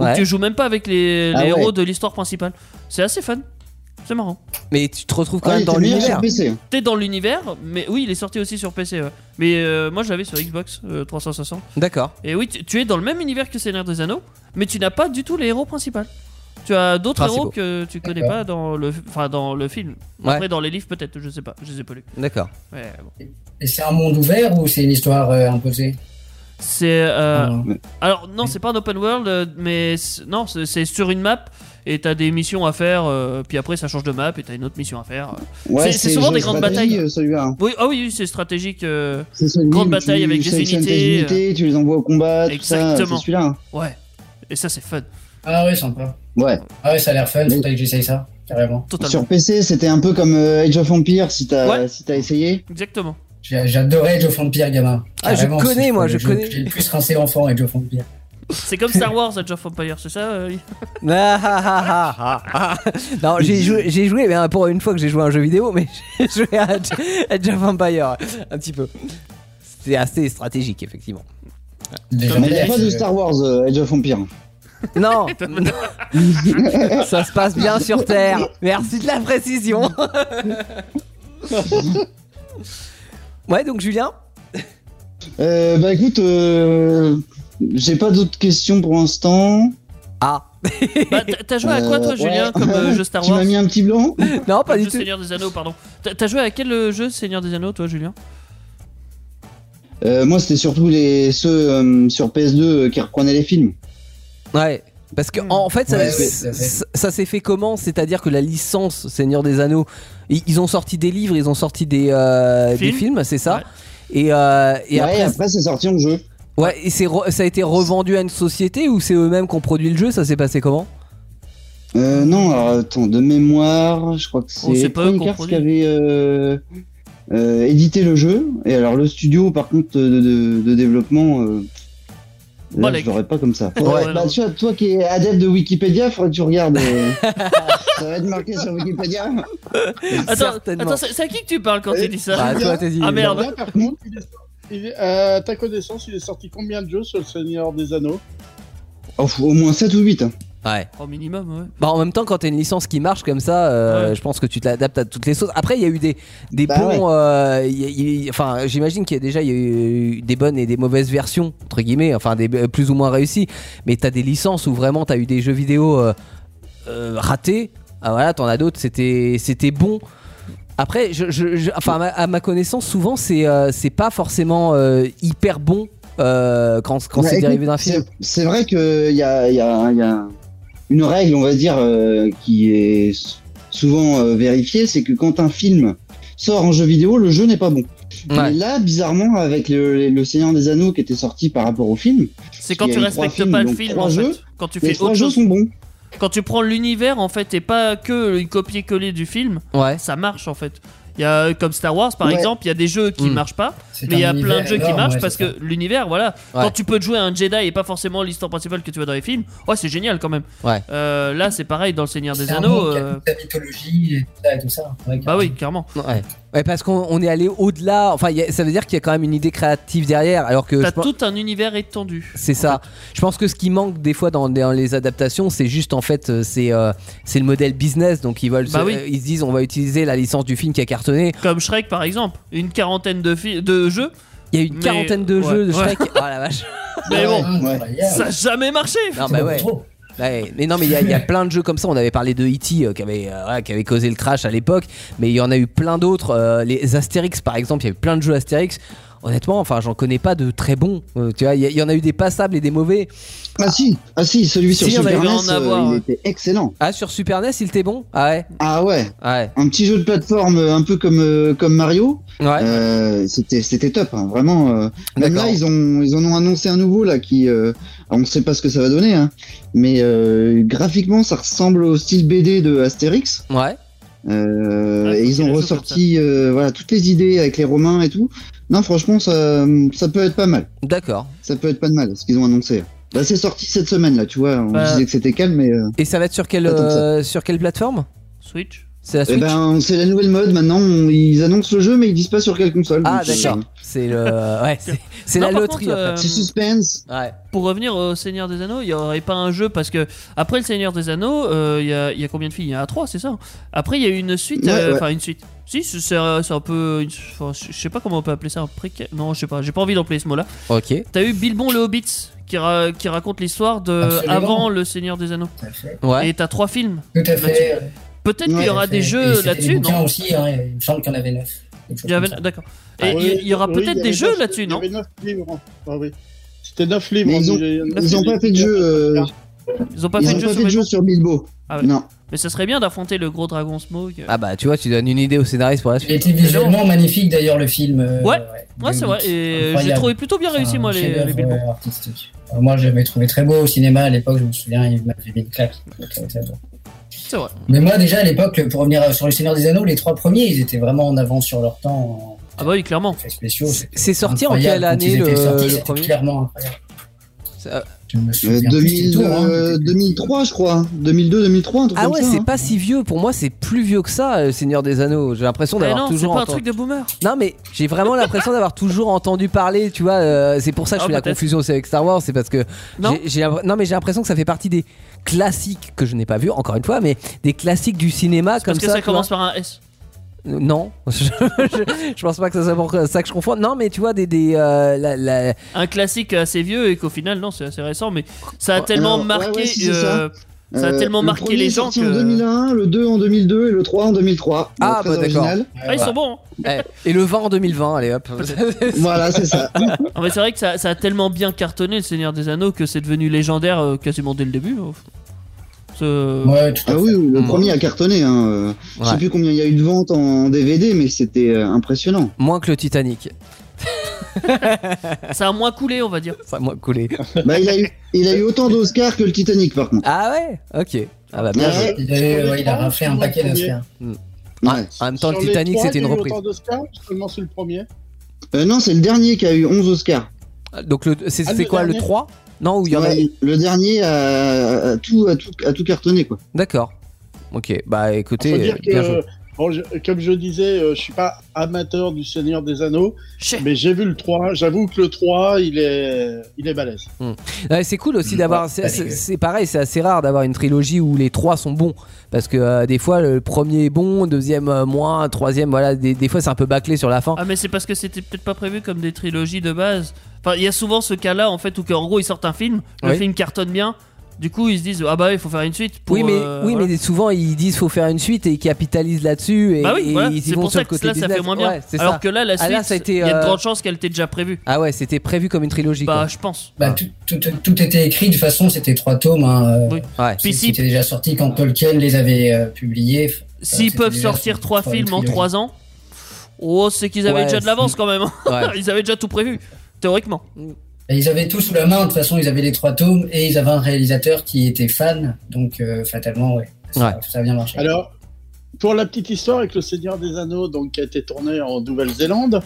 où Ouais. tu joues même pas avec les, Ah les ouais. héros de l'histoire principale. C'est assez fun. C'est marrant. Mais tu te retrouves quand Ah, il même dans était meilleur l'univers. sur PC. T'es dans l'univers, mais oui, il est sorti aussi sur PC. ouais. Mais euh, moi, je l'avais sur Xbox euh, 360. D'accord. Et oui, tu, tu es dans le même univers que Seigneur des Anneaux, mais tu n'as pas du tout les héros principaux. Tu as d'autres Principaux. héros que tu connais D'accord. pas dans le, enfin, dans le film. Ouais. Après, dans les livres, peut-être, je sais pas, je les ai pas lus. D'accord. Ouais, bon. Et c'est un monde ouvert ou c'est une histoire euh, imposée C'est. euh, Ah, Alors non, c'est pas un open world, euh, mais c'est- non, c'est c'est sur une map et t'as des missions à faire. euh, puis après, ça change de map et t'as une autre mission à faire. Ouais, C'est- c'est souvent le des jeu grandes stratégie, batailles. euh, Celui-là. hein. Oui, ah oui, oui, c'est stratégique. euh, C'est celui Grande où bataille tu avec des sélectionnes unités, tes unités, tu les envoies au combat, tout ça, c'est Exactement. celui-là. hein. ouais, euh, et ça c'est fun, ah ouais, sympa. Ouais. Ah ouais, ça a l'air fun, Mais- faudrait que j'essaye ça, carrément. totalement. Sur PC, c'était un peu comme euh, Age of Empire si t'as Ouais. Euh, si t'as essayé. Exactement. J'ai- J'adorais Joe Vampire, gamin. Ah, je Carrément, connais, c'est moi, le je jeu que connais. J'ai le plus rincé enfant avec Joe Vampire. C'est comme Star Wars, Age of Empire, c'est ça. euh, Lee Ah, ah, ah, ah, ah. non, Bah, j'ai joué, j'ai joué, mais hein, pour une fois que j'ai joué à un jeu vidéo, mais j'ai joué à Age Age of Empire, un petit peu. C'était assez stratégique, effectivement. Mais il y a Légendaire. pas de Star Wars euh, Age of Empire. Non, ça se passe bien sur Terre. Merci de la précision. ouais, donc Julien Euh, bah écoute, euh, j'ai pas d'autres questions pour l'instant. Ah, Bah, t'as t'as joué à quoi, toi, Euh, Julien, ouais. comme euh, jeu Star Tu Wars m'as mis un petit blanc non, pas Le du jeu tout. Seigneur des Anneaux, pardon. T'as t'as joué à quel euh, jeu Seigneur des Anneaux, toi, Julien Euh, Moi, c'était surtout les ceux euh, sur PS2 euh, qui reprenaient les films. Ouais. Parce que en fait, ça, Ouais, c'est- ça- ça- ça s'est fait comment C'est-à-dire que la licence Seigneur des Anneaux, ils, ils ont sorti des livres, ils ont sorti des, euh, des Films. films, c'est ça Ouais. Et, euh, et Et après, après, c'est sorti en jeu. ouais, et c'est re- ça a été revendu à une société ou c'est eux-mêmes qui ont produit le jeu Ça s'est passé comment Euh, non, alors attends, de mémoire, je crois que On c'est sait Oh, pas eux Electronic qu'on Arts produit. qui avait euh, euh, édité le jeu. Et alors le studio, par contre, de, de- de développement, euh, Bah, là, les- je l'aurais pas comme ça. Ouais, Ouais, ouais, bah, non. tu vois, toi qui es adepte de Wikipédia, faudrait que tu regardes. euh, ça va être marqué sur Wikipédia. Attends, Certainement. attends, c'est c'est à qui que tu parles quand Euh, tu dis ça Bah, toi, t'as dit- Ah, merde. Là, par contre, il est sorti- il est- euh, à ta connaissance, il est sorti combien de jeux sur le Seigneur des Anneaux Oh, faut au moins 7 ou 8. Ouais. Au minimum, ouais. Bah en même temps quand t'as une licence qui marche comme ça, euh, Ouais. je pense que tu t'adaptes à toutes les sauces. Après il y a eu des des Bah bons, euh, il y a- il y a- enfin j'imagine qu'il y a déjà il y a eu des bonnes et des mauvaises versions entre guillemets, enfin des euh, plus ou moins réussies. Mais t'as des licences où vraiment t'as eu des jeux vidéo euh, euh, ratés. Ah voilà t'en as d'autres c'était c'était bon. Après je, je- je- enfin à ma, à ma connaissance souvent c'est euh, c'est pas forcément euh, hyper bon euh, quand quand Bah, c'est écoute, dérivé d'un film. c'est- C'est vrai qu'il y a, y a- y a une règle, on va dire, euh, qui est s- souvent euh, vérifiée, c'est que quand un film sort en jeu vidéo, le jeu n'est pas bon. Ouais. Mais là, bizarrement, avec le, le Seigneur des Anneaux qui était sorti par rapport au film, C'est Parce quand qu'il tu y a eu trois respectes films, pas le donc film, trois en jeux. fait. Quand tu les fais trois autre jeux chose. sont bons. Quand tu prends l'univers, en fait, et pas que une copier-coller du film, Ouais. ça marche, en fait. Il y a, euh, comme Star Wars, par Ouais. exemple, il y a des jeux qui Mm. marchent pas, C'est mais il y un a plein univers de jeux qui énorme, marchent ouais, parce c'est que l'univers, voilà. Ouais. Quand tu peux te jouer à un Jedi et pas forcément l'histoire principale que tu vois dans les films, ouais, c'est génial quand même. Ouais. Euh, là, c'est pareil dans Le Seigneur ça. des C'est un Anneaux. monde qui a euh, toute la mythologie et tout ça. Et tout ça. Ouais, Bah oui, clairement. Ouais. Ouais, parce qu'on on est allé au-delà. Enfin, il y a- ça veut dire qu'il y a quand même une idée créative derrière. Alors que T'as je pense- tout un univers étendu. c'est ça. Je pense que ce qui manque des fois dans, dans les adaptations, c'est juste en fait, euh, c'est euh, c'est le modèle business. Donc ils veulent, Bah se- oui. euh, ils se disent, on va utiliser la licence du film qui a cartonné. Comme Shrek, par exemple. Une quarantaine de, fi- de jeux. Il y a eu une Mais- quarantaine de ouais. jeux de Ouais. Shrek. Oh la vache. Mais bon, Ouais. ça a jamais marché. Non, bah ouais. Ouais, mais non, mais il y, a- il y a plein de jeux comme ça. On avait parlé de E.T. euh, qui, avait, euh, voilà, qui avait causé le crash à l'époque, mais il y en a eu plein d'autres. euh, les Astérix, par exemple, il y a eu plein de jeux Astérix. Honnêtement, enfin, j'en connais pas de très bons. euh, tu vois, il y, a- il y en a eu des passables et des mauvais. Ah si, ah si, celui sur Si, on Super avait NES, en avoir, euh, il ouais. était excellent. Ah, sur Super NES, il était bon Ah ouais Ah ouais, Ouais. un petit jeu de plateforme euh, un peu comme euh, comme Mario, Ouais. euh, c'était c'était top, hein, vraiment. euh, Même D'accord. là, ils ont ils en ont annoncé un nouveau là qui, euh, on ne sait pas ce que ça va donner, hein, mais euh, graphiquement ça ressemble au style BD de Astérix. Ouais. Euh, Ouais, et ils faut qu'il ont le joue ressorti euh, voilà toutes les idées avec les Romains et tout. Non, franchement, ça ça peut être pas mal. D'accord. Ça peut être pas de mal ce qu'ils ont annoncé. Bah, c'est sorti cette semaine là, tu vois. On Bah. disait que c'était calme, mais euh, Et ça va être sur quelle, Pas tant que ça. euh, sur quelle plateforme Switch. C'est la eh Switch ben c'est la nouvelle mode maintenant. on- ils annoncent le jeu, mais ils disent pas sur quelle console. Ah, donc, euh, d'accord. C'est le. Ouais, c'est- c'est Non, la par loterie contre, en euh, C'est suspense. fait. Ouais. Pour revenir au Seigneur des Anneaux, il n'y aurait pas un jeu parce que après le Seigneur des Anneaux, euh, il y a- il y, a combien de filles Il y en a trois, c'est ça hein? Après, il y a eu une suite, Ouais, euh, ouais. enfin une suite. Si, c'est c'est un c'est un peu. une- enfin, je je sais pas comment on peut appeler ça un préquel. Non, je sais pas, j'ai pas envie d'employer ce mot-là. Ok. T'as eu Bilbon le Hobbit qui, ra- qui raconte l'histoire de Absolument. avant le Seigneur des Anneaux. Tout à fait. Ouais. Et t'as trois films. Tout à fait. Peut-être qu'il y Ouais, aura Et des c'était jeux là-dessus, des bouquins non aussi, hein, il me semble qu'il y en avait neuf. quelque chose Il y avait- comme ça. D'accord. Ah, Et il y- il y aura Oui, peut-être avait des jeux neuf- là-dessus, non Il y avait 9 livres. Ah oui. C'était 9 livres. Mais ils ont- Il- Ils ont pas fait de jeu. euh, Ils ont pas ils fait ont de jeu pas sur fait de Bilbo. jeu sur Bilbo. Ah ouais. Non. Mais ça serait bien d'affronter le gros dragon euh, Smoke. Ah bah, tu vois, tu donnes une idée au scénariste pour la Il suite. était visuellement magnifique d'ailleurs le film. euh, Ouais. de Ouais, c'est vrai. Hobbit. Et je Incroyable. l'ai trouvé plutôt bien réussi, C'est un moi, les, chef-d'œuvre, les Bilbon. euh, artistique. Alors, moi, j'avais trouvé très beau au cinéma à l'époque, je me souviens, il m'avait mis une claque. Donc, ça, ça, ça. C'est vrai. Mais moi, déjà à l'époque, pour revenir euh, sur Le Seigneur des Anneaux, les trois premiers, ils étaient vraiment en avance sur leur temps Ah bah oui, clairement. en effets spéciaux. C'est sorti en Incroyable. quelle Quand année ils le, étaient sortis, le c'était premier clairement incroyable. C'est- euh, Je me Euh, souviens plus du 2000, tout. hein. euh, 2003, je crois. 2002, 2003, un truc Ah comme ouais, ça, c'est hein. pas si vieux. Pour moi, c'est plus vieux que ça, euh, Seigneur des Anneaux. J'ai l'impression Mais d'avoir Eh non, c'est toujours pas un entendu- truc de boomer. Non, mais j'ai vraiment l'impression d'avoir toujours entendu parler, tu vois. euh, c'est pour ça que je Ah, fais la peut-être. confusion aussi avec Star Wars, c'est parce que Non. j'ai- j'ai l'impr- non, mais j'ai l'impression que ça fait partie des classiques que je n'ai pas vu encore une fois, mais des classiques du cinéma comme Parce que ça tu vois. commence par un S. Euh, Non, je, je- je pense pas que ça soit pour ça que je confonds. Non, mais tu vois des, des euh, la- la- un classique assez vieux et qu'au final non c'est assez récent mais ça a Ouais, tellement alors, ouais, marqué ouais, si, c'est euh, ça. a Euh, tellement marqué le premier les est gens sorti que- en 2001, le 2 en 2002 et le 3 en 2003. Ah, Donc, très bah, d'accord. original. ah, ils sont bons hein. eh, et le vent en 2020, allez hop. Voilà, c'est ça. Ah, mais c'est vrai que ça, ça a tellement bien cartonné le Seigneur des Anneaux que c'est devenu légendaire euh, quasiment dès le début hein. Ce- Ouais, tout Ah à fait. oui, oui, le Mmh. Mm. premier a cartonné. Hein. euh, Je sais Ouais. plus combien il y a eu de ventes en DVD, mais c'était euh, impressionnant. Moins que le Titanic, ça a moins coulé on va dire ça a moins coulé. bah, il a eu, il a eu autant d'Oscars que le Titanic, par contre. Ah ouais, ok. Ah bah bien Ouais. joué. Il, avait- ouais, il a raflé un paquet d'Oscars. Ah, Ouais. en même temps, le Sur les Titanic, trois, c'était il y une a eu reprise. autant d'Oscars, seulement sur le premier. Euh, non, c'est le dernier qui a eu 11 Oscars. Donc, le- c'est Ah, c'est le quoi le dernier 3 Non, où il y en a Ouais, Le dernier a, a tout, a, tout, a tout cartonné, quoi. D'accord. Ok, bah Il faut écoutez, dire bien joué. que, bon, je- comme je disais, euh, je suis pas amateur du Seigneur des Anneaux, Chef. mais j'ai vu le 3. J'avoue que le 3, il est, il est balèze. Hmm. Ouais, c'est cool aussi d'avoir. c'est- parce C'est que- c'est pareil, c'est assez rare d'avoir une trilogie où les trois sont bons. Parce que euh, des fois, le premier est bon, deuxième euh, moins, troisième, voilà. Des, des fois, c'est un peu bâclé sur la fin. ah mais c'est parce que c'était peut-être pas prévu comme des trilogies de base enfin il y a souvent ce cas là en fait où en gros ils sortent un film le Oui. film cartonne bien du coup ils se disent ah bah il faut faire une suite pour, oui, mais, euh, oui voilà. mais souvent, ils disent faut faire une suite et ils capitalisent là-dessus. Et, bah oui et voilà, ils y c'est vont pour sur le ça que côté là ça fait business. moins bien Ouais, c'est alors ça. que là la Ah, suite là, ça a été, il y a de euh, grandes chances qu'elle était déjà prévue Ah ouais, c'était prévu comme une trilogie. bah je pense Ah. Bah, tout, tout, tout était écrit, de toute façon, c'était trois tomes. Hein. euh, Oui. quoi. Ouais. Puis c'est- si- C'était déjà sorti quand Tolkien les avait euh, publiés. S'ils c'était peuvent déjà sortir sur- trois sur une films en trilogie. trois ans, oh, c'est qu'ils avaient Ouais, déjà de l'avance quand même. hein. Ouais. Mm, ils avaient déjà tout prévu, théoriquement. Et ils avaient tout sous la main, de toute façon, ils avaient les trois tomes et ils avaient un réalisateur qui était fan, donc euh, fatalement, ouais. Ça, Ouais. ça a bien marché. Alors, pour la petite histoire avec le Seigneur des Anneaux, donc qui a été tourné en Nouvelle-Zélande,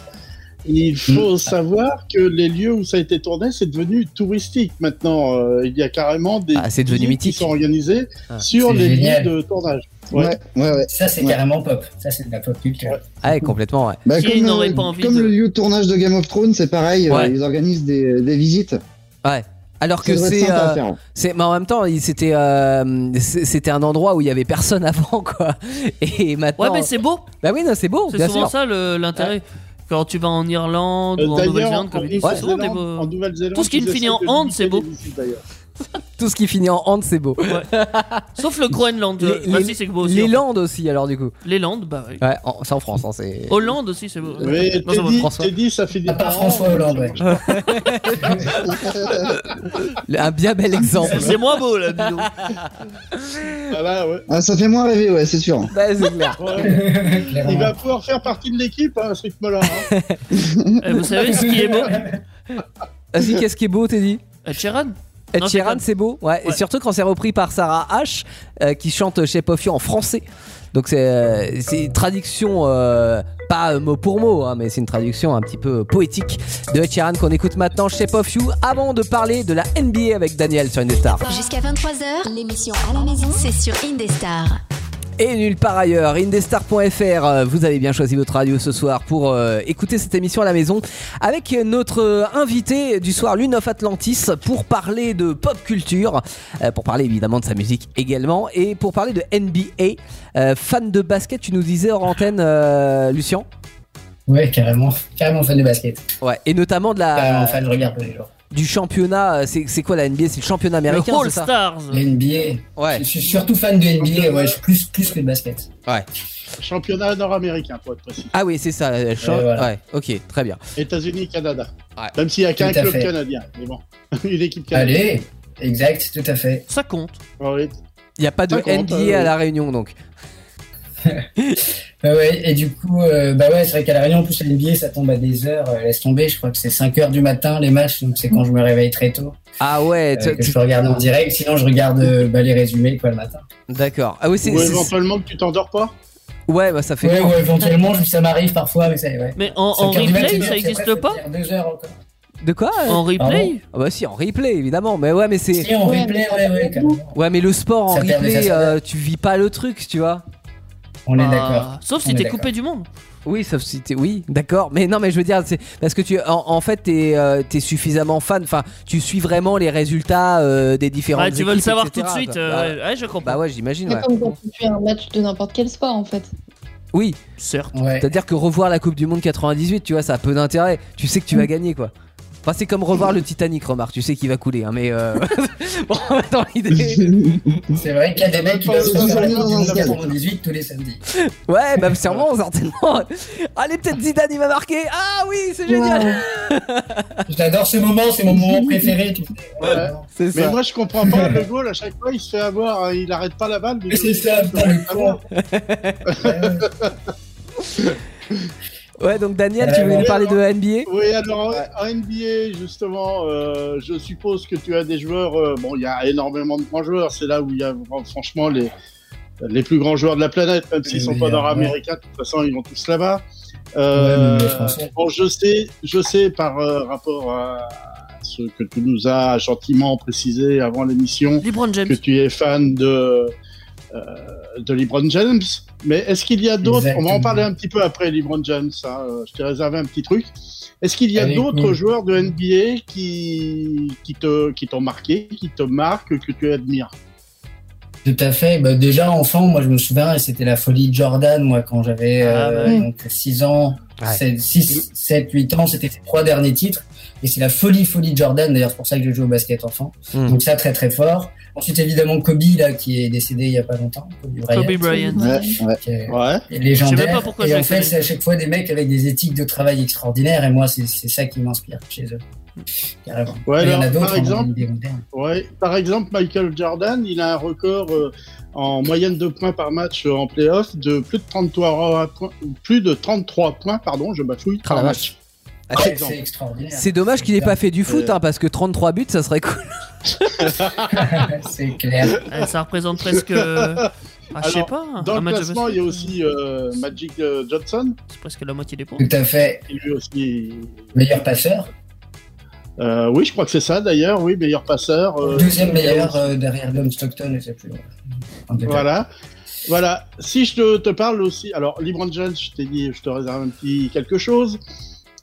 il Mm. faut savoir que les lieux où ça a été tourné, c'est devenu touristique maintenant. Euh, il y a carrément des Ah, c'est devenu visites mythique. qui sont organisées Ah, sur c'est les génial. lieux de tournage. Ouais. Ouais, ouais, ouais. ça, c'est Ouais. carrément pop. Ça, c'est de la pop culture. Ouais. Ah ouais, complètement, ouais. Bah, Qui comme n'aurait euh, pas envie comme de- le lieu de tournage de Game of Thrones, c'est pareil. euh, Ouais. ils organisent des, des visites. Alors Ça que devrait être c'est. sympa à euh, faire. C'est, mais en même temps, il- c'était, euh, c'est- c'était un endroit où il y avait personne avant, quoi. Et Ouais, maintenant. mais c'est beau, bah oui, non, c'est beau, c'est bien souvent sûr. ça le- l'intérêt. Quand tu vas en Irlande Euh, ou en Nouvelle-Zélande, en comme ils disent, c'est souvent des Nouvelle-Zélande- beaux- en Nouvelle-Zélande, Tout ce qui ils finit essaient en de hand, limiter c'est beau. les visites, d'ailleurs. Tout ce qui finit en hand, c'est beau. Sauf le Groenland. Les- euh, bah les- si, c'est beau aussi. Les en fait. Landes aussi, alors du coup. Les Landes, bah oui. Ouais, en- c'est en France, hein, c'est. Hollande aussi, c'est beau. Mais Non, ça va, Teddy, François. Euh, Teddy, ça fait des À part François Hollande, ouais. Un bien bel exemple. C'est moins beau là, dis donc. Voilà, ouais. Ah, ça fait moins rêver, ouais, c'est sûr. Bah, c'est clair. Ouais. Il Clairement. va pouvoir faire partie de l'équipe hein, à ce rythme-là. hein. Eh, Vous savez ce qui est beau Vas-y, qu'est-ce qui est beau, Teddy Ed Sheeran. Ed Non, c'est Sheeran, pas- c'est beau. Ouais. Et Ouais. surtout quand c'est repris par Sarah H, euh, qui chante Shape of You en français. Donc c'est, euh, c'est une traduction, euh, pas euh, mot pour mot, hein, mais c'est une traduction un petit peu poétique de Ed Sheeran qu'on écoute maintenant Shape of You avant de parler de la NBA avec Daniel sur Indestar. Jusqu'à 23h, l'émission à la maison, c'est sur Indestar. Et nulle part ailleurs, indestar.fr, euh, vous avez bien choisi votre radio ce soir pour euh, écouter cette émission à la maison avec notre euh, invité du soir, Lune of Atlantis, pour parler de pop culture, euh, pour parler évidemment de sa musique également et pour parler de NBA. Euh, fan de basket, tu nous disais hors antenne, euh, Lucien Ouais, carrément. Carrément fan de basket. Ouais, et notamment de la, Carrément fan, je regarde tous les jours. du championnat, euh, c'est c'est quoi la NBA C'est le championnat Le américain, All c'est ça Stars. L'NBA. Ouais. Je suis surtout fan de NBA, ouais, je suis plus, plus que de basket. Championnat nord-américain, pour être précis. Ah oui, c'est ça. euh, cha- Et voilà. Ouais, ok, très bien. États-Unis, Canada. Ouais. Même s'il n'y a qu'un Tout à club fait. canadien. Mais bon, une équipe canadienne. Allez, exact, tout à fait. Ça compte. Ouais. Il n'y a pas de Ça compte, NBA euh, à La Réunion donc. Ouais, Ah ouais, et du coup, euh, bah ouais, c'est vrai qu'à la Réunion, en plus, la NBA, ça tombe à des heures, euh, laisse tomber, je crois que c'est 5 heures du matin, les matchs, donc c'est quand je me réveille très tôt, Ah ouais, euh, tu- que tu- je peux regarder en direct, sinon je regarde euh, bah, les résumés, quoi, le matin. D'accord. Ah oui, c'est. Ou c'est- éventuellement que tu t'endors pas. Ouais, bah ça fait. Ouais, ou éventuellement, je- ça m'arrive parfois, mais ça, ouais. Mais en, en Cinq heures du matin, replay, c'est ça bien, n'existe parce que pas après, ça fait deux heures encore. De quoi euh En replay Ah bah si, en replay évidemment. Mais ouais, mais c'est. Si, on Ouais, replay, mais- ouais, ouais, quand même. Ouais, mais le sport en Ça perd replay, déjà sa euh, tu vis pas le truc, tu vois. On est Ah, d'accord. Sauf On si est t'es d'accord. coupé du monde. Oui, sauf si t'es. Oui, d'accord. Mais non, mais je veux dire, c'est parce que tu. En, en fait, t'es euh, t'es suffisamment fan. Enfin, tu suis vraiment les résultats euh, des différentes. Ouais, tu veux le équipes, savoir etc., tout de suite. quoi. euh, Bah, ouais, ouais, je comprends. bah ouais, j'imagine. C'est ouais. comme quand tu fais un match de n'importe quel sport en fait. Oui, Certes. Ouais. c'est-à-dire que revoir la Coupe du Monde 98, tu vois, ça a peu d'intérêt. Tu sais que Mm. tu vas gagner, quoi. Enfin, c'est comme revoir le Titanic, remarque. Tu sais qu'il va couler, hein, mais euh, bon, dans l'idée. C'est vrai qu'il y a des mecs qui doivent se Dans un faire la journal, dans un stade. 1998 tous les samedis. Ouais, bah sûrement, certainement. Allez, peut-être Zidane, il va marquer. Ah oui, c'est génial. J'adore ce moment, c'est mon moment préféré. tu sais. C'est Mais ça. moi, je comprends pas. Le goal, à chaque fois, il se fait avoir. hein, Il arrête pas la balle. mais- C'est ça, putain, le con. Ouais, donc Daniel, tu Euh, voulais nous parler de NBA Oui, alors euh, en en NBA, justement, euh, je suppose que tu as des joueurs. euh, bon, il y a énormément de grands joueurs. C'est là où il y a euh, franchement les, les plus grands joueurs de la planète, même s'ils Oui, sont pas euh, nord-américains. De toute façon, ils vont tous là-bas. Ouais, Euh, mais les Français. bon, je sais, je sais par euh, rapport à ce que tu nous as gentiment précisé avant l'émission LeBron James. que tu es fan de, euh, de LeBron James. Mais est-ce qu'il y a d'autres. On va en Exactement. parler un petit peu après LeBron James. hein, euh, je t'ai réservé un petit truc. Est-ce qu'il y a Allez, d'autres cool. joueurs de NBA qui, qui te qui t'ont marqué, qui te marquent, que tu admires Tout à fait. Bah, déjà, enfant, moi, je me souviens, et c'était la folie de Jordan, moi, quand j'avais Ah, euh, bah oui. donc 6 ans, Ouais. 6, 7, 8 ans, c'était ses trois derniers titres. Et c'est la folie, folie de Jordan. D'ailleurs, c'est pour ça que je joue au basket enfant. Hmm. Mm. Donc ça, très, très fort. Ensuite, évidemment, Kobe, là, qui est décédé il y a pas longtemps. Kobe Bryant. Kobe Bryant. qui est- Ouais. et légendaire. Je sais même pas pourquoi je et en les fait, connais. c'est à chaque fois des mecs avec des éthiques de travail extraordinaires. Et moi, c'est c'est ça qui m'inspire chez eux. Carrément. Ouais, Et il y en a alors, d'autres. par on a exemple- des modernes. Ouais. Par exemple, Michael Jordan, il a un record euh, en moyenne de points par match euh, en playoff de plus de 33 points, plus de 33 points pardon, je bafouille, Ah, la par vache. match. Ah, Par C'est exemple. c'est extraordinaire. C'est dommage qu'il ait pas fait du foot, Euh. hein, parce que 33 buts, ça serait cool. c'est clair. Eh, ça représente presque. euh, ah, je sais Alors, pas. Dans un le match de classement, basket. il y a aussi euh, Magic euh, Johnson, C'est presque la moitié des points. Tout à fait. qui lui aussi Meilleur passeur. Euh, oui, je crois que c'est ça d'ailleurs. Oui, meilleur passeur. euh, Deuxième meilleur euh, derrière John Stockton, je sais plus. En détail. Voilà. Voilà. Si je te, te parle aussi, alors LeBron James, je t'ai dit, je te réserve un petit quelque chose.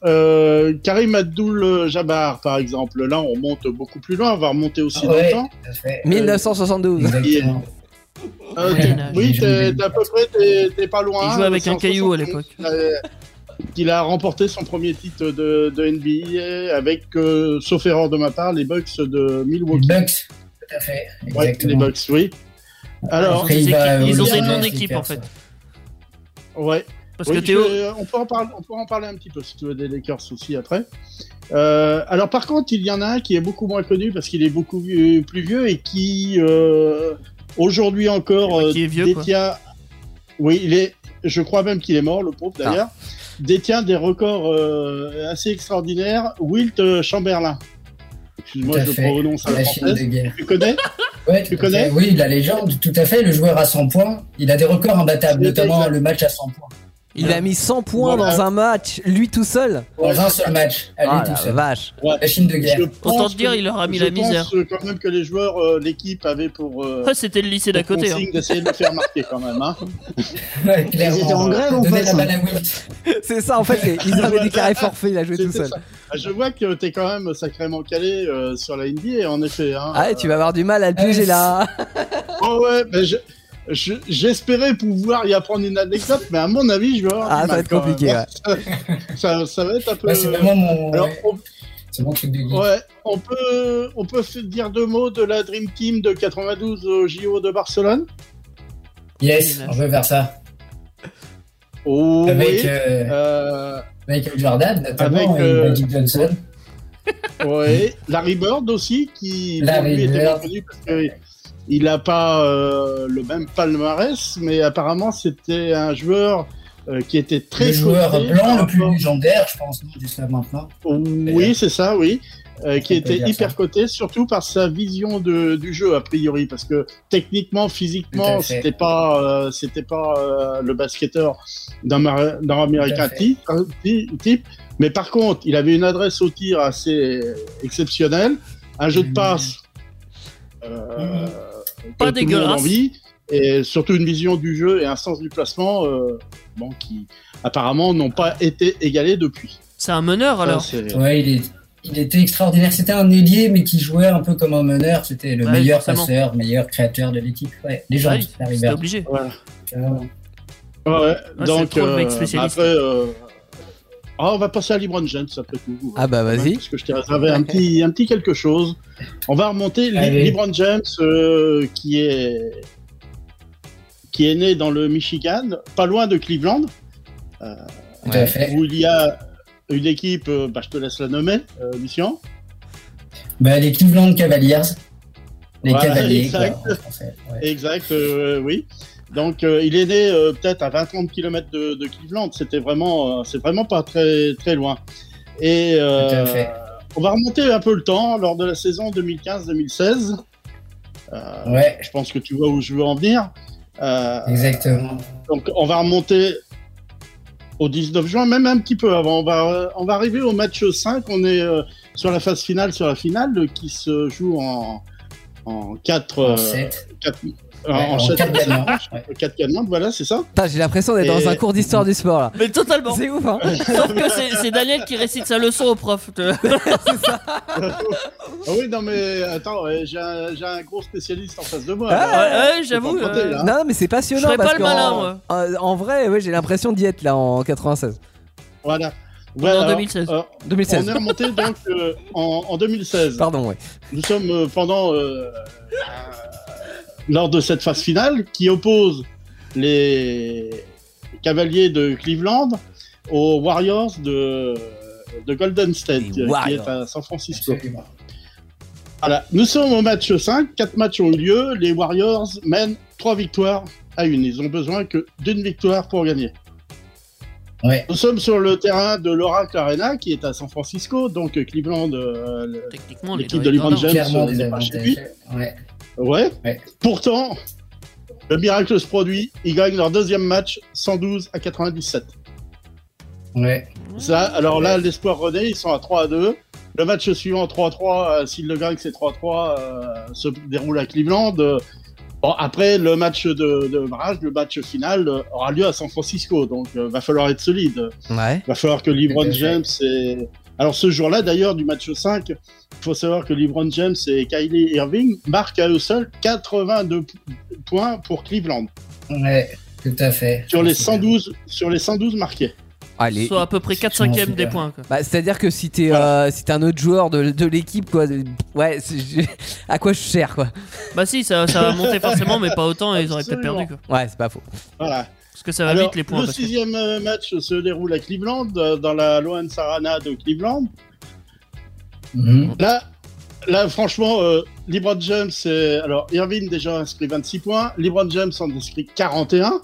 Euh, Karim Abdul-Jabbar, par exemple. Là, on monte beaucoup plus loin. On va remonter aussi Ah ouais. longtemps. Tout à fait. 1972. Exactement. Euh, Ouais, t'es- là, oui, j'ai t'es joué. t'es à peu près, t'es- t'es pas loin. Il jouait avec C'est un en caillou à 71, l'époque. euh, Qu'il a remporté son premier titre de, de NBA avec, euh, sauf erreur de ma part, les Bucks de Les Milwaukee. Bucks. Tout à fait. Ouais, les Exactement. Bucks, oui. Alors, Ils ont des équipes- ils ont des noms d'équipes, en fait. ouais. Parce Oui, que Théo. je- on, peut en parler, on peut en parler un petit peu si tu veux des Lakers aussi après. Euh, alors par contre, il y en a un qui est beaucoup moins connu parce qu'il est beaucoup vieux- plus vieux et qui euh, aujourd'hui encore euh, Qui est vieux, détient. Oui, il est. Je crois même qu'il est mort, le Ah. pauvre d'ailleurs. Détient des records euh, assez extraordinaires. Wilt euh, Chamberlain. Excuse-moi, Tout à je fait. prononce à la Machine de française. guerre. Tu connais Ouais, Tu tout à connais fait. Oui, la légende, tout à fait. Le joueur à 100 points, il a des records imbattables, Oui, notamment exact. le match à 100 points. Il a mis 100 points Voilà. dans un match, lui tout seul. Dans un seul match, à lui Ah tout la seul. vache. Machine de guerre. Je Autant pense te dire, que- il leur a mis je la pense, misère. euh, quand même que les joueurs, euh, l'équipe avait pour. euh, Ah, C'était le lycée d'à pour côté. hein. consigne d'essayer de le faire marquer quand même. Hein. Ouais, clairement. étaient en grève, en Donner fait, la hein. balle à Wilt. C'est ça en fait, ils avaient déclaré forfait, il a joué tout C'était seul. ça. Ah, Je vois que t'es quand même sacrément calé euh, sur la NBA, en effet. Hein. Ah ouais, tu vas avoir du mal à le Ah, piger oui. là. Oh ouais, mais je- je- j'espérais pouvoir y apprendre une anecdote, mais à mon avis, je vais avoir. Ah, du ça va mal être quand compliqué, même. hein. ça, ça va être un peu. euh, Ouais, Bah, c'est vraiment mon, Alors, ouais, on, c'est mon truc de geek. ouais, on peut, on peut se dire deux mots de la Dream Team de 92 au JO de Barcelone. Yes, on veut vers ça. Oh, Avec oui. euh, Euh, Michael Jordan, notamment, avec, et euh, Magic Johnson. Ouais, Larry Bird aussi, qui Larry lui, était Bird. reconnu parce que il n'a pas euh, le même palmarès, mais apparemment c'était un joueur euh, qui était très le joueur coté blanc par le plus rapport- légendaire, je pense, non, jusqu'à maintenant. Oui, c'est ça, oui. Euh, qui On peut était dire hyper ça. coté, surtout par sa vision de, du jeu a priori, parce que techniquement, Tout physiquement, à fait. c'était pas, euh, c'était pas euh, le basketteur d'un Mar- d'un américain fait. type, un ti- type, mais par contre, il avait une adresse au tir assez exceptionnelle, un jeu de Mhm. passe euh, Mhm. que Pas tout le monde dégueulasse. envie, et surtout une vision du jeu et un sens du placement, euh, bon, qui apparemment n'ont pas été égalés depuis. C'est un meneur Ça, alors. c'est- Ouais, il, est- il était extraordinaire. C'était un ailier, mais qui jouait un peu comme un meneur. C'était le Ouais, meilleur forcément. passeur, meilleur créateur de l'équipe. Ouais, légende, Ouais, Larry C'était Bird. obligé. Ah, Carrément. Ouais, ouais. c'est donc trop le mec euh, spécialiste. après, euh, ah, on va passer à LeBron James après tout. Ah bah vas-y. Parce que je t'ai réservé un petit, un petit quelque chose. On va remonter Li- Allez. LeBron James euh, qui est qui est né dans le Michigan, pas loin de Cleveland, Euh, Tout à fait. où il y a une équipe, euh, bah, je te laisse la nommer, euh, Lucien. Bah, les Cleveland Cavaliers. Les Voilà, Cavaliers, exact. quoi, en français. Ouais. Exact, euh, oui. Donc euh, il est né euh, peut-être à 20-30 km de, de Cleveland. C'était vraiment, euh, c'est vraiment pas très très loin. Et euh, Tout à fait. on va remonter un peu le temps lors de la saison 2015-2016. Euh, Ouais, Je pense que tu vois où je veux en venir. Euh, exactement. donc on va remonter au 19 juin, même un petit peu avant. On va, euh, on va arriver au match 5. On est euh, sur la phase finale, sur la finale euh, qui se joue en, en 4 En 7. en Euh, Ah, en 4 gagnants. Ouais. 4 gagnants, voilà, c'est ça. Putain, j'ai l'impression d'être Et- dans un cours d'histoire du sport là. Mais totalement. C'est ouf, hein Sauf que c'est c'est Daniel qui récite sa leçon au prof. te- Ah oui, non, mais attends, euh, j'ai un, j'ai un gros spécialiste en face de moi. là. Ah, ouais, ouais, j'avoue, Faut pas tenter, euh, là. Non, mais c'est Je passionnant ferais parce pas le que malin, en- moi. en, en vrai, ouais, j'ai l'impression d'y être là en 96. Voilà. est en Voilà, 2016. euh, on 2016. est remonté donc euh, en, en 2016. Pardon, ouais. Nous sommes euh, pendant euh, euh, lors de cette phase finale qui oppose les Cavaliers de Cleveland aux Warriors de, de Golden State Les euh, qui Warriors. est à San Francisco. Absolument. Voilà. Nous sommes au match 5, Quatre matchs ont eu lieu, les Warriors mènent trois victoires à une, ils ont besoin que d'une victoire pour gagner. Ouais. Nous sommes sur le terrain de l'Oracle Arena qui est à San Francisco, donc euh, Cleveland euh, le- Techniquement, les L'équipe de LeBron James, Clairement euh, des n'est pas chez lui. avantages. Ouais. Ouais. Ouais. Pourtant, le miracle se produit. Ils gagnent leur deuxième match 112 à 97. Ouais. Ça, alors là, l'espoir renaît. Ils sont à 3 à 2. Le match suivant, 3 à 3. euh, S'ils le gagnent, c'est 3 à 3. euh, se déroule à Cleveland. Euh, Bon, après, le match de, de barrage, le match final euh, aura lieu à San Francisco. Donc, euh, va falloir être solide. Ouais. va falloir que LeBron Tout à fait. James et... Alors ce jour-là d'ailleurs du match 5, il faut savoir que LeBron James et Kylie Irving marquent à eux seuls 82 p- points pour Cleveland Ouais. Tout à fait. sur les 112 sur les 112 marqués. Allez. Soit à peu près 4 Effectivement, 5 des super. points. quoi. Bah, c'est-à-dire que si t'es euh, si t'es un autre joueur de, de l'équipe quoi, de- ouais, c'est- je- à quoi je sers quoi Bah si, ça, ça va monter forcément, mais pas autant, et ils auraient peut-être Absolument. perdu. Quoi. Ouais, c'est pas faux. Voilà. Parce que ça va Alors, vite les points. le parce que- sixième euh, match se déroule à Cleveland euh, dans la Loan Sarana de Cleveland. Mhm. Là là franchement euh, LeBron James et... alors Irving déjà inscrit 26 points, LeBron James en inscrit 41.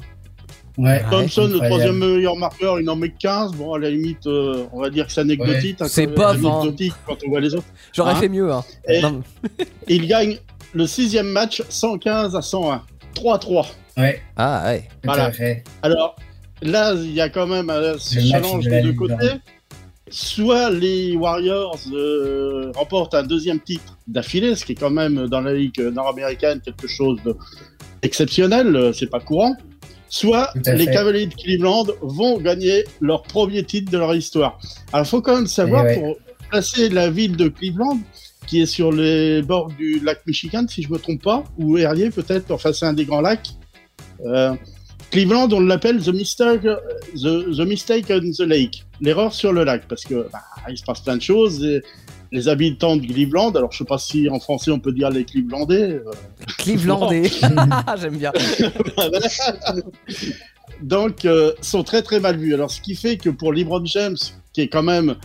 Ouais. Thompson, le incroyable. troisième meilleur marqueur, il en met 15. Bon, à la limite, euh, on va dire que c'est anecdotique. hein, c'est quand- pas anecdotique quand on voit les autres. J'aurais Hein fait mieux. Hein. Et- Non, Et il gagne le sixième match, 115 à 101. 3-3. Ouais. Ah ouais. Tout Voilà. à fait. Alors, là, il y a quand même euh, un ce Le match challenge de des la deux Ligue côtés. Soit les Warriors euh, remportent un deuxième titre d'affilée, ce qui est quand même dans la Ligue nord-américaine quelque chose d'exceptionnel, euh, c'est pas courant. Soit Tout à les fait. Cavaliers de Cleveland vont gagner leur premier titre de leur histoire. Alors, faut quand même savoir, Eh ouais. pour placer la ville de Cleveland, qui est sur les bords du lac Michigan, si je me trompe pas, ou Erie peut-être, enfin c'est un des grands lacs. Euh, Cleveland, on l'appelle the mistake, the, the mistake on the lake, l'erreur sur le lac, parce que bah, il se passe plein de choses. et les habitants de Cleveland, alors je sais pas si en français on peut dire les Clevelandais. euh, Clevelandais. J'aime bien. voilà. Donc, euh, sont très très mal vus. Alors, ce qui fait que pour LeBron James, qui est quand même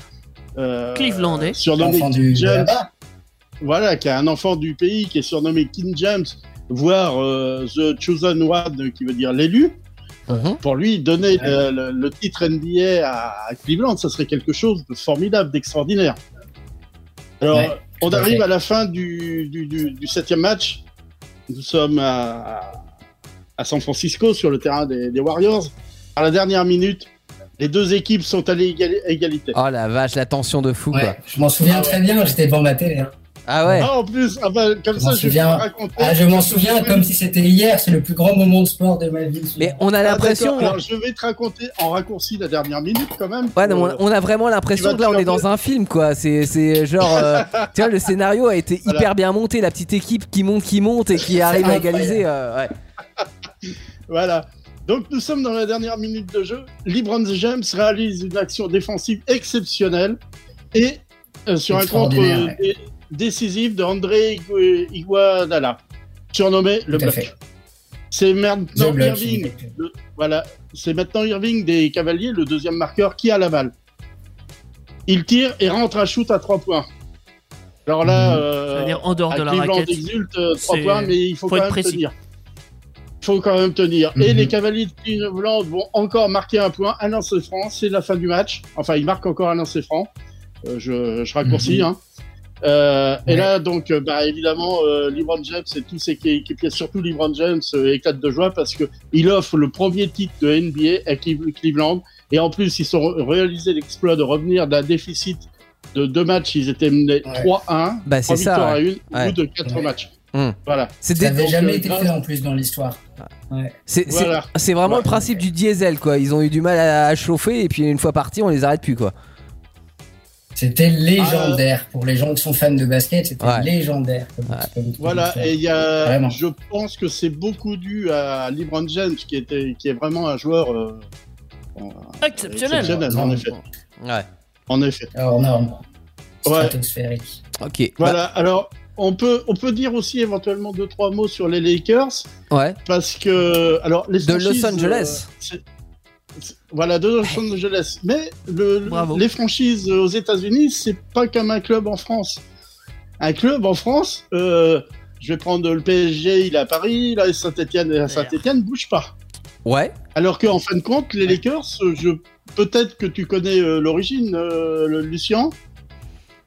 euh, Clevelandais. surnommé Enfant King du- de James, là-bas. voilà, qui est un enfant du pays, qui est surnommé King James, voire euh, The Chosen One, qui veut dire l'élu. Mhm. Pour lui, donner le, le- le titre NBA à, à Cleveland, ça serait quelque chose de formidable, d'extraordinaire. Alors, Ouais, on tout à arrive fait. à la fin du, du, du- du septième match. Nous sommes à, à San Francisco, sur le terrain des, des Warriors. À la dernière minute, les deux équipes sont à l'égali- égalité. Ah, Oh la vache, la tension de fou quoi. Ouais, je m'en souviens très bien, j'étais devant ma télé. hein. Ah ouais. Ah, en plus, ah bah, comme Je ça, m'en je vais souviens. vous raconter. Ah, je m'en souviens comme si c'était hier, c'est le plus grand moment de sport de ma vie. Mais on a Ah, l'impression. hein. d'accord. Alors, je vais te raconter en raccourci la dernière minute quand même. Euh, Ouais, non, on a- on a vraiment l'impression Oh, Tu vas que là on te est dans un film quoi. C'est, c'est genre. euh, tu vois, le scénario a été Voilà. hyper bien monté. La petite équipe qui monte, qui monte et qui arrive à égaliser. euh, ouais. Voilà. Donc nous sommes dans la dernière minute de jeu. LeBron James réalise une action défensive exceptionnelle et euh, sur un contre Extraordinaire, euh, ouais. dé- décisif de André Igu- Iguodala, surnommé le Tout à bloc. fait. C'est The maintenant Block, Irving. Voilà, c'est maintenant Irving des Cavaliers, le deuxième marqueur qui a la balle. Il tire et rentre un shoot à trois points. Alors là, Mmh. euh, C'est-à-dire en dehors à de la Cleveland raquette. exulte euh, trois C'est- points, mais il faut, quand faut être même précis. Mmh. tenir. Il faut quand même tenir. Et Mhm. les cavaliers de Cleveland vont encore marquer un point, un lancer franc, c'est la fin du match. Enfin, ils marquent encore un lancer franc. Euh, je, je raccourcis. Mhm. Mmh. hein. Euh, Et Ouais. là, donc, euh, bah, évidemment, euh, LeBron James et tous ses équipiers, surtout LeBron James, euh, éclatent de joie parce que il offre le premier titre de NBA à Cleve- Cleveland. Et en plus, ils ont réalisé l'exploit de revenir d'un déficit de deux matchs. Ils étaient menés Ouais. 3-1. Bah c'est Trois ça. victoires ouais. à une au Ouais. bout de quatre Ouais. matchs. Hmm. Voilà. Ça C'est, Ah. dé- n'avait donc, jamais euh, été grâce- fait en plus dans l'histoire. Ouais. c'est, c'est- Voilà. c'est vraiment Ouais. le principe du diesel quoi. Ils ont eu du mal à, à chauffer et puis une fois partis on les arrête plus quoi. C'était Ah. légendaire. Pour les gens qui sont fans de basket, c'était Ouais. légendaire. comme- Ouais. comme- comme Voilà. histoire. Et il y a, Vraiment. je pense que c'est beaucoup dû à LeBron James, qui était, qui est vraiment un joueur euh, Exceptionnel. exceptionnel, en Non. effet. Ouais. En effet. Hors Ah, norme. Ouais. Stratosphérique. Ok. Voilà. Alors, on peut, on peut dire aussi éventuellement deux trois mots sur les Lakers. Bah, ouais. parce que alors les De Los franchises, Angeles. euh, c'est- c'est- voilà de Los Angeles mais le- le- Bravo. les franchises euh, aux États-Unis c'est pas comme un club en France un club en France euh, je vais prendre le PSG il est à Paris là Saint-Étienne et Saint-Étienne bouge pas Ouais. alors qu'en fin de compte les Lakers euh, je peut-être que tu connais euh, l'origine euh, le- Lucien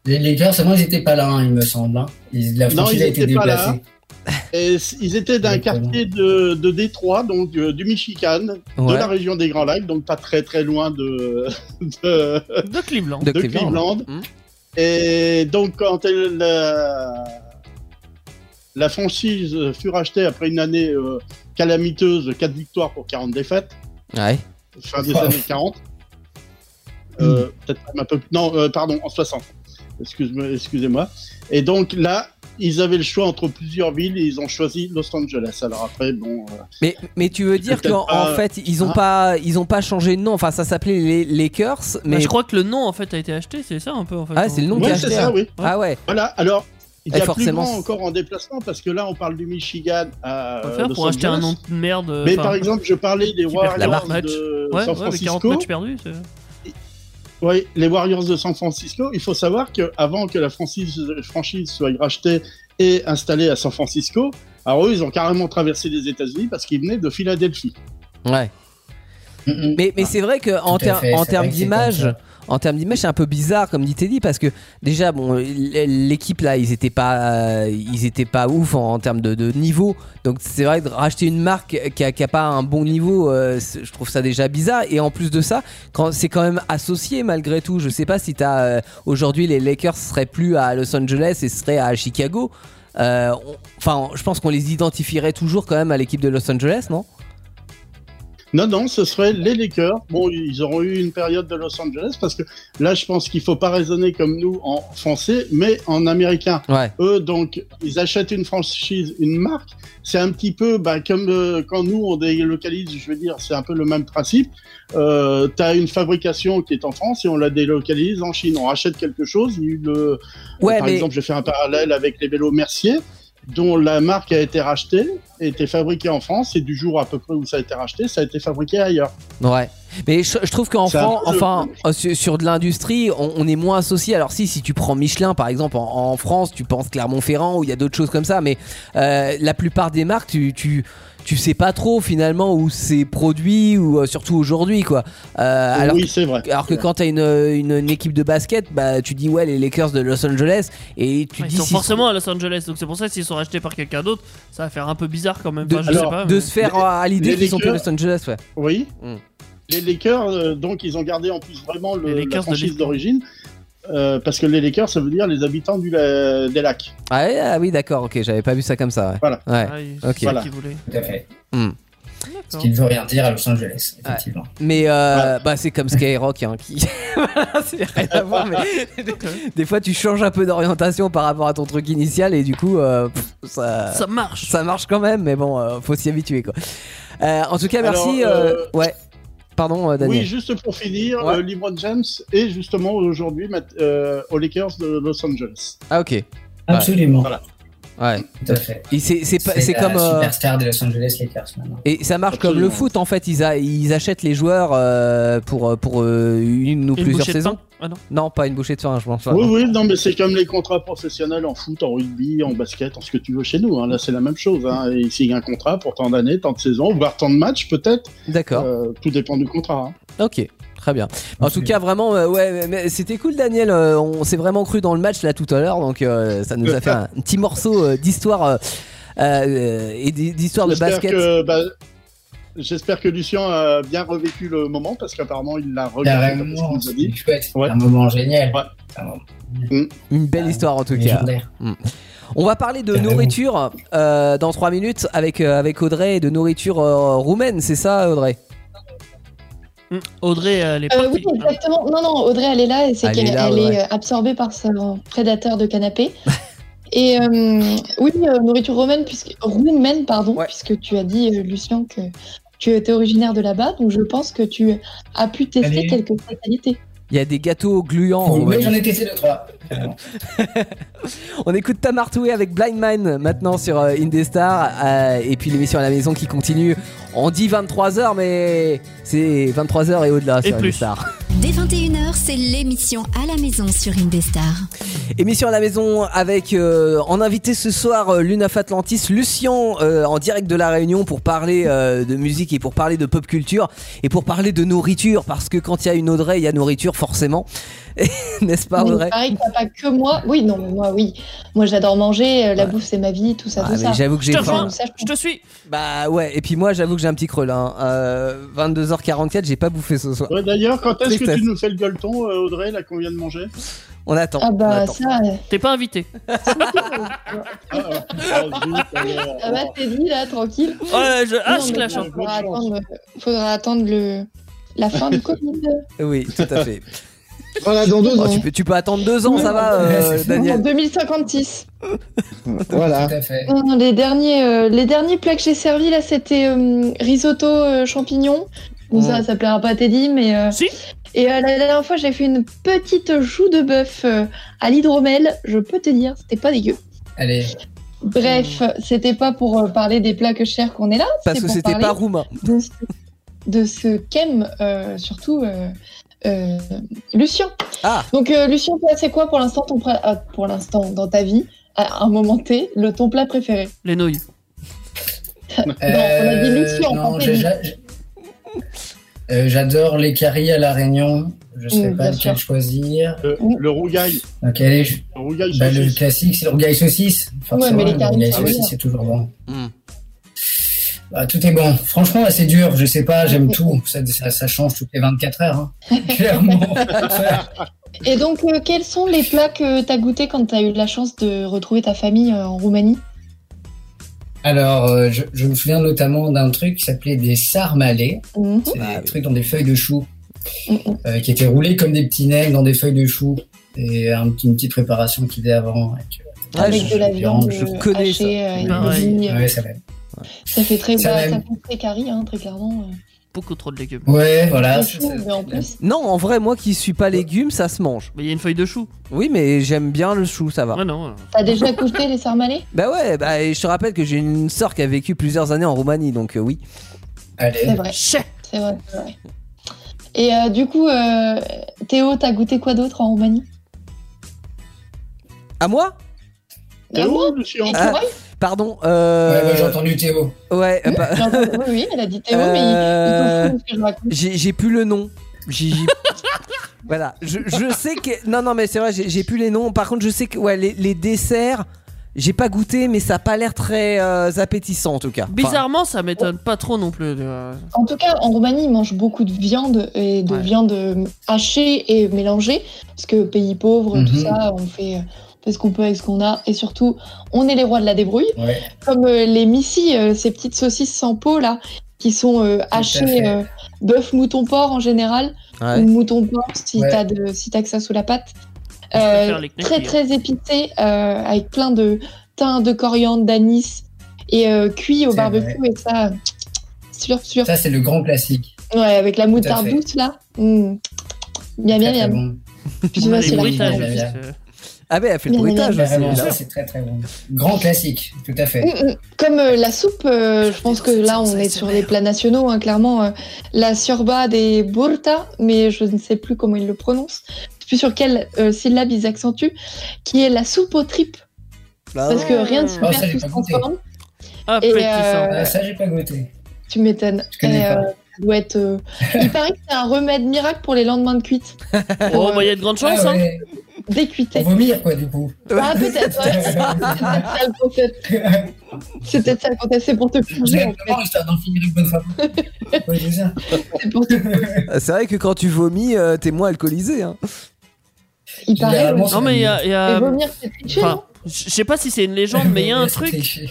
Les Lakers, seulement, ils n'étaient pas là, hein, il me semble. hein. Ils- la Non, franchise ils a été étaient pas là. déplacée. Et c- ils étaient d'un Exactement. quartier de, de Détroit donc euh, du Michigan de Ouais. la région des Grands Lacs donc pas très très loin de- de De Cleveland. de Cleveland. Hmm. Et donc, quand elle, la, la franchise fut rachetée après une année euh, calamiteuse, 4 victoires pour 40 défaites, Ouais. fin des Oh. années 40. Euh, Peut-être même un peu plus. Non, euh, pardon, en 60. Excuse-moi- Excusez-moi. Et donc là, ils avaient le choix entre plusieurs villes et ils ont choisi Los Angeles. Alors après, bon. euh, Mais, mais tu veux dire peut-être qu'en pas- en fait ils ont Hein pas ils ont pas changé de nom. Enfin ça s'appelait les Lakers mais Mais je crois que le nom en fait a été acheté, c'est ça un peu en fait. Ah, c'est le nom Ouais. qui a ouais, c'est acheté, ça, hein. oui. ah ouais. Voilà, alors. Il y Et a forcément, plus grand c'est- encore en déplacement parce que là on parle du Michigan à Faut euh, faire Los pour acheter un Angeles. nom de merde. Mais enfin, par exemple, je parlais des qui perd Warriors 40 matchs. de ouais, San ouais, mais Francisco. 40 matchs perdus. c'est- Oui, les Warriors de San Francisco. Il faut savoir que avant que la franchise, franchise soit rachetée et installée à San Francisco, alors eux, ils ont carrément traversé les États-Unis parce qu'ils venaient de Philadelphie. Ouais. Mm, mm. Mais, mais c'est vrai que euh, en, Tout à ter- fait, en c'est vrai termes que c'est d'image, comme en termes d'image, c'est un peu bizarre comme dit Teddy parce que déjà bon, l- l'équipe là, ils étaient pas, euh, ils étaient pas ouf en, en termes de, de niveau. Donc c'est vrai que de racheter une marque qui a, qui a pas un bon niveau, euh, c'est- je trouve ça déjà bizarre. Et en plus de ça, quand c'est quand même associé malgré tout. Je sais pas si t'as euh, aujourd'hui les Lakers seraient plus à Los Angeles et seraient à Chicago. Euh, on- Enfin, je pense qu'on les identifierait toujours quand même à l'équipe de Los Angeles, non Non, non, ce serait les Lakers. Bon, ils auront eu une période de Los Angeles parce que là, je pense qu'il faut pas raisonner comme nous en français, mais en américain. Ouais. Eux, donc, ils achètent une franchise, une marque. C'est un petit peu bah, comme euh, quand nous, on délocalise, je veux dire, c'est un peu le même principe. Euh, tu as une fabrication qui est en France et on la délocalise en Chine. On rachète quelque chose. Il y a eu le- Ouais, Par mais exemple, je fais un parallèle avec les vélos Mercier, dont la marque a été rachetée, a été fabriquée en France et du jour à peu près où ça a été racheté, ça a été fabriqué ailleurs. Ouais. Mais je, je trouve qu'en C'est un France, peu le- enfin, euh, sur, sur de l'industrie, on, on est moins associé. Alors si, si tu prends Michelin par exemple en, en France, tu penses Clermont-Ferrand ou il y a d'autres choses comme ça, mais euh, la plupart des marques, tu, tu, tu sais pas trop finalement où c'est produit ou euh, surtout aujourd'hui quoi. Euh, alors, oui, c'est vrai. alors que quand t'as une, une, une équipe de basket, bah tu dis ouais les Lakers de Los Angeles et tu Ils dis sont s'ils forcément à Los Angeles, donc c'est pour ça que s'ils sont rachetés par quelqu'un d'autre, ça va faire un peu bizarre quand même. De- Enfin, je alors, sais pas, de mais- se faire ah, à à l'idée les qu'ils sont plus Lakers- Los Angeles ouais. Oui. Mm. Les Lakers, euh, donc, ils ont gardé en plus vraiment le, Les la Lakers de franchise l'Est. d'origine. euh, parce que les Lakers, ça veut dire les habitants du la- des lacs. Ah, ouais, ah oui d'accord ok j'avais pas vu ça comme ça ouais. Voilà. Ouais. Ah, ils- Ok. Hmm. c'est ça hein. Voilà. qu'ils voulaient. Tout à fait. Ce D'accord. qui ne veut rien dire à Los Angeles, effectivement. Mais euh, bah c'est comme Skyrock hein, qui Voilà, c'est rien à voir mais des fois tu changes un peu d'orientation par rapport à ton truc initial et du coup euh, pff, ça, ça Ça marche. marche quand même mais bon euh, faut s'y habituer quoi. Euh, en tout cas merci Alors, euh, ouais. Pardon euh, Daniel. Oui, juste pour finir, Ouais. euh, LeBron James est justement aujourd'hui mat- euh, aux Lakers de Los Angeles. Ah OK. Absolument. Voilà. Ouais. Tout à fait. Et c'est c'est pas- c'est la comme euh, superstar des Los Angeles Lakers maintenant. et ça marche comme le Absolument. foot en fait ils, a- ils achètent les joueurs euh, pour euh, pour euh, une ou Une plusieurs bouchée de saisons. pain. Ah non. Non pas une bouchée de fin je pense. pas. oui, oui, non, mais c'est comme les contrats professionnels en foot, en rugby, en basket, en ce que tu veux chez nous. hein. Là, c'est la même chose. Hein. Ils signent un contrat pour tant d'années, tant de saisons, voire tant de matchs peut-être. D'accord. Euh, tout dépend du contrat. hein. Ok, très bien. En tout cas, vraiment, euh, ouais, mais c'était cool, Daniel. Euh, on s'est vraiment cru dans le match là tout à l'heure, donc euh, ça nous a fait un petit morceau euh, d'histoire euh, euh, et d- d'histoire de J'espère basket. que, bah, J'espère que Lucien a bien revécu le moment parce qu'apparemment il l'a regardé. comme Carrément, je vous ai dit. c'est chouette. Ouais. Un moment génial. Ouais. Un moment Une belle histoire en tout cas. légendaire. On va parler de Carrément. nourriture euh, dans 3 minutes avec euh, avec Audrey et de nourriture euh, roumaine, c'est ça, Audrey Hum, Audrey, elle est Euh, partie. oui, exactement. Non, non, Audrey, elle est là et c'est Elle qu'elle est là, elle Audrey. est euh, absorbée par son prédateur de canapé. et euh, oui, euh, nourriture romaine, puisque, roumaine, pardon, Ouais. puisque tu as dit, euh, Lucien, que tu étais originaire de là-bas, donc je pense que tu as pu tester Allez. quelques spécialités. Il y a des gâteaux gluants. en Oui, Roumanie. j'en ai testé deux, trois. On écoute Tamar Toué avec Blind Mine maintenant sur euh, Indestar euh, et puis l'émission à la maison qui continue. On dit 23h mais c'est 23h et au-delà sur plus. Indestar. Dès 21h, c'est l'émission à la maison sur Indestar. Émission à la maison avec euh, en invité ce soir euh, Lunaf Atlantis, Lucien euh, en direct de la Réunion pour parler euh, de musique et pour parler de pop culture et pour parler de nourriture parce que quand il y a une Audrey, il y a nourriture forcément. N'est-ce pas Mais Audrey pareil, qu'il n'y a pas que moi. Oui, non, mais moi, oui. Moi, j'adore manger, euh, la Ouais. bouffe, c'est ma vie, tout ça, Ah, tout ça. mais j'avoue que j'ai Je te faim. rejoins. Donc, ça, je Je te suis. Bah ouais, et puis moi j'avoue que j'ai un petit creux là. hein. Euh, 22h44, j'ai pas bouffé ce soir. Ouais, D'ailleurs, quand est-ce que Tristesse. tu nous fais le gueuleton, euh, Audrey, là qu'on vient de manger On attend. Ah on bah attend. ça, euh, T'es pas invité. Ah, euh, ah, zut, alors. ça va, t'es dit là, tranquille. Oh, je... Ah, Non, je mais clash. bon, faudra hein. Bonne chance. attendre, faudra attendre le... la fin du Covid. euh, Oui, tout à fait. Voilà, dans deux Oh, ans. tu, peux, tu peux attendre deux ans, ça va, euh, En Daniel 2056. Voilà. Tout à fait. Non, non, les, derniers, euh, les derniers plats que j'ai servis, là, c'était euh, risotto euh, champignons. Bon, ça, Mm. ça plaira pas à Teddy, mais. euh, Si. Et euh, la dernière fois, j'ai fait une petite joue de bœuf euh, à l'hydromel. Je peux te dire, c'était pas dégueu. Allez, Bref, c'était pas pour euh, parler des plats que je sers qu'on est là. parce c'est que pour c'était parler pas roumain. De ce, de ce qu'aime euh, surtout euh, euh, Lucien. Ah. Donc, euh, Lucien, toi, c'est quoi pour l'instant ton plat- ah, pour l'instant dans ta vie, à un moment T, le ton plat préféré Les nouilles. Non, on a dit Euh, Lucie, on non, pensait je- Lucie. j'a- j'- Euh, J'adore les caries à la Réunion. Je sais Mm, bien pas lequel sûr. choisir. Le, le rougail. Donc, allez, je- Le rougail bah, le saucisse. classique, c'est le rougail saucisse. Ouais, mais les le caries, rougail ça veut saucisse, dire. c'est toujours bon. Mm. Bah, tout est bon. Franchement, là, c'est dur. Je sais pas, j'aime tout. Ça, ça, ça change toutes les 24 heures. hein. Clairement. Et donc, euh, quels sont les plats que t'as goûté quand t'as eu la chance de retrouver ta famille euh, en Roumanie Alors, euh, je, je me souviens notamment d'un truc qui s'appelait des sarmalés. Mhm. C'est Ah des oui. trucs dans des feuilles de chou, Mhm. euh, qui étaient roulés comme des petits nègres dans des feuilles de chou. Et un petit- une petite préparation qu'il y avait avant. avec, euh, Ouais, Ah, Avec je- de la je viande dirais, je connais Ah hachée, euh, avec Pareil. des vignes. ouais, ça va. Ça fait très, Ça bah, ça va. fait très carré, hein, très clairement. euh. Beaucoup trop de légumes. Ouais, voilà. Très chaud, mais en plus, Non, en vrai, moi qui suis pas légume, ça se mange. Bah. Mais il y a une feuille de chou. Oui, mais j'aime bien le chou, ça va. Ouais, non. euh, t'as déjà goûté les sarmalés Bah ouais, bah, et je te rappelle que j'ai une sœur qui a vécu plusieurs années en Roumanie, donc euh, oui. C'est Allez. vrai, chais. c'est vrai, c'est vrai. Et euh, du coup, euh, Théo, t'as goûté quoi d'autre en Roumanie À moi T'es Ah bon où, Et Lucien tu vois, Pardon. euh, Ah, Ouais, bah, j'ai entendu Théo. ouais, euh, pas- J'ai entendu- oui, oui, elle a dit Théo, mais il- Euh, il s'en fout de ce que je raconte. j'ai j'ai plus le nom. J'ai- j'ai- voilà. Je, je sais que. Non, non, mais c'est vrai, j'ai j'ai plus les noms. Par contre, je sais que ouais, les, les desserts, j'ai pas goûté, mais ça a pas l'air très euh, appétissant en tout cas. Enfin, Bizarrement, ça m'étonne pas trop non plus. euh. tu vois. En tout cas, en Roumanie, ils mangent beaucoup de viande et de Ouais. viande euh, hachée et mélangée, parce que pays pauvre, tout Mhm. ça, on fait, euh, on fait ce qu'on peut avec ce qu'on a, et surtout, on est les rois de la débrouille. Ouais. Comme euh, les missi, euh, ces petites saucisses sans peau là, qui sont euh, à hachées fait. euh, bœuf, mouton, porc en général, ouais. ou mouton, porc si Ouais. t'as de, si t'as que ça sous la patte. Je préfère Euh, les hein. knacks, très très épicé, euh, avec plein de thym, de coriandre, d'anis, et euh, cuit au C'est barbecue, et ça, slurp, slurp. Ça, c'est le grand classique. Ouais, avec la moutarde fait. douce là. Mm. Miam, miam, Très, très miam. bon. Je sais On a pas les si la- bruitages, bien, bien. juste, euh, Ah, ben, elle fait le Bien, bruitage bien, aussi. Vraiment, là. ça, c'est très très bon. Grand classique, tout à fait. Mm, mm. Comme euh, la soupe, euh, je pense que là on est sur les plats nationaux, hein, clairement. euh, la sorba des burta, mais je ne sais plus comment ils le prononcent. Je sais plus sur quelle euh, syllabe ils accentuent, qui est la soupe aux tripes. Là, Parce que rien ne se Ah, perd, ça, j'ai tout pas se goûté. transforme. appétissant. euh, Ah, ça, j'ai pas goûté. Tu m'étonnes. Je connais Et, pas. euh, ça doit être, euh, Il paraît que c'est un remède miracle pour les lendemains de cuite. Oh, bah, il y a de grandes chances, Ah, hein. ouais. Pour Décuiter. vomir, quoi, du coup. Ah, peut-être, ouais. C'est peut-être ça le concept. C'est peut-être ça le concept. C'est pour te plonger, en fait. Exactement, histoire d'en finir une bonne fois. Ouais, c'est ça. C'est pour te euh, C'est vrai que quand tu vomis, euh, t'es moins alcoolisé. hein. Il paraît. Généralement, oui. c'est Non, mais il y a. il y Mais a- vomir, c'est triché, enfin, non je sais pas si c'est une légende, mais il y a un C'est truc. triché.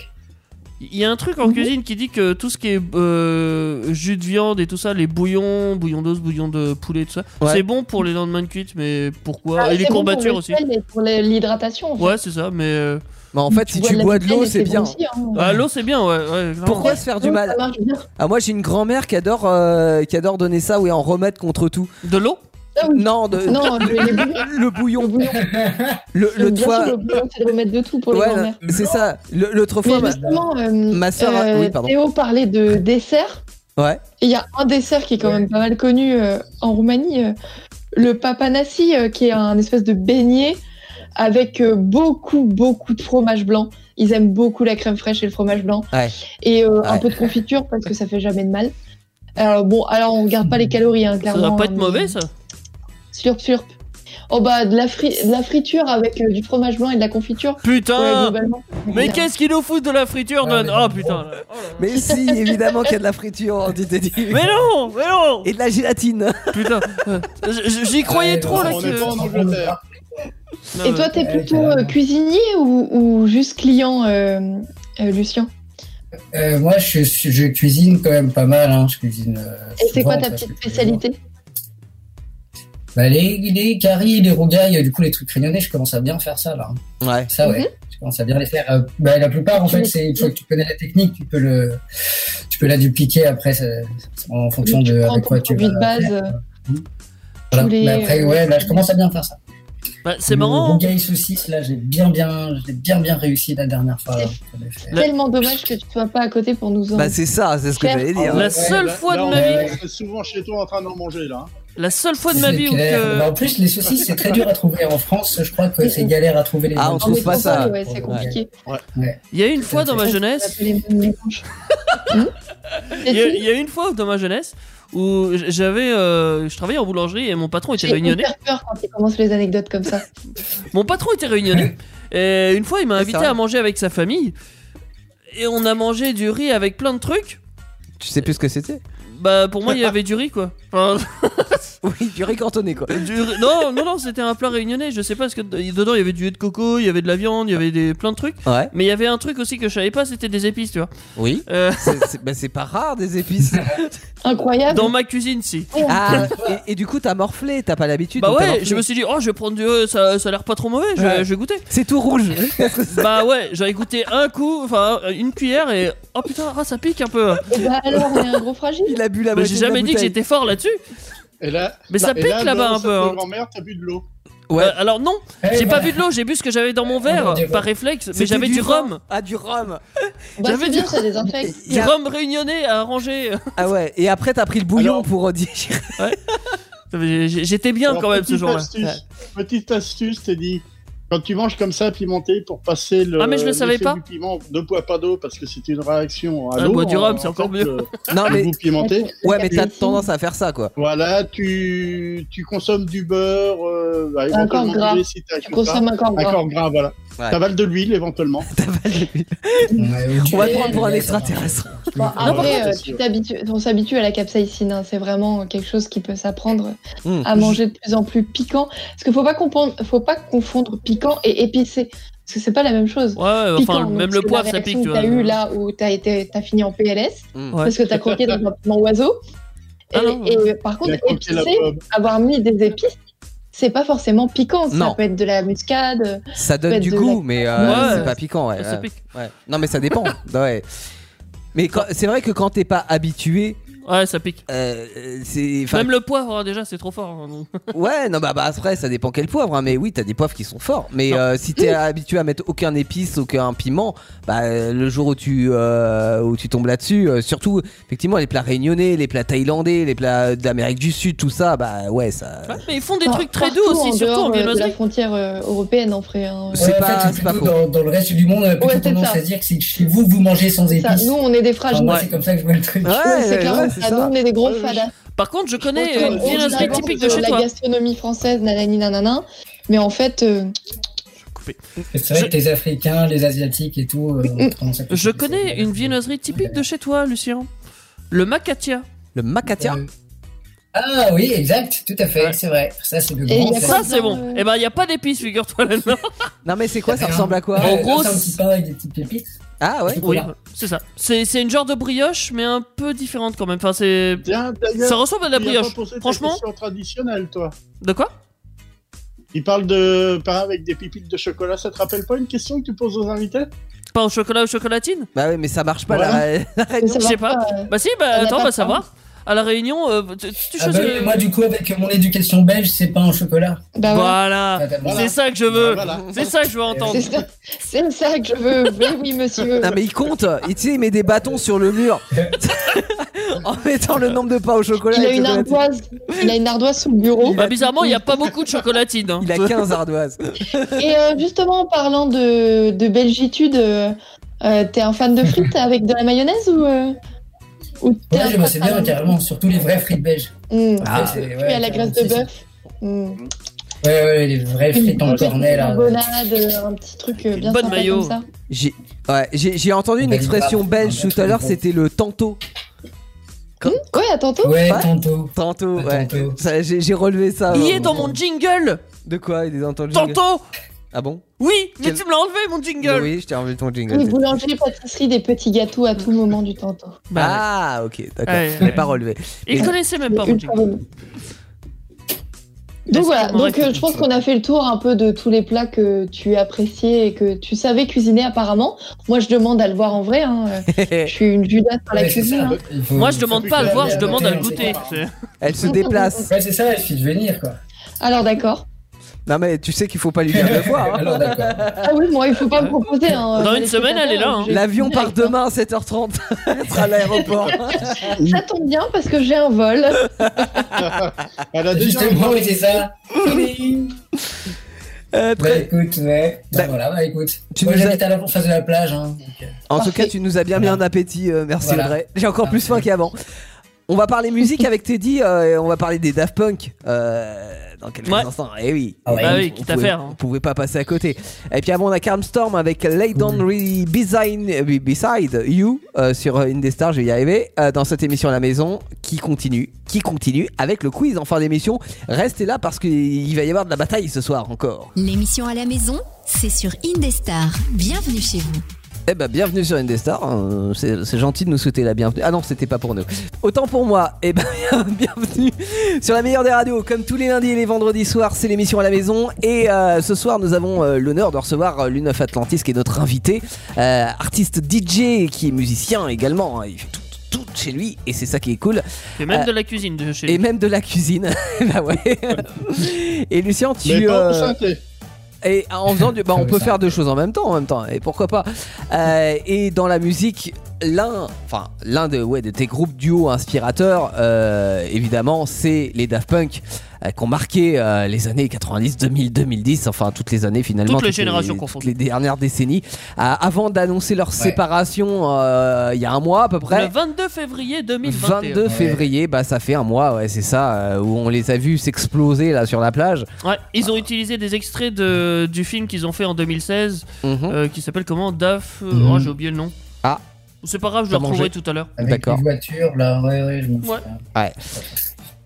Il y a un truc Mhm. en cuisine qui dit que tout ce qui est euh, jus de viande et tout ça, les bouillons, bouillon d'os, bouillon de poulet, tout ça, Ouais. c'est bon pour les lendemains de cuite, mais pourquoi Ah, Et les c'est bon courbatures pour aussi. le sel et Pour les- l'hydratation. en fait. Ouais, c'est ça, mais. euh, Mais Bah, en fait, si tu la bois de l'eau, vitamine, c'est bien. bon aussi, hein. Ah, l'eau, c'est bien, ouais. ouais, clairement. Pourquoi se faire du L'eau, mal ça marche bien. Ah moi j'ai une grand-mère qui adore euh, qui adore donner ça oui en remède contre tout. De l'eau Ah oui. Non de Non, le, les bouillons, le bouillon le bouillon. le, le bien toit sûr, le bouillon, c'est le remède de tout pour les ouais grand-mères. non, c'est ça le, l'autre fois Mais ma- justement, euh, ma sœur a- euh, oui, pardon. Théo parlait de dessert. ouais Et il y a un dessert qui est quand Ouais. même pas mal connu euh, en Roumanie, euh, le papanassi, euh, qui est un espèce de beignet avec euh, beaucoup, beaucoup de fromage blanc. Ils aiment beaucoup la crème fraîche et le fromage blanc. Ouais. Et euh, un Ouais. peu de confiture parce que ça fait jamais de mal. Alors bon, alors on regarde pas les calories, hein, Ça clairement. doit pas être hein, mauvais, mais- ça. Slurp, slurp. Oh bah de la, fri- de la friture avec euh, du fromage blanc et de la confiture. Ouais, Putain globalement. Mais qu'est-ce qu'il nous fout de la friture, Ouais, Don mais Oh, bon. putain. là. Oh là là. mais si évidemment qu'il y a de la friture tu t'es dit Mais non Mais non et de la gélatine Putain. euh, j- J'y croyais Ouais, trop, non, là. on que- est pas en Angleterre. Non, Et mais- toi, t'es Ouais, plutôt carrément. euh, cuisinier ou, ou juste client, euh, euh, Lucien Euh, moi, je, suis- je cuisine quand même pas mal. Hein. Je cuisine. euh, Et c'est souvent, quoi ta parce petite que je- spécialité bah, les, les caries, les rougailles, du coup, les trucs crayonnés, je commence à bien faire ça, là. ouais Ça, ouais. Je commence à bien les faire. Euh, bah, la plupart, en Mhm. Tu fait, les- c'est une fois que tu connais la technique, tu peux le, tu peux la dupliquer après, ça- en fonction Tu de prends avec ton quoi tu produit vas. de base, faire. Mhm. euh, Voilà. tous les- Mais après, ouais, là, je commence à bien faire ça. Bah, c'est Le marrant. Rougail saucisse, là, j'ai bien, bien, j'ai bien, bien réussi la dernière fois. là, qu'on l'a fait. Tellement dommage que tu sois pas à côté pour nous en. bah c'est ça c'est ce que Faire- j'allais dire La Ouais, seule là- fois là, de on ma vie, est souvent chez toi en train d'en manger là. hein. la seule fois de ma C'est vie où clair. Bah, En que. plus, les saucisses, c'est très dur à trouver en France. Je crois que c'est galère à trouver les Ah, on bonnes en trouve saucisses. pas métropole, ça. ouais, c'est compliqué. Il y a une fois dans ma Ouais. jeunesse. Les- les manches. Hmm Il y, a- il J'ai y a une fois dans ma jeunesse où j- j'avais, euh, je travaillais en boulangerie et mon patron était réunionnais. hyper peur quand ils commencent les anecdotes comme ça. Mon patron était réunionnais. Et une fois, il m'a Ouais, invité ça. à manger avec sa famille. Et on a mangé du riz avec plein de trucs. tu sais plus ce que c'était Bah, pour moi, il y avait du riz quoi. Enfin, oui du riz cantonné quoi du riz- Non, non, non, c'était un plat réunionnais. Je sais pas ce que dedans il y avait du lait de coco, il y avait de la viande, il y avait des plein de trucs. ouais Mais il y avait un truc aussi que je savais pas, c'était des épices, tu vois. oui Euh, c'est, c'est- bah, c'est pas rare des épices Incroyable. dans ma cuisine, si. ah et, et du coup t'as morflé t'as pas l'habitude Bah donc t'as ouais, morflé. je me suis dit, oh, je vais prendre du. euh, ça, ça a l'air pas trop mauvais, je, Ouais. je vais goûter. c'est tout rouge Bah ouais, j'avais goûté un coup, enfin une cuillère et oh putain, ah, ça pique un peu. Et bah alors, on est un gros fragile. il a bu la moitié Mais Bah, j'ai de la jamais dit que bouteille. j'étais fort là-dessus. Et là, Mais ça et pique là, là-bas dans un cette peu. hein. grand-mère, t'as bu de l'eau. ouais Euh, alors non, Eh, j'ai bah, pas bu de l'eau, j'ai bu ce que j'avais dans mon On verre dirait. par réflexe, mais C'était j'avais du rhum. Ah, du rhum Bah, J'avais c'est dit- bien, ça désinfecte. Et- Du et a- rhum réunionnais à ranger. euh, Ah ouais, et après t'as pris le bouillon Alors- pour digérer. J'étais bien Alors, quand même petite ce jour-là. astuce, Petite astuce, t'es dit. Quand tu manges comme ça, pimenté, pour passer le. Ah, mais je le l'effet savais pas. Du piment, ne bois pas d'eau parce que c'est une réaction à Ah, l'eau. bois du en- rhum, c'est en encore fait, euh, mieux. le- Non, le mais, goût pimenté. ouais, mais t'as tendance à faire ça, quoi. Voilà, tu, tu consommes du beurre, euh, bah, Encore éventuellement gras. du lait si t'as Tu consommes un corps gras. Encore gras, voilà. Ouais. T'avales de l'huile éventuellement. On va te prendre pour un extraterrestre. Bon, après, Voilà, euh, c'est tu sûr. t'habitues- on s'habitue à la capsaïcine. hein. C'est vraiment quelque chose qui peut s'apprendre Mmh. Hmm. à manger de plus en plus piquant. Parce qu'il faut pas comprendre, faut pas confondre piquant et épicé. Parce que c'est pas la même chose. Ouais, ouais, Piquant, enfin, donc même c'est le poivre, la ça réaction pique, tu que vois. T'as eu là où t'as été, t'as fini en PLS Mm. Ouais. parce que t'as croqué dans un piment oiseau. Et, Ah non. et par contre, Il a croqué la épicé, pomme. avoir mis des épices, c'est pas forcément piquant. Ça Non. peut être de la muscade. Ça donne Faites du de goût, mais euh, Ouais. c'est pas piquant. Ouais, Ça ouais. pique. Ouais. Non, mais ça dépend. ouais. Mais quand- c'est vrai que quand t'es pas habitué, Ouais, ça pique. euh, c'est. enfin, Même le poivre, hein, déjà, c'est trop fort. hein, donc. Ouais, non, bah, bah, après, ça dépend quel poivre, hein, mais oui, t'as des poivres qui sont forts. Mais Non. euh, si t'es habitué à mettre aucun épice, aucun piment, bah, euh, le jour où tu, euh, où tu tombes là-dessus, euh, surtout, effectivement, les plats réunionnais, les plats thaïlandais, les plats d'Amérique du Sud, tout ça, bah ouais, ça. Ouais, mais ils font des Par- trucs très doux partout aussi, en surtout dehors, en euh, de la viennoiserie. frontière euh, européenne, en vrai. hein. C'est pas- c'est pas faux. Dans, dans le reste du monde, on a plutôt Ouais, c'est tendance ça. à dire que c'est chez vous, vous mangez sans Ça, épices. nous, on est des Enfin, fragiles. moi, c'est comme ça que je vois le truc. Ouais, c'est clairement ouais, ça. Nous, on est des gros Ouais, oui. fadas. Par contre, je connais euh, Entre une autres, viennoiserie évidemment, typique de euh, chez la toi. gastronomie française, nanani nanana. Mais en fait, euh, C'est vrai que les Africains, les Asiatiques et tout. euh, ont tendance à Je plutôt- connais une viennoiserie typique de chez toi, Lucien. Le macatia. Le macatia. Ah oui, exact, tout à fait, Ouais. c'est vrai. Ça, c'est le Et grand. il y a fait. pas Ça, c'est bon. Euh. Eh ben, il y a pas d'épices, figure-toi là-dedans. Non, mais c'est quoi Ça Ouais, ressemble à quoi ouais, En gros, c'est un petit pain avec des petites pépites. Ah ouais Euh, Du Oui, chocolat. c'est ça. C'est c'est une genre de brioche, mais un peu différente quand même. Enfin, c'est. Tiens, d'ailleurs, Ça ressemble à de la tu as pas brioche. posé ta Franchement- question traditionnelle, toi. De quoi Il parle de pain avec des pépites de chocolat. Ça te rappelle pas une question que tu poses aux invités Pas au chocolat ou chocolatine Bah ouais, mais ça marche pas Voilà. la, la réunion. Ça Je marche sais pas. Bah si, bah On a attends, on pas va de savoir. À la réunion, euh, tu, tu Ah choses, bah euh, oui, moi, du coup, avec mon éducation belge, c'est pain au chocolat. bah voilà. Voilà. Voilà. C'est ça que je veux. Voilà. C'est ça que je veux entendre. C'est ça, c'est ça que je veux. Oui, oui, monsieur. Non mais il compte, il, tu sais, il met des bâtons sur le mur en mettant le nombre de pains au chocolat. Il a et une chocolatine. ardoise. Il a une ardoise sous le bureau. Bah, bizarrement, il n'y a pas beaucoup de chocolatine. hein. Il a 15 ardoises. Et euh, justement, en parlant de, de belgitude, euh, euh, t'es un fan de frites avec de la mayonnaise ou euh, ou t'es Ouais, un je me fan- sais bien, carrément, surtout les vrais frites belges. Mm. Ah. Après, c'est- Tu ouais, à la graisse de carrément, bœuf. Mm. c'est- Ouais, ouais, les vrais frites en cornet, là. Une bonnade, euh, un petit truc euh, Une bien bonne sympa mayo. comme ça. J'ai ouais, j'ai- j'ai entendu une Bah, expression bah, belge bah, tout à l'heure, bah, c'était le tantôt. Mm. Ouais, à tantôt. Ouais, Ouais. tantôt. Tantôt, Le ouais. tantôt. Ça, J'ai j'ai relevé ça. Il ouais. est dans mon jingle. De quoi Il est dans ton jingle Tantôt. Ah bon Oui, mais Quel- tu me l'as enlevé mon jingle. Oui, je t'ai enlevé ton Une jingle. boulangerie, pâtisserie, des petits gâteaux à tout moment du tantôt. Bah, Ah ok, d'accord. Ouais, Je l'ai ouais. pas relevé. il connaissait même pas mon Ultra jingle. bon. Donc voilà, Est-ce qu'on donc aurait- euh, je pense qu'on a fait le tour un peu de tous les plats que tu appréciais et que tu savais cuisiner apparemment. Moi je demande à le voir en vrai, hein. Euh, je suis une judasse par la Ouais, c'est cuisine. ça. hein. Il faut- Moi, je demande plus pas à que le la voir, je dernière demande à le bouteille, goûter. on C'est- Elle se déplace. Ouais, c'est ça, il suffit de venir, quoi. Alors d'accord. Non mais tu sais qu'il faut pas lui dire deux fois. hein. Alors, d'accord. Ah oui, moi il faut pas me proposer. hein. Dans Je une laisse semaine, les elle est là, hein. je- L'avion part demain à 7h30. Elle sera à l'aéroport. Bah. Ça tombe bien parce que j'ai un vol. Elle a déjà Justement, oui, c'est ça. Euh, Bah, très- écoute, ouais. Bah, Bah, voilà, bah, écoute. tu Moi, nous as- j'habite à la face de la plage, hein. donc, euh, En tout Parfait. cas, tu nous as bien mis un Voilà. appétit, euh, merci Voilà. Audrey. J'ai encore plus faim Parfait. qu'avant. On va parler musique avec Teddy euh, et on va parler des Daft Punk euh, dans quelques Ouais. instants. Eh oui. Ah ouais. Eh Ah oui, on quitte à pouvait, faire, hein. On pouvait pas passer à côté. Et puis avant, on a Calm Storm avec Lay Down Really Beside, euh, Beside You euh, sur euh, Indestar, je vais y arriver, euh, dans cette émission à la maison qui continue, qui continue avec le quiz en fin d'émission. Restez là parce qu'il va y avoir de la bataille ce soir encore. L'émission à la maison, c'est sur Indestar. Bienvenue chez vous. Eh ben bienvenue sur Indestar, euh, c'est c'est gentil de nous souhaiter la bienvenue. Ah non, c'était pas pour nous. Autant pour moi, eh ben bienvenue sur la meilleure des radios. Comme tous les lundis et les vendredis soirs, c'est l'émission à la maison. Et euh, ce soir, nous avons euh, l'honneur de recevoir euh, l'U9 Atlantis qui est notre invité, euh, artiste DJ qui est musicien également. hein. Il fait tout, tout chez lui et c'est ça qui est cool. Et même Euh, de la cuisine de chez Et lui. même de la cuisine. bah ouais. et Lucien, tu... Mais pas euh, au synthé. et en faisant du. Bah, on Oui, peut ça. faire deux choses en même temps, en même temps, et pourquoi pas. Euh, et dans la musique, l'un, enfin, l'un de, ouais, de tes groupes duo inspirateurs, euh, évidemment, c'est les Daft Punk. euh, qui ont marqué euh, les années 90, 2000, 2010, enfin toutes les années finalement. Toutes les générations toutes confondues. les dernières décennies. Euh, avant d'annoncer leur séparation euh, il y a un mois à peu près. Le 22 février 2021. 22 février, bah ça fait un mois, ouais, c'est ça, euh, où on les a vus s'exploser là sur la plage. Ouais, ils ont utilisé des extraits de, du film qu'ils ont fait en 2016 Mhm. euh, qui s'appelle comment DAF. euh, Mhm. oh, j'ai oublié le nom. Ah. C'est pas grave, je T'as le mangé. retrouverai tout à l'heure. Avec D'accord. les voitures, là, ouais, ouais, je me Ouais. souviens.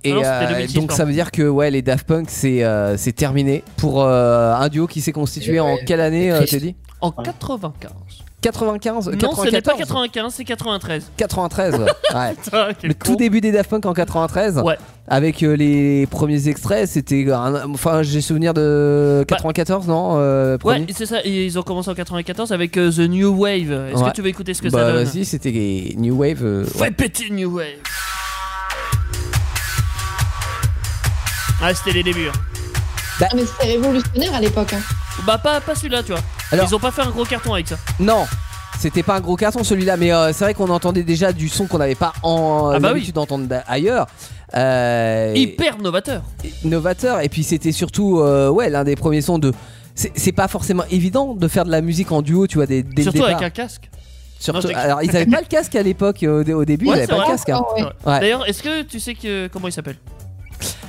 Et Ah non, c'était hein. euh, 2006, donc pardon. ça veut dire que ouais, les Daft Punk c'est euh, c'est terminé pour euh, un duo qui s'est constitué Et en ouais, quelle année, c'est euh, triste. t'as dit En 95. 95 Non, ce n'est pas 94, 95, c'est 93. 93 ouais. Ouais. Putain, quel Le con. tout début des Daft Punk en 93 Ouais. avec euh, les premiers extraits, c'était un- enfin j'ai souvenir de 94 non euh, Bah. Ouais, premier c'est ça, et ils ont commencé en 94 avec euh, The New Wave. Est-ce Ouais. que tu veux écouter ce que ça Bah donne vas-y, c'était New Wave euh, ouais. Fais péter New Wave. Ah, c'était les débuts. hein. Ah, mais c'était révolutionnaire à l'époque. hein. Bah, pas, pas celui-là, tu vois. Alors- Ils ont pas fait un gros carton avec ça. Non, c'était pas un gros carton celui-là, mais euh, c'est vrai qu'on entendait déjà du son qu'on n'avait pas en Ah bah l'habitude d'entendre d'a- ailleurs. Euh, Hyper novateur. novateur et puis c'était surtout euh, ouais l'un des premiers sons de c'est c'est pas forcément évident de faire de la musique en duo, tu vois, dès, dès Surtout le avec départ. un casque. Surtout- Non, je t'ai- alors ils avaient pas le casque à l'époque euh, au, dé- au début, Ouais, ils avaient c'est pas le vrai. casque. Ah hein. Ouais. Ouais. D'ailleurs, est-ce que tu sais que comment il s'appelle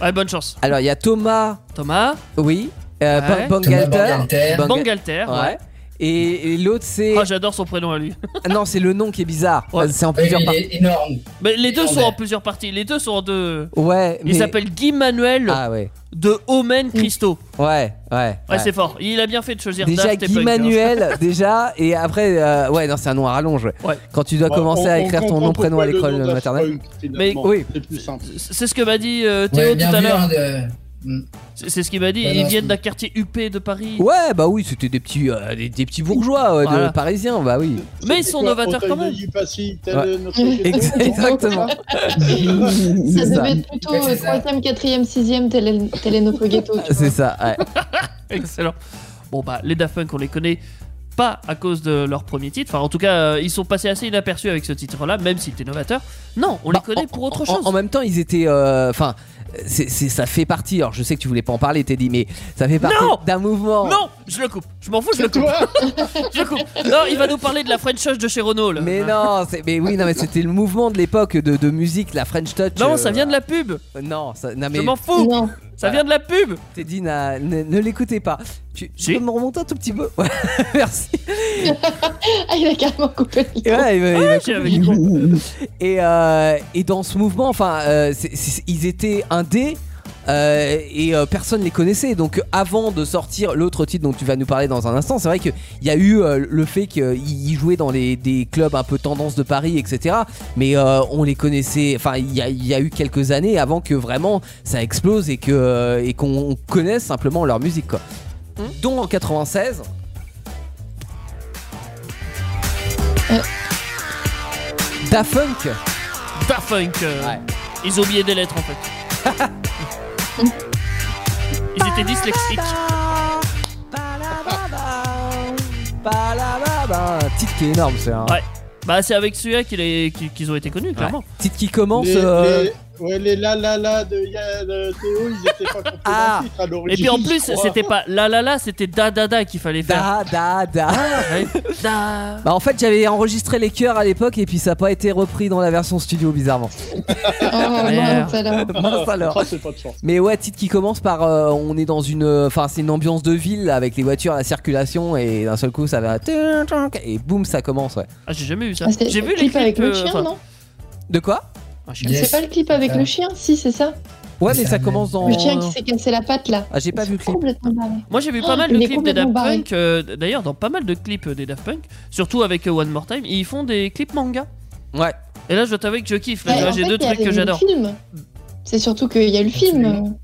Ouais, bonne chance. Alors il y a Thomas, Thomas oui, euh, Ouais. Thomas Ban- Bangalter, Bangalter. Banga- Bangalter. ouais. Ouais. Et, et l'autre c'est Ah, j'adore son prénom à lui. Ah non c'est le nom qui est bizarre, Ouais. c'est en Oui, plusieurs il parties. est énorme. Mais les deux sont Ouais. en plusieurs parties. Les deux sont en deux. Ouais, Il mais- s'appelle Guy Manuel ah ouais, de Omen Christo. ouais, ouais. Ouais, c'est fort. Il a bien fait de choisir Déjà Daft et Guy Punk, hein. Manuel, déjà, et après, euh, ouais, non, c'est un nom à rallonge. ouais. Ouais. Quand tu dois Bah, commencer on- à on écrire ton comprend nom, prénom pourquoi à le l'école nom Daft maternelle. Punk, finalement. Mais oui. C'est plus simple. hein. C'est ce que m'a dit euh, Théo Ouais, tout bien à vu, l'heure. hein, de- Mm. C'est c'est ce qu'il m'a dit. Ouais, Ils non, viennent c'est- d'un quartier huppé de Paris. Ouais, bah oui, c'était des petits, euh, des, des petits bourgeois ouais, de- Voilà. parisiens, bah oui. Mais ils sont novateurs quand même. euh, Exactement. Ça C'est ça. devait être plutôt euh, Ouais, 3 c'est 4 ça. 4 6 télé Télénopo Ghetto. tu vois. Ah, C'est ça, ouais. Excellent. Bon bah les Daft Punk on les connaît pas à cause de leur premier titre. Enfin en tout cas euh, ils sont passés assez inaperçus avec ce titre-là, même s'il était novateur. Non, on Bah, les en- connaît pour autre en- chose. En, même temps, ils étaient. euh, Enfin, c'est- c'est- ça fait partie. Alors, je sais que tu voulais pas en parler, Teddy, mais ça fait partie Non d'un mouvement. Non, je le coupe. Je m'en fous, je le C'est coupe. toi Je le coupe. Non, il va nous parler de la French Touch de chez Renault. là. Mais non, c'est- mais oui, non, mais c'était le mouvement de l'époque de, de musique, la French Touch. Non, euh, ça vient de la pub. Non, ça, non Je mais m'en fous. Non, Ça vient de la pub. Teddy n'a- ne, ne l'écoutez pas. Tu, tu Si. peux me remonter un tout petit peu Ouais, Merci. ah, il a carrément coupé le Et, micro. ouais, il va- il va j'ai- couper le micro. Et, euh, et dans ce mouvement, enfin, euh, c'est- c'est- ils étaient indés. euh, et euh, personne les connaissait donc avant de sortir l'autre titre dont tu vas nous parler dans un instant c'est vrai qu'il y a eu euh, le fait qu'ils jouaient dans les, des clubs un peu tendance de Paris etc mais euh, on les connaissait enfin il y, a- il y a eu quelques années avant que vraiment ça explose et que euh, et qu'on connaisse simplement leur musique quoi Hum. dont en 96 Da Funk Daft Punk. euh, Ouais. Ils ont oublié des lettres en fait. Ils étaient dyslexiques. Palababa. Un Titre qui est énorme, c'est un Ouais, Bah c'est avec celui-là qu'il est- qu'il- qu'ils ont été connus clairement. titre qui commence. les, euh, les- ouais, les la la la de, Ya- de Théo, ils étaient pas compris Ah. dans le titre à l'origine. Et puis en plus je crois. c'était pas la la la, c'était da da da qu'il fallait faire. Da da da. Ah, Ouais. Da. Bah en fait j'avais enregistré les chœurs à l'époque et puis ça n'a pas été repris dans la version studio bizarrement. Oh, merde. non, ça l'a- Mince alors. Ah, c'est pas de chance. Mais ouais titre qui commence par euh, on est dans une enfin c'est une ambiance de ville avec les voitures la circulation et d'un seul coup ça va et boum ça commence ouais. Ah, j'ai jamais vu ça. Ah, c'est J'ai vu le les clip clips avec euh, le chien, enfin, non De quoi un chien. Yes. C'est pas le clip avec ça. le chien Si, c'est ça. Ouais Mais mais ça ça amène- commence dans. Le chien qui s'est cassé la patte là. Ah j'ai pas vu le C'est clip. complètement barré. Moi j'ai vu pas mal il de est clips des Daft complètement barré. Punk, euh, d'ailleurs dans pas mal de clips euh, des Daft Punk, surtout avec euh, One More Time, ils font des clips manga. Ouais. Et là je t'avoue que je kiffe, là, Ouais, tu vois, en j'ai fait, deux il y a trucs eu que le j'adore. film. C'est surtout qu'il y a eu le film. Absolument.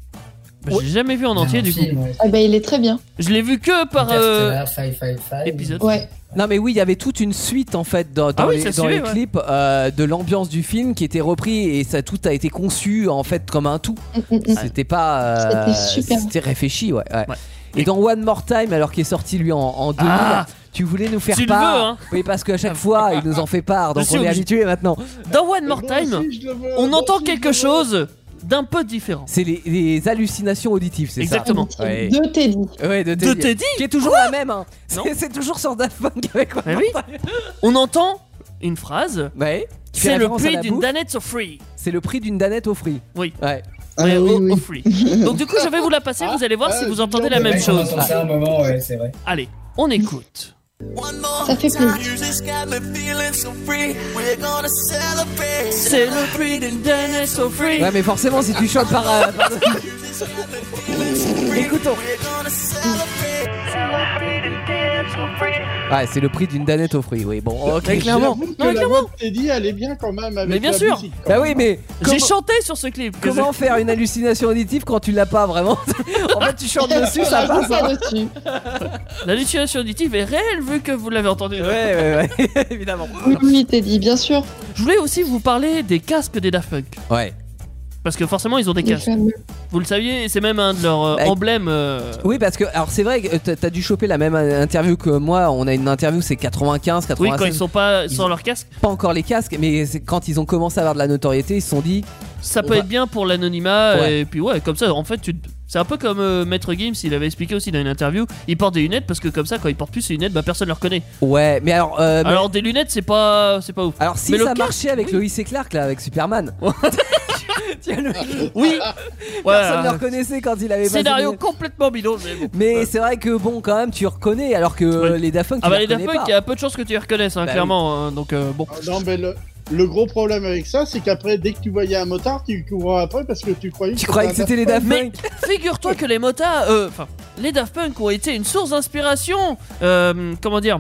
Bah, J'ai jamais vu en entier du coup. Film, ouais. Ah bah il est très bien. Je l'ai vu que par... Interstellar, euh, 555. épisode. Ouais. Non mais oui, il y avait toute une suite en fait dans, dans Ah oui, les, ça dans suivait, les ouais. clips euh, de l'ambiance du film qui était repris et ça tout a été conçu en fait comme un tout. Mm, mm, mm. C'était pas euh, C'était super. c'était réfléchi, ouais. ouais. Ouais. Et dans One More Time, alors qui est sorti lui en, en 2000, Ah tu voulais nous faire Tu le part. veux, hein. Oui, parce qu'à chaque fois, il nous en fait part, donc suis on est obligé. habitué maintenant. Dans One More Moi Time, aussi, je le veux, on moi entend aussi, je le quelque veux. chose d'un peu différent. C'est les, les hallucinations auditives, c'est ça Exactement. Ouais. De Teddy. Ouais, de De Teddy. Teddy Qui est toujours la même, hein. Non. C'est c'est toujours sur Daft Punk avec Mais oui. On entend une phrase. Ouais. Qui fait C'est le référence à prix la d'une bouffe. danette au free. C'est le prix d'une danette au fruit. Oui. Ouais. Ah, Ouais, oui, au- oui. au free. Donc du coup, je vais vous la passer. Vous allez voir si Ah, vous entendez la j'adore. même Ouais, on chose. entend ça un moment, ouais, c'est vrai. Allez, on écoute. Ça fait plaisir. C'est le prix d'une danette au free. Ouais, mais forcément, si tu chantes par. euh, par- Écoutons. Ouais, c'est le prix d'une danette au fruit, oui. Bon, ok, Mais clairement. J'avoue que Non, mais la clairement. voix de Teddy allait bien quand même avec Mais bien la sûr. musique, quand Bah même. oui, mais. J'ai comment- chanté sur ce clip. Comment faire une hallucination auditive quand tu l'as pas vraiment En fait, tu chantes dessus, ça Rajoute passe. hein. ça dessus. L'hallucination auditive est réelle vu que vous l'avez entendu. Ouais, ouais, ouais, évidemment. Oui, oui, Teddy, bien sûr. Je voulais aussi vous parler des casques des Daft Punk. Ouais. Parce que forcément, ils ont des Les casques. fameux. Vous le saviez, c'est même un de leurs euh, Bah, emblèmes. euh, Oui, parce que, alors c'est vrai que euh, t'as- t'as dû choper la même euh, interview que moi. On a une interview, c'est 95, Oui, quand 96. ils sont pas ils sans ont- leur casque, pas encore les casques, mais c'est- quand ils ont commencé à avoir de la notoriété, ils se sont dit ça On peut va- être bien pour l'anonymat. Ouais. Et puis ouais, comme ça, en fait, tu... c'est un peu comme euh, Maître Gims, il avait expliqué aussi dans une interview. Il porte des lunettes parce que comme ça, quand il porte plus ses lunettes, bah personne ne le reconnaît. Ouais, mais alors. euh, mais- alors, Alors des lunettes, c'est pas, c'est pas ouf. si mais le ça casque, marchait avec oui. Loïs et Clark, là, avec Superman. Eh Tiens, le- Oui. Personne ne Voilà. le reconnaissait quand il avait pas Scénario ses lunettes. complètement bidon. mais bon. ben, Mais c'est vrai que bon, quand même, tu reconnais, alors que euh, Oui. les Daft Punk, tu Ah bah les les Daft reconnais Punk, il y pas. a peu de chances que tu les reconnaisses, hein, Bah clairement. hein, donc euh, bon. Ah, Non, mais le, le gros problème avec ça, c'est qu'après, dès que tu voyais un motard, tu le couvrais après parce que tu croyais Tu croyais que c'était les Daft Mais Punk figure-toi que les motards, euh, enfin, les Daft Punk ont été une source d'inspiration, euh, comment dire,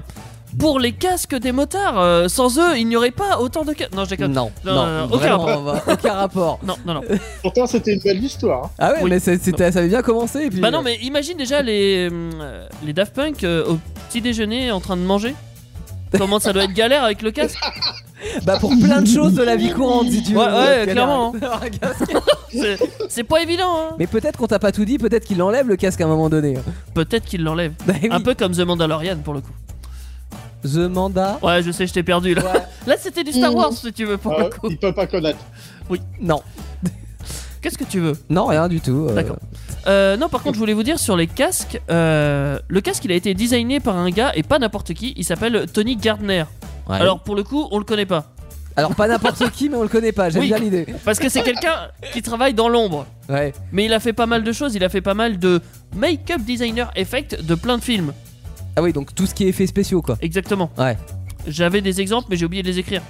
pour les casques des motards. Euh, sans eux, il n'y aurait pas autant de casques. Non, je déconne. Non, Non, non, non, non, aucun vraiment, rapport. on va- aucun rapport. Non, non, non. Pourtant, c'était une belle histoire. hein. Ah ouais, Oui. mais c'est- c'était- ça avait bien commencé. Et puis, bah non, mais imagine déjà les, euh, les Daft Punk euh, au petit déjeuner en train de manger. Comment ça doit être galère avec le casque Bah pour plein de choses de la vie courante, si tu Ouais, veux. ouais, Canard. clairement, hein. C'est- C'est pas évident, hein Mais peut-être qu'on t'a pas tout dit, peut-être qu'il enlève le casque à un moment donné. hein. Peut-être qu'il l'enlève. Bah oui. Un peu comme The Mandalorian pour le coup. The Manda. Ouais, je sais, je t'ai perdu là. Là, c'était du Star Mm. Wars si tu veux pour Ah, le coup. il peut pas connaître. Non, Qu'est-ce que tu veux non, rien du tout. euh, D'accord. Euh, non, par contre, je voulais vous dire sur les casques. euh, le casque, il a été designé par un gars et pas n'importe qui. Il s'appelle Tony Gardner. ouais. Alors, pour le coup, on le connaît pas. Alors pas n'importe qui, mais on le connaît pas. J'aime Oui. bien l'idée. Parce que c'est quelqu'un qui travaille dans l'ombre. Ouais. Mais il a fait pas mal de choses. Il a fait pas mal de make-up designer effect de plein de films. Ah oui, donc tout ce qui est effets spéciaux, quoi. Exactement. Ouais. J'avais des exemples, mais j'ai oublié de les écrire.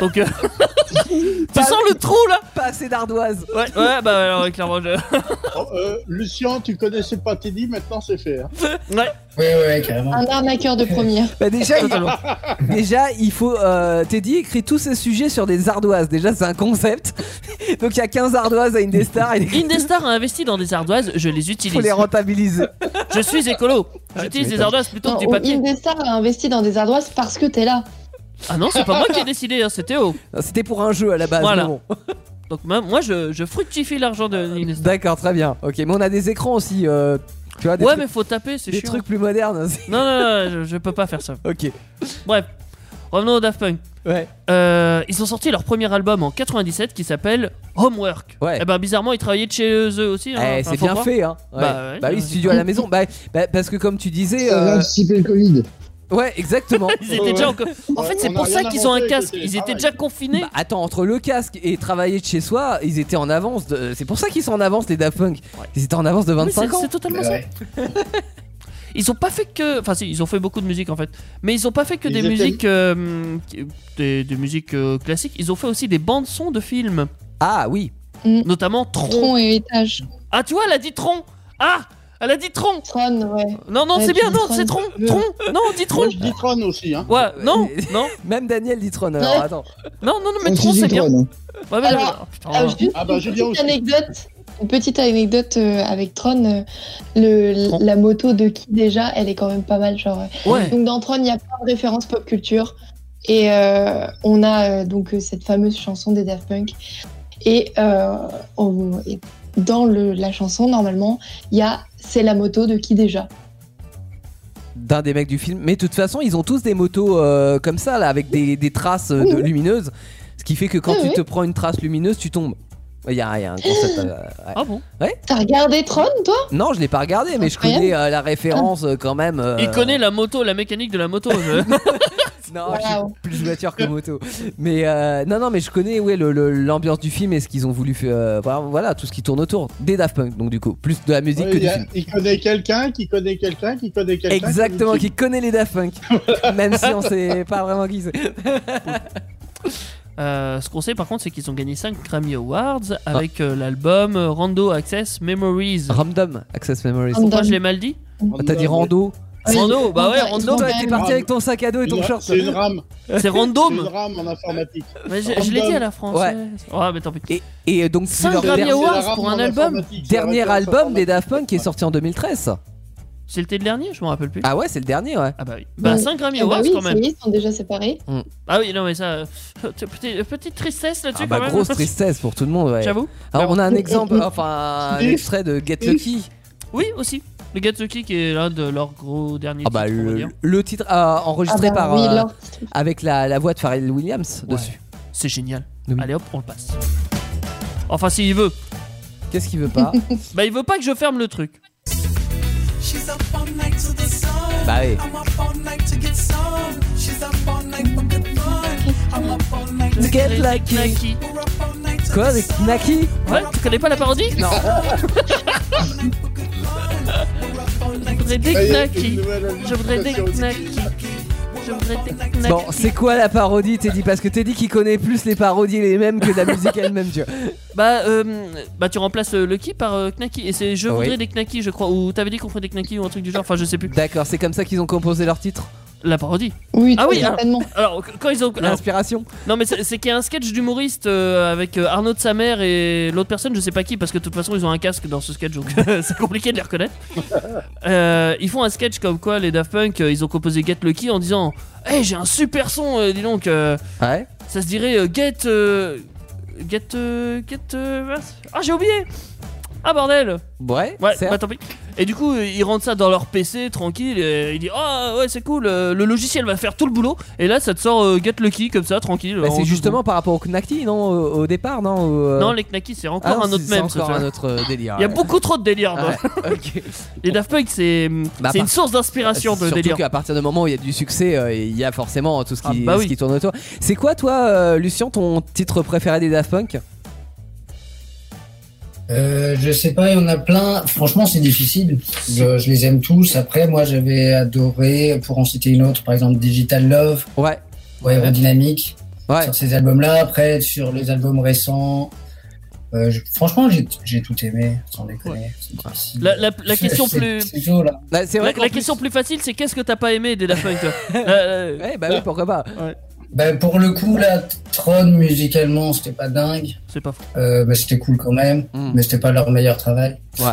Donc, euh, tu sens le trou là Pas assez d'ardoise. Ouais, ouais, bah alors, clairement, je- Oh, euh, Lucien, tu connaissais pas Teddy, maintenant c'est fait. hein. Ouais, Oui, oui, oui, carrément. Un arnaqueur de première. Bah déjà, il- totalement. déjà, il faut. Euh, Teddy écrit tous ses sujets sur des ardoises. Déjà, c'est un concept. donc il y a 15 ardoises à Indestar. Il écrit- Indestar a investi dans des ardoises, je les faut utilise. les rentabiliser. Je suis écolo. J'utilise des ardoises plutôt Non, que du oh, papier. Indestar a investi dans des ardoises parce que t'es là. Ah non, c'est pas moi qui ai décidé, hein, c'est Théo. C'était pour un jeu à la base. Voilà. mais bon. Donc ma- moi, je, je fructifie l'argent de Nines. D'accord, très bien. Ok, mais on a des écrans aussi. euh, tu vois, des, Ouais, trucs, mais faut taper, c'est des chiant. trucs plus modernes. hein, Non, non, non, je, je peux pas faire ça. ok. Bref, revenons au Daft Punk. Ouais. Euh, ils ont sorti leur premier album en 97 qui s'appelle Homework. Ouais. Et ben bizarrement, ils travaillaient de chez eux aussi. hein, Eh, enfin, c'est faut bien croire. fait, hein. Ouais. Bah ouais, oui, ouais. studio à la maison. Bah, bah, parce que comme tu disais, Ça va euh, anticiper le Covid. ouais, exactement. Ils étaient déjà en... co- en Ouais, fait, c'est on pour a ça rien qu'ils ont un inventé, casque. le Ils étaient télétravail. déjà confinés. Bah, attends, entre le casque et travailler de chez soi, ils étaient en avance. de- C'est pour ça qu'ils sont en avance, les Daft Punk. Ouais. Ils étaient en avance de Oui, 25 c'est- ans. c'est totalement ça. Ouais. Ils ont pas fait que. Enfin, si, ils ont fait beaucoup de musique en fait. Mais ils ont pas fait que Ils des étaient- musiques, euh, qui- des, des musiques euh, classiques. Ils ont fait aussi des bandes sons de films, Ah oui. notamment Tron. Mm. Tron et étage. Ah, tu vois, elle a dit Tron. Ah, elle a dit Tron. Tron, ouais. Non, non, Ouais, Eh, c'est tu bien. dis Non, Tron. c'est Tron. Tron. Non, on dit Tron. Moi, je dis Tron aussi. Hein. Ouais, non, non, Même Daniel Ditron. Alors Ouais. attends. non, non, non, mais On Tron, dit c'est bien. Tron, hein. Ouais, mais Alors, bah non, Oh, putain, Ah, juste Ah bah, une j'ai bien petite aussi. anecdote. Une petite anecdote euh, avec Tron, euh, le, Tron. la moto de qui déjà, elle est quand même pas mal. Genre, euh, Ouais. Donc dans Tron, il y a plein de références pop culture. Et euh, on a euh, donc euh, cette fameuse chanson des Daft Punk. Et, euh, on- et dans le- la chanson, normalement, il y a C'est la moto de qui déjà D'un des mecs du film. Mais de toute façon, ils ont tous des motos euh, comme ça, là, avec des, des traces euh, de Oui. lumineuses. Ce qui fait que quand Oui, tu oui. te prends une trace lumineuse, tu tombes. Il y a, il y a un concept. euh, ouais. Oh. Ah bon T'as regardé Tron, toi Non, je l'ai pas regardé, mais je Incroyable. connais euh, la référence euh, quand même. euh, Il connaît la moto, la mécanique de la moto. je- Non, Wow. je suis plus voiture que moto. Mais euh, non, non, mais je connais ouais, le- le- l'ambiance du film et ce qu'ils ont voulu faire. euh, voilà, voilà, tout ce qui tourne autour. Des Daft Punk, donc du coup, plus de la musique Ouais, que il, y du a- film. il connaît quelqu'un qui connaît quelqu'un qui connaît quelqu'un. qui- Exactement, qui connaît les Daft Punk. même si on sait pas vraiment qui c'est. Euh, ce qu'on sait par contre, c'est qu'ils ont gagné 5 Grammy Awards Ah. avec euh, l'album euh, Rando Access Memories. Random Access Memories. Random. Pourquoi je l'ai mal dit Ah, T'as dit rando. Oui. Rando, Ah bah ouais, Ils ont Toi, Rando. quand t'es même- parti avec ton sac à dos et ton Une- short. C'est une rame. C'est C'est une random. rame en informatique. Mais je je l'ai dit à la française. Ouais, mais tant pis. Et euh, donc, c'est Cinq leur Grammy der- Awards. C'est la rame pour un en album. informatique, c'est la dernier référence album des Daft Punk informatique. qui est sorti en 2013. C'était le dernier, je me rappelle plus. Ah, Ah ouais, c'est le dernier, ouais. bah oui. Bah Oui. 5 Eh Grammy Ah bah Awards oui, quand ça même. y est, ils sont déjà séparés. Ah oui, non mais ça. euh, petit- petite tristesse là-dessus Ah bah, quand même. grosse tristesse pour tout le monde, ouais. J'avoue. Alors, on a un exemple, Mm, mm, mm. enfin, un If- extrait de Get Lucky. Oui, aussi. Le Get the Kick est l'un de leurs gros derniers Ah bah, titres, on va le, dire. le titre euh, Ah enregistré bah par. oui, euh, leur- avec la, la voix de Pharrell Williams Ouais. dessus. C'est génial. Oui. Allez hop, on le passe. Enfin, s'il veut. Qu'est-ce qu'il veut pas Bah, il veut pas que je ferme le truc. She's up all night to the sun. Bah oui. I'm up all night to get some. She's up all night for good fun. I'm up all night to get. Get Lucky. Naki. We're up all night to Quoi, get avec Naki Ouais, tu connais pas la parodie Non. Je voudrais des Ça y est, une knackis. nouvelle Je voudrais des information. knackis. Je voudrais des knackis. Bon, c'est quoi la parodie, Teddy Parce que Teddy qui connaît plus les parodies les mêmes que la musique elle-même, tu vois. Bah, euh, bah, tu remplaces euh, le qui par euh, knacky. Et c'est je Ah Oui. voudrais des knackis, je crois. Ou t'avais dit qu'on ferait des knackis ou un truc du genre. Enfin, je sais plus. D'accord, c'est comme ça qu'ils ont composé leur titre La parodie. Oui, Ah oui, alors. certainement. Alors, qu- quand ils ont. alors, L'inspiration non, mais c'est c'est qu'il y a un sketch d'humoriste euh, avec euh, Arnaud de sa mère et l'autre personne, je sais pas qui, parce que de toute façon, ils ont un casque dans ce sketch, donc c'est compliqué de les reconnaître. Euh, ils font un sketch comme quoi les Daft Punk, euh, ils ont composé Get Lucky en disant Hey, j'ai un super son, euh, dis donc. euh, Ouais. ça se dirait euh, Get. euh, get. euh, get. euh, mince. ah, j'ai oublié Ah, bordel Ouais, Ouais, certes. bah tant pis. Et du coup, euh, ils rentrent ça dans leur PC tranquille. Et il dit Ah ouais, c'est cool, euh, le logiciel va faire tout le boulot. Et là, ça te sort euh, Get Lucky comme ça, tranquille. Bah, en c'est deux justement par rapport au Knacki, non au, au départ, non Au, euh, secondes. Non, les Knackis, c'est encore ah non, un autre c'est- même. C'est encore ça, tu un vois. autre euh, délire. Il y a ouais. beaucoup trop de délire. moi. Ouais, ok. Les Daft Punk, c'est Bah, c'est par- une source d'inspiration de Surtout délire. qu'à partir du moment où il y a du succès, euh, il y a forcément tout ce qui, Ah bah oui. ce qui tourne autour. C'est quoi, toi, euh, Lucien, ton titre préféré des Daft Punk Euh, je sais pas, il y en a plein. Franchement, c'est difficile. Je, je les aime tous. Après, moi, j'avais adoré, pour en citer une autre, par exemple Digital Love Ouais, ou Aerodynamic ouais. sur ces albums-là. Après, sur les albums récents, euh, je- franchement, j'ai j'ai tout aimé, sans déconner. C'est difficile. La, la- la question C'est- plus. c'est chaud, là. Bah, c'est La, vrai la qu'en plus- question plus facile, c'est qu'est-ce que t'as pas aimé des Daft Punk toi Euh, euh, Ouais, bah oui, pourquoi pas. Ben, pour le coup, la Tron, musicalement, c'était pas dingue. C'est pas fou. Euh, ben, c'était cool quand même, Mm. mais c'était pas leur meilleur travail. Ouais.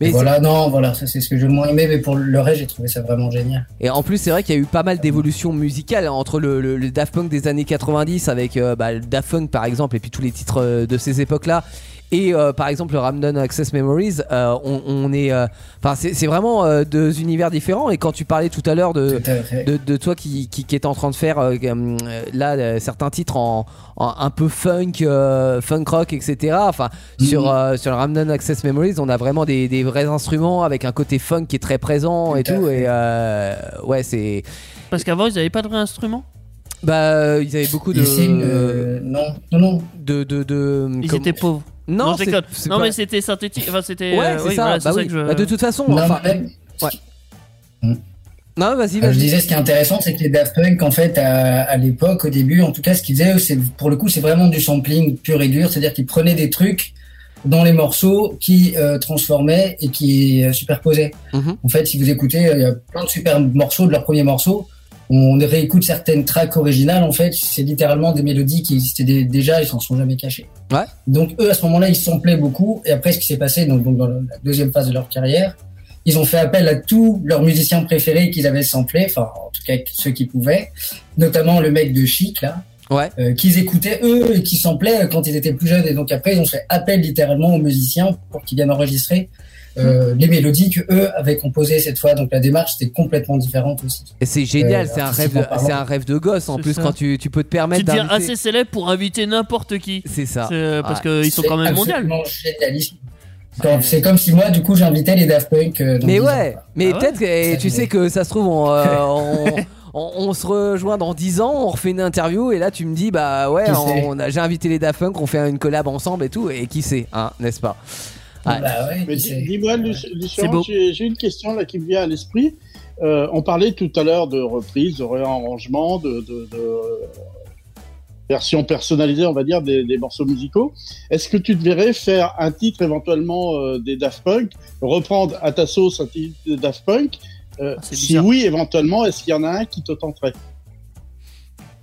Et Mais voilà, non, voilà, ça c'est ce que j'ai le moins aimé, mais pour le reste, j'ai trouvé ça vraiment génial. c'est- Et en plus, c'est vrai qu'il y a eu pas mal d'évolutions musicales hein, entre le, le- le Daft Punk des années 90 avec euh, bah, le Daft Punk par exemple, et puis tous les titres euh, de ces époques-là. Et euh, par exemple, le Ramdon Access Memories, euh, on, on est. euh, Enfin, c'est c'est vraiment euh, deux univers différents. Et quand tu parlais tout à l'heure de, Tout à fait. de, de toi qui, qui, qui est en train de faire euh, euh, là euh, certains titres en, en un peu funk, euh, funk rock, etc. Enfin, Mm-hmm. sur, euh, sur le Ramdon Access Memories, on a vraiment des, des vrais instruments avec un côté funk qui est très présent et Tout à tout. fait. Et euh, ouais, c'est. Parce qu'avant, ils avaient pas de vrai instrument. Bah, euh, ils avaient beaucoup de. Ici, euh, non, non, non. de, de, de- Ils comme- étaient pauvres. Non, je c'est- déconne. c'est Non, pas- mais c'était synthétique. Enfin, c'était. Ouais, euh, c'est oui, ça. voilà, c'est bah oui. que je- Bah, de toute façon, Non, enfin. mais- ouais. Non, vas-y, Euh, Je vas-y. disais, ce qui est intéressant, c'est que les Daft Punk, en fait, à, à l'époque, au début, en tout cas, ce qu'ils faisaient, c'est, pour le coup, c'est vraiment du sampling pur et dur. C'est-à-dire qu'ils prenaient des trucs dans les morceaux qui euh, transformaient et qui euh, superposaient. Mhm. En fait, si vous écoutez, euh, il y a plein de super morceaux de leur premier morceau. On réécoute certaines tracks originales. En fait, c'est littéralement des mélodies qui existaient dé- déjà. Ils s'en sont jamais cachés. Ouais. Donc eux, à ce moment-là, ils samplaient beaucoup. Et après, ce qui s'est passé, donc, donc dans la deuxième phase de leur carrière, ils ont fait appel à tous leurs musiciens préférés qu'ils avaient samplés, enfin en tout cas ceux qui pouvaient, notamment le mec de Chic là, Ouais. euh, qu'ils écoutaient eux et qui samplaient euh, quand ils étaient plus jeunes. Et donc après ils ont fait appel littéralement aux musiciens pour qu'ils viennent enregistrer. euh, Mm. les mélodies que eux avaient composées cette fois. Donc la démarche était complètement différente aussi. Et c'est génial, Euh, c'est un rêve, artistiquement parlant. c'est un rêve de gosse en C'est plus ça. quand tu, tu peux te permettre Tu ah, deviens d'inviter- assez célèbre pour inviter n'importe qui. C'est ça. C'est, euh, Parce Ouais. qu'ils sont C'est quand même mondiaux. absolument génialissime. Quand- C'est comme si moi, du coup, j'invitais les Daft Punk. euh, dans Mais dix ans. ouais, mais Ah ouais peut-être que Ça tu fait- sais que ça se trouve on, euh, on, on- on se rejoint dans 10 ans, on refait une interview et là tu me dis bah ouais, Qui sait on a, j'ai invité les Daft Punk, on fait une collab ensemble et tout et qui sait, hein, n'est-ce pas Ouais. Bah ouais, Mais c'est- dis- dis-moi, Lu- C'est beau. Lucien, j'ai j'ai une question là qui me vient à l'esprit. Euh, on parlait tout à l'heure de reprise, de réarrangement, de, de- de, euh, version personnalisée, on va dire, des, des morceaux musicaux. Est-ce que tu te verrais faire un titre éventuellement euh, des Daft Punk, reprendre à ta sauce un titre des Daft Punk Euh, Ah, c'est Si bizarre. oui, éventuellement, est-ce qu'il y en a un qui te tenterait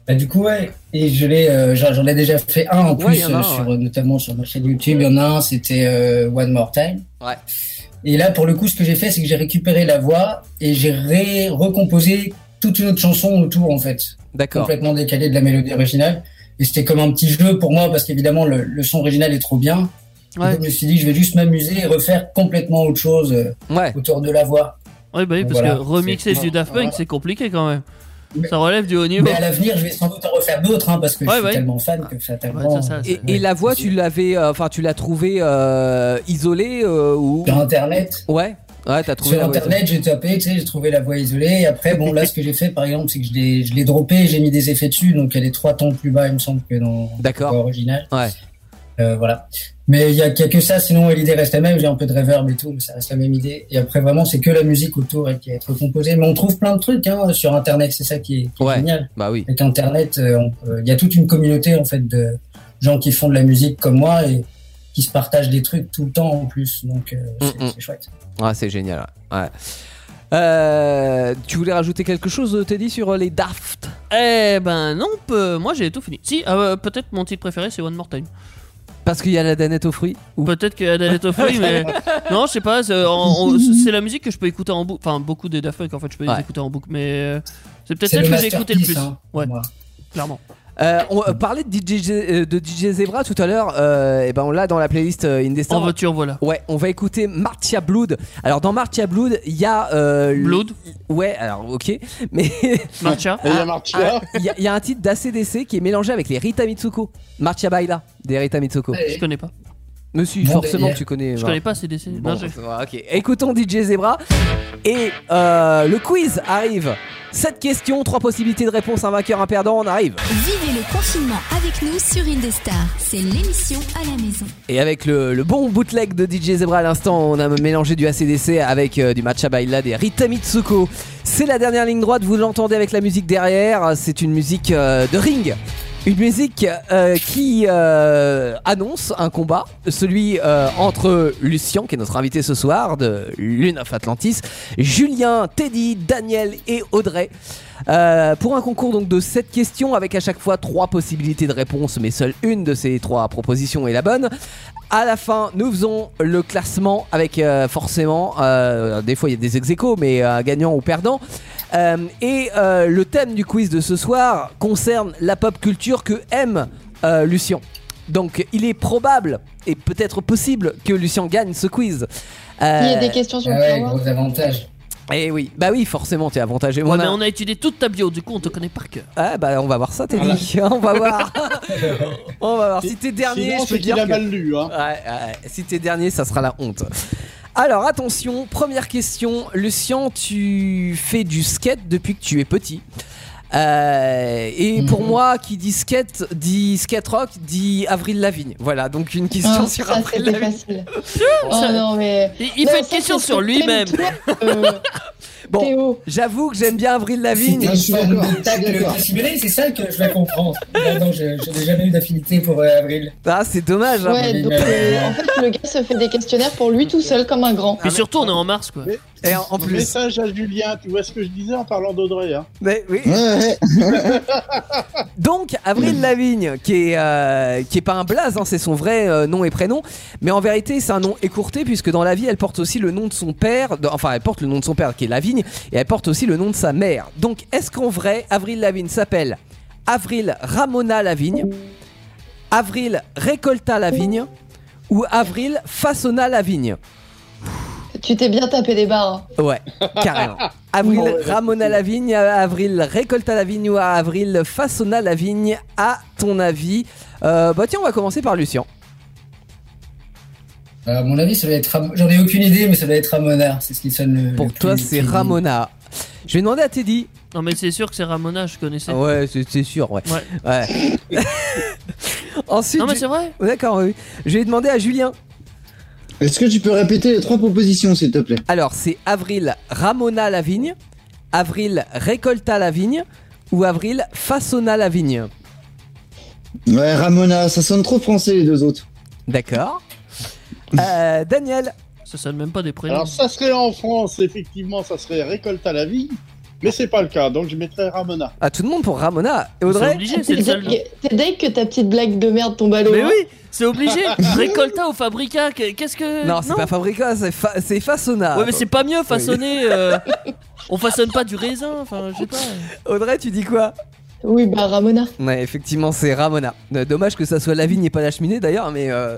Bah, du coup, ouais. Et je l'ai, euh, j'en j'en ai déjà fait un en Ouais, il plus, y en a un, euh, sur, notamment sur ma chaîne YouTube. Il y en a un, c'était euh, One More Time. Ouais. Et là, pour le coup, ce que j'ai fait, c'est que j'ai récupéré la voix et j'ai ré- recomposé toute une autre chanson autour, en fait. D'accord. complètement décalé de la mélodie originale. Et c'était comme un petit jeu pour moi parce qu'évidemment le, le son original est trop bien. Et Ouais. donc, je me suis dit je vais juste m'amuser et refaire complètement autre chose euh, Ouais. autour de la voix. Oui, bah oui, Donc parce voilà, que remixer c'est- du Daft Punk, Voilà. c'est compliqué quand même. Mais- Ça relève du haut niveau. Mais à l'avenir je vais sans doute en refaire d'autres hein, parce que Ouais, je suis ouais. tellement fan que ça Ouais, tellement. ça, ça, Et, ça- et la voix, tu l'avais, euh, enfin tu l'as trouvée euh, isolée euh, ou Sur internet. ouais, ouais, t'as trouvé Sur la voix isolée. internet, j'ai tapé, tu sais, j'ai trouvé la voix isolée. Et après, bon, là, ce que j'ai fait, par exemple, c'est que je l'ai, je l'ai droppé et j'ai mis des effets dessus. Donc, elle est trois tons plus bas, il me semble, que dans la D'accord. voix originale. Ouais. Euh, voilà. Mais il y a, il y a que ça, sinon l'idée reste la même. J'ai un peu de reverb et tout, mais ça reste la même idée. Et après, vraiment, c'est que la musique autour et qui va être composée. Mais on trouve plein de trucs hein, sur Internet, c'est ça qui est, qui est Ouais. génial. Bah oui. Avec Internet, euh, on peut- il y a toute une communauté en fait de gens qui font de la musique comme moi et qui se partagent des trucs tout le temps en plus. Donc, euh, c'est Mm, mm. c'est chouette. Ouais, c'est génial. Ouais. Ouais. Euh, tu voulais rajouter quelque chose, Teddy, sur euh, les Daft Eh ben non, peu- moi j'ai tout fini. Si, euh, peut-être mon titre préféré c'est One More Time. Parce qu'il y a la danette aux fruits ou- Peut-être que Adèle est au folie, mais non, je sais pas. C'est euh, en- en- c'est la musique que je peux écouter en boucle. Enfin, beaucoup des Daft Punk en fait, je peux Ouais. les écouter en boucle, mais euh, c'est peut-être C'est celle le que j'ai écoutée le masterpiece. plus. hein, pour Ouais, moi. clairement. Euh, on euh, parlait de DJ, Ze- euh, de DJ Zebra tout à l'heure. euh, et ben on l'a dans la playlist euh, En Indestar. voiture, voilà. Ouais, on va écouter Martia Blood. Alors dans Martia Blood, il y a euh, le- Blood, Ouais, alors ok, mais Ah, euh, Marcha. Et il y a Martina. il y, a- il y a un titre d'ACDC qui est mélangé avec les Rita Mitsuko. Martia Baila des Rita Mitsuko. Je connais pas. Monsieur, Bon forcément délire. tu connais. Je voilà. connais pas CDC. Bon, Non, je- bah, ok. Écoutons DJ Zebra. Et euh, le quiz arrive. 7 questions, 3 possibilités de réponse, un vainqueur, un perdant, on arrive. Vivez le confinement avec nous sur Indestar. C'est l'émission à la maison. Et avec le, le bon bootleg de DJ Zebra à l'instant, on a mélangé du ACDC avec euh, du Matcha Baila des Rita Mitsuko. C'est la dernière ligne droite, vous l'entendez avec la musique derrière. C'est une musique euh, de ring. Une musique euh, qui euh, annonce un combat, celui euh, entre Lucien, qui est notre invité ce soir, de Lune of Atlantis, Julien, Teddy, Daniel et Audrey. Euh, pour un concours donc de 7 questions avec à chaque fois 3 possibilités de réponse, mais seule une de ces 3 propositions est la bonne. À la fin, nous faisons le classement avec euh, forcément, euh, des fois il y a des ex aequo, mais euh, gagnant ou perdant. Euh, et euh, le thème du quiz de ce soir concerne la pop culture que aime euh, Lucien. Donc il est probable et peut-être possible que Lucien gagne ce quiz. Euh, Il y a des questions sur Ah le ouais, savoir. gros avantage. Eh oui, bah oui, forcément, t'es avantagé. Ouais, On a- mais on a étudié toute ta bio, du coup on te connaît par cœur. Ah bah on va voir ça Teddy, on va voir. on va voir. Si t'es dernier, Sinon, je peux c'est qu'il dire a que- mal lu. Hein. Ouais, ouais, si t'es dernier, ça sera la honte. Alors attention, première question. Lucien, tu fais du skate depuis que tu es petit. Euh, et pour Mhm. moi, qui dit skate, dit skate rock, dit Avril Lavigne. Voilà, donc une question Ah, sur ça, Avril c'était Lavigne. facile. Oh non, mais. Il, il Non, fait une ça, question c'est sur ce que lui-même. t'aimes, toi, euh, Bon, Théo. j'avoue que j'aime bien Avril Lavigne. C'est je une suis forme d'accord, de je tacle suis d'accord. dissimulé, c'est ça que je la comprends. Non, non, je, je n'ai jamais eu d'affinité pour euh, Avril. Ah, c'est dommage. hein. Ouais, mais- donc euh, en fait, le gars se fait des questionnaires pour lui tout seul comme un grand. Ah, Et surtout on est en mars quoi. Et en, en plus, Message à Julien, tu vois ce que je disais en parlant d'Audrey. Hein. mais oui. Ouais, ouais. Donc Avril Lavigne, qui est euh, qui est pas un blaze, hein, c'est son vrai euh, nom et prénom, mais en vérité c'est un nom écourté puisque dans la vie elle porte aussi le nom de son père, de- enfin elle porte le nom de son père qui est Lavigne et elle porte aussi le nom de sa mère. Donc est-ce qu'en vrai Avril Lavigne s'appelle Avril Ramona Lavigne, Avril Récolta Lavigne ou Avril Façonna Lavigne Tu t'es bien tapé des barres. hein. Ouais, carrément. Avril Ouais, Ramona Lavigne, à Avril Récolta Lavigne ou à Avril Façonna Lavigne, à ton avis Euh, Bah tiens, on va commencer par Lucien. Euh, À mon avis, ça va être. Ram- J'en ai aucune idée, mais ça va être Ramona. C'est ce qui sonne le. le Pour plus toi, c'est crédible. Ramona. Je vais demander à Teddy. Non, mais c'est sûr que c'est Ramona, je connaissais. Ah ouais, c'est c'est sûr, ouais. Ouais. Ouais. Ensuite, Non, mais je- c'est vrai. d'accord, oui. Je vais demander à Julien. Est-ce que tu peux répéter les trois propositions, s'il te plaît Alors, c'est Avril Ramona Lavigne, Avril Récolta Lavigne ou Avril Façonna Lavigne. Ouais, Ramona, ça sonne trop français, les deux autres. D'accord. Euh, Daniel. Ça sonne même pas des prénoms. Alors ça serait en France, effectivement, ça serait récolte à la vie, mais c'est pas le cas, donc je mettrais Ramona. À tout le monde pour Ramona. Et C'est Audrey obligé, c'est T'es le seul. deg- t'es deg que ta petite blague de merde tombe à l'eau. Mais hein. oui, c'est obligé. Récolta ou Fabrica, qu'est- qu'est-ce que. Non, c'est pas Fabrica, c'est fa- c'est Façonna. Ouais, mais c'est pas mieux façonner. euh, On façonne pas du raisin, enfin, je sais pas. Audrey, tu dis quoi Oui, bah Ramona. Ouais, effectivement, c'est Ramona. Euh, Dommage que ça soit la vigne et pas la cheminée d'ailleurs, mais euh,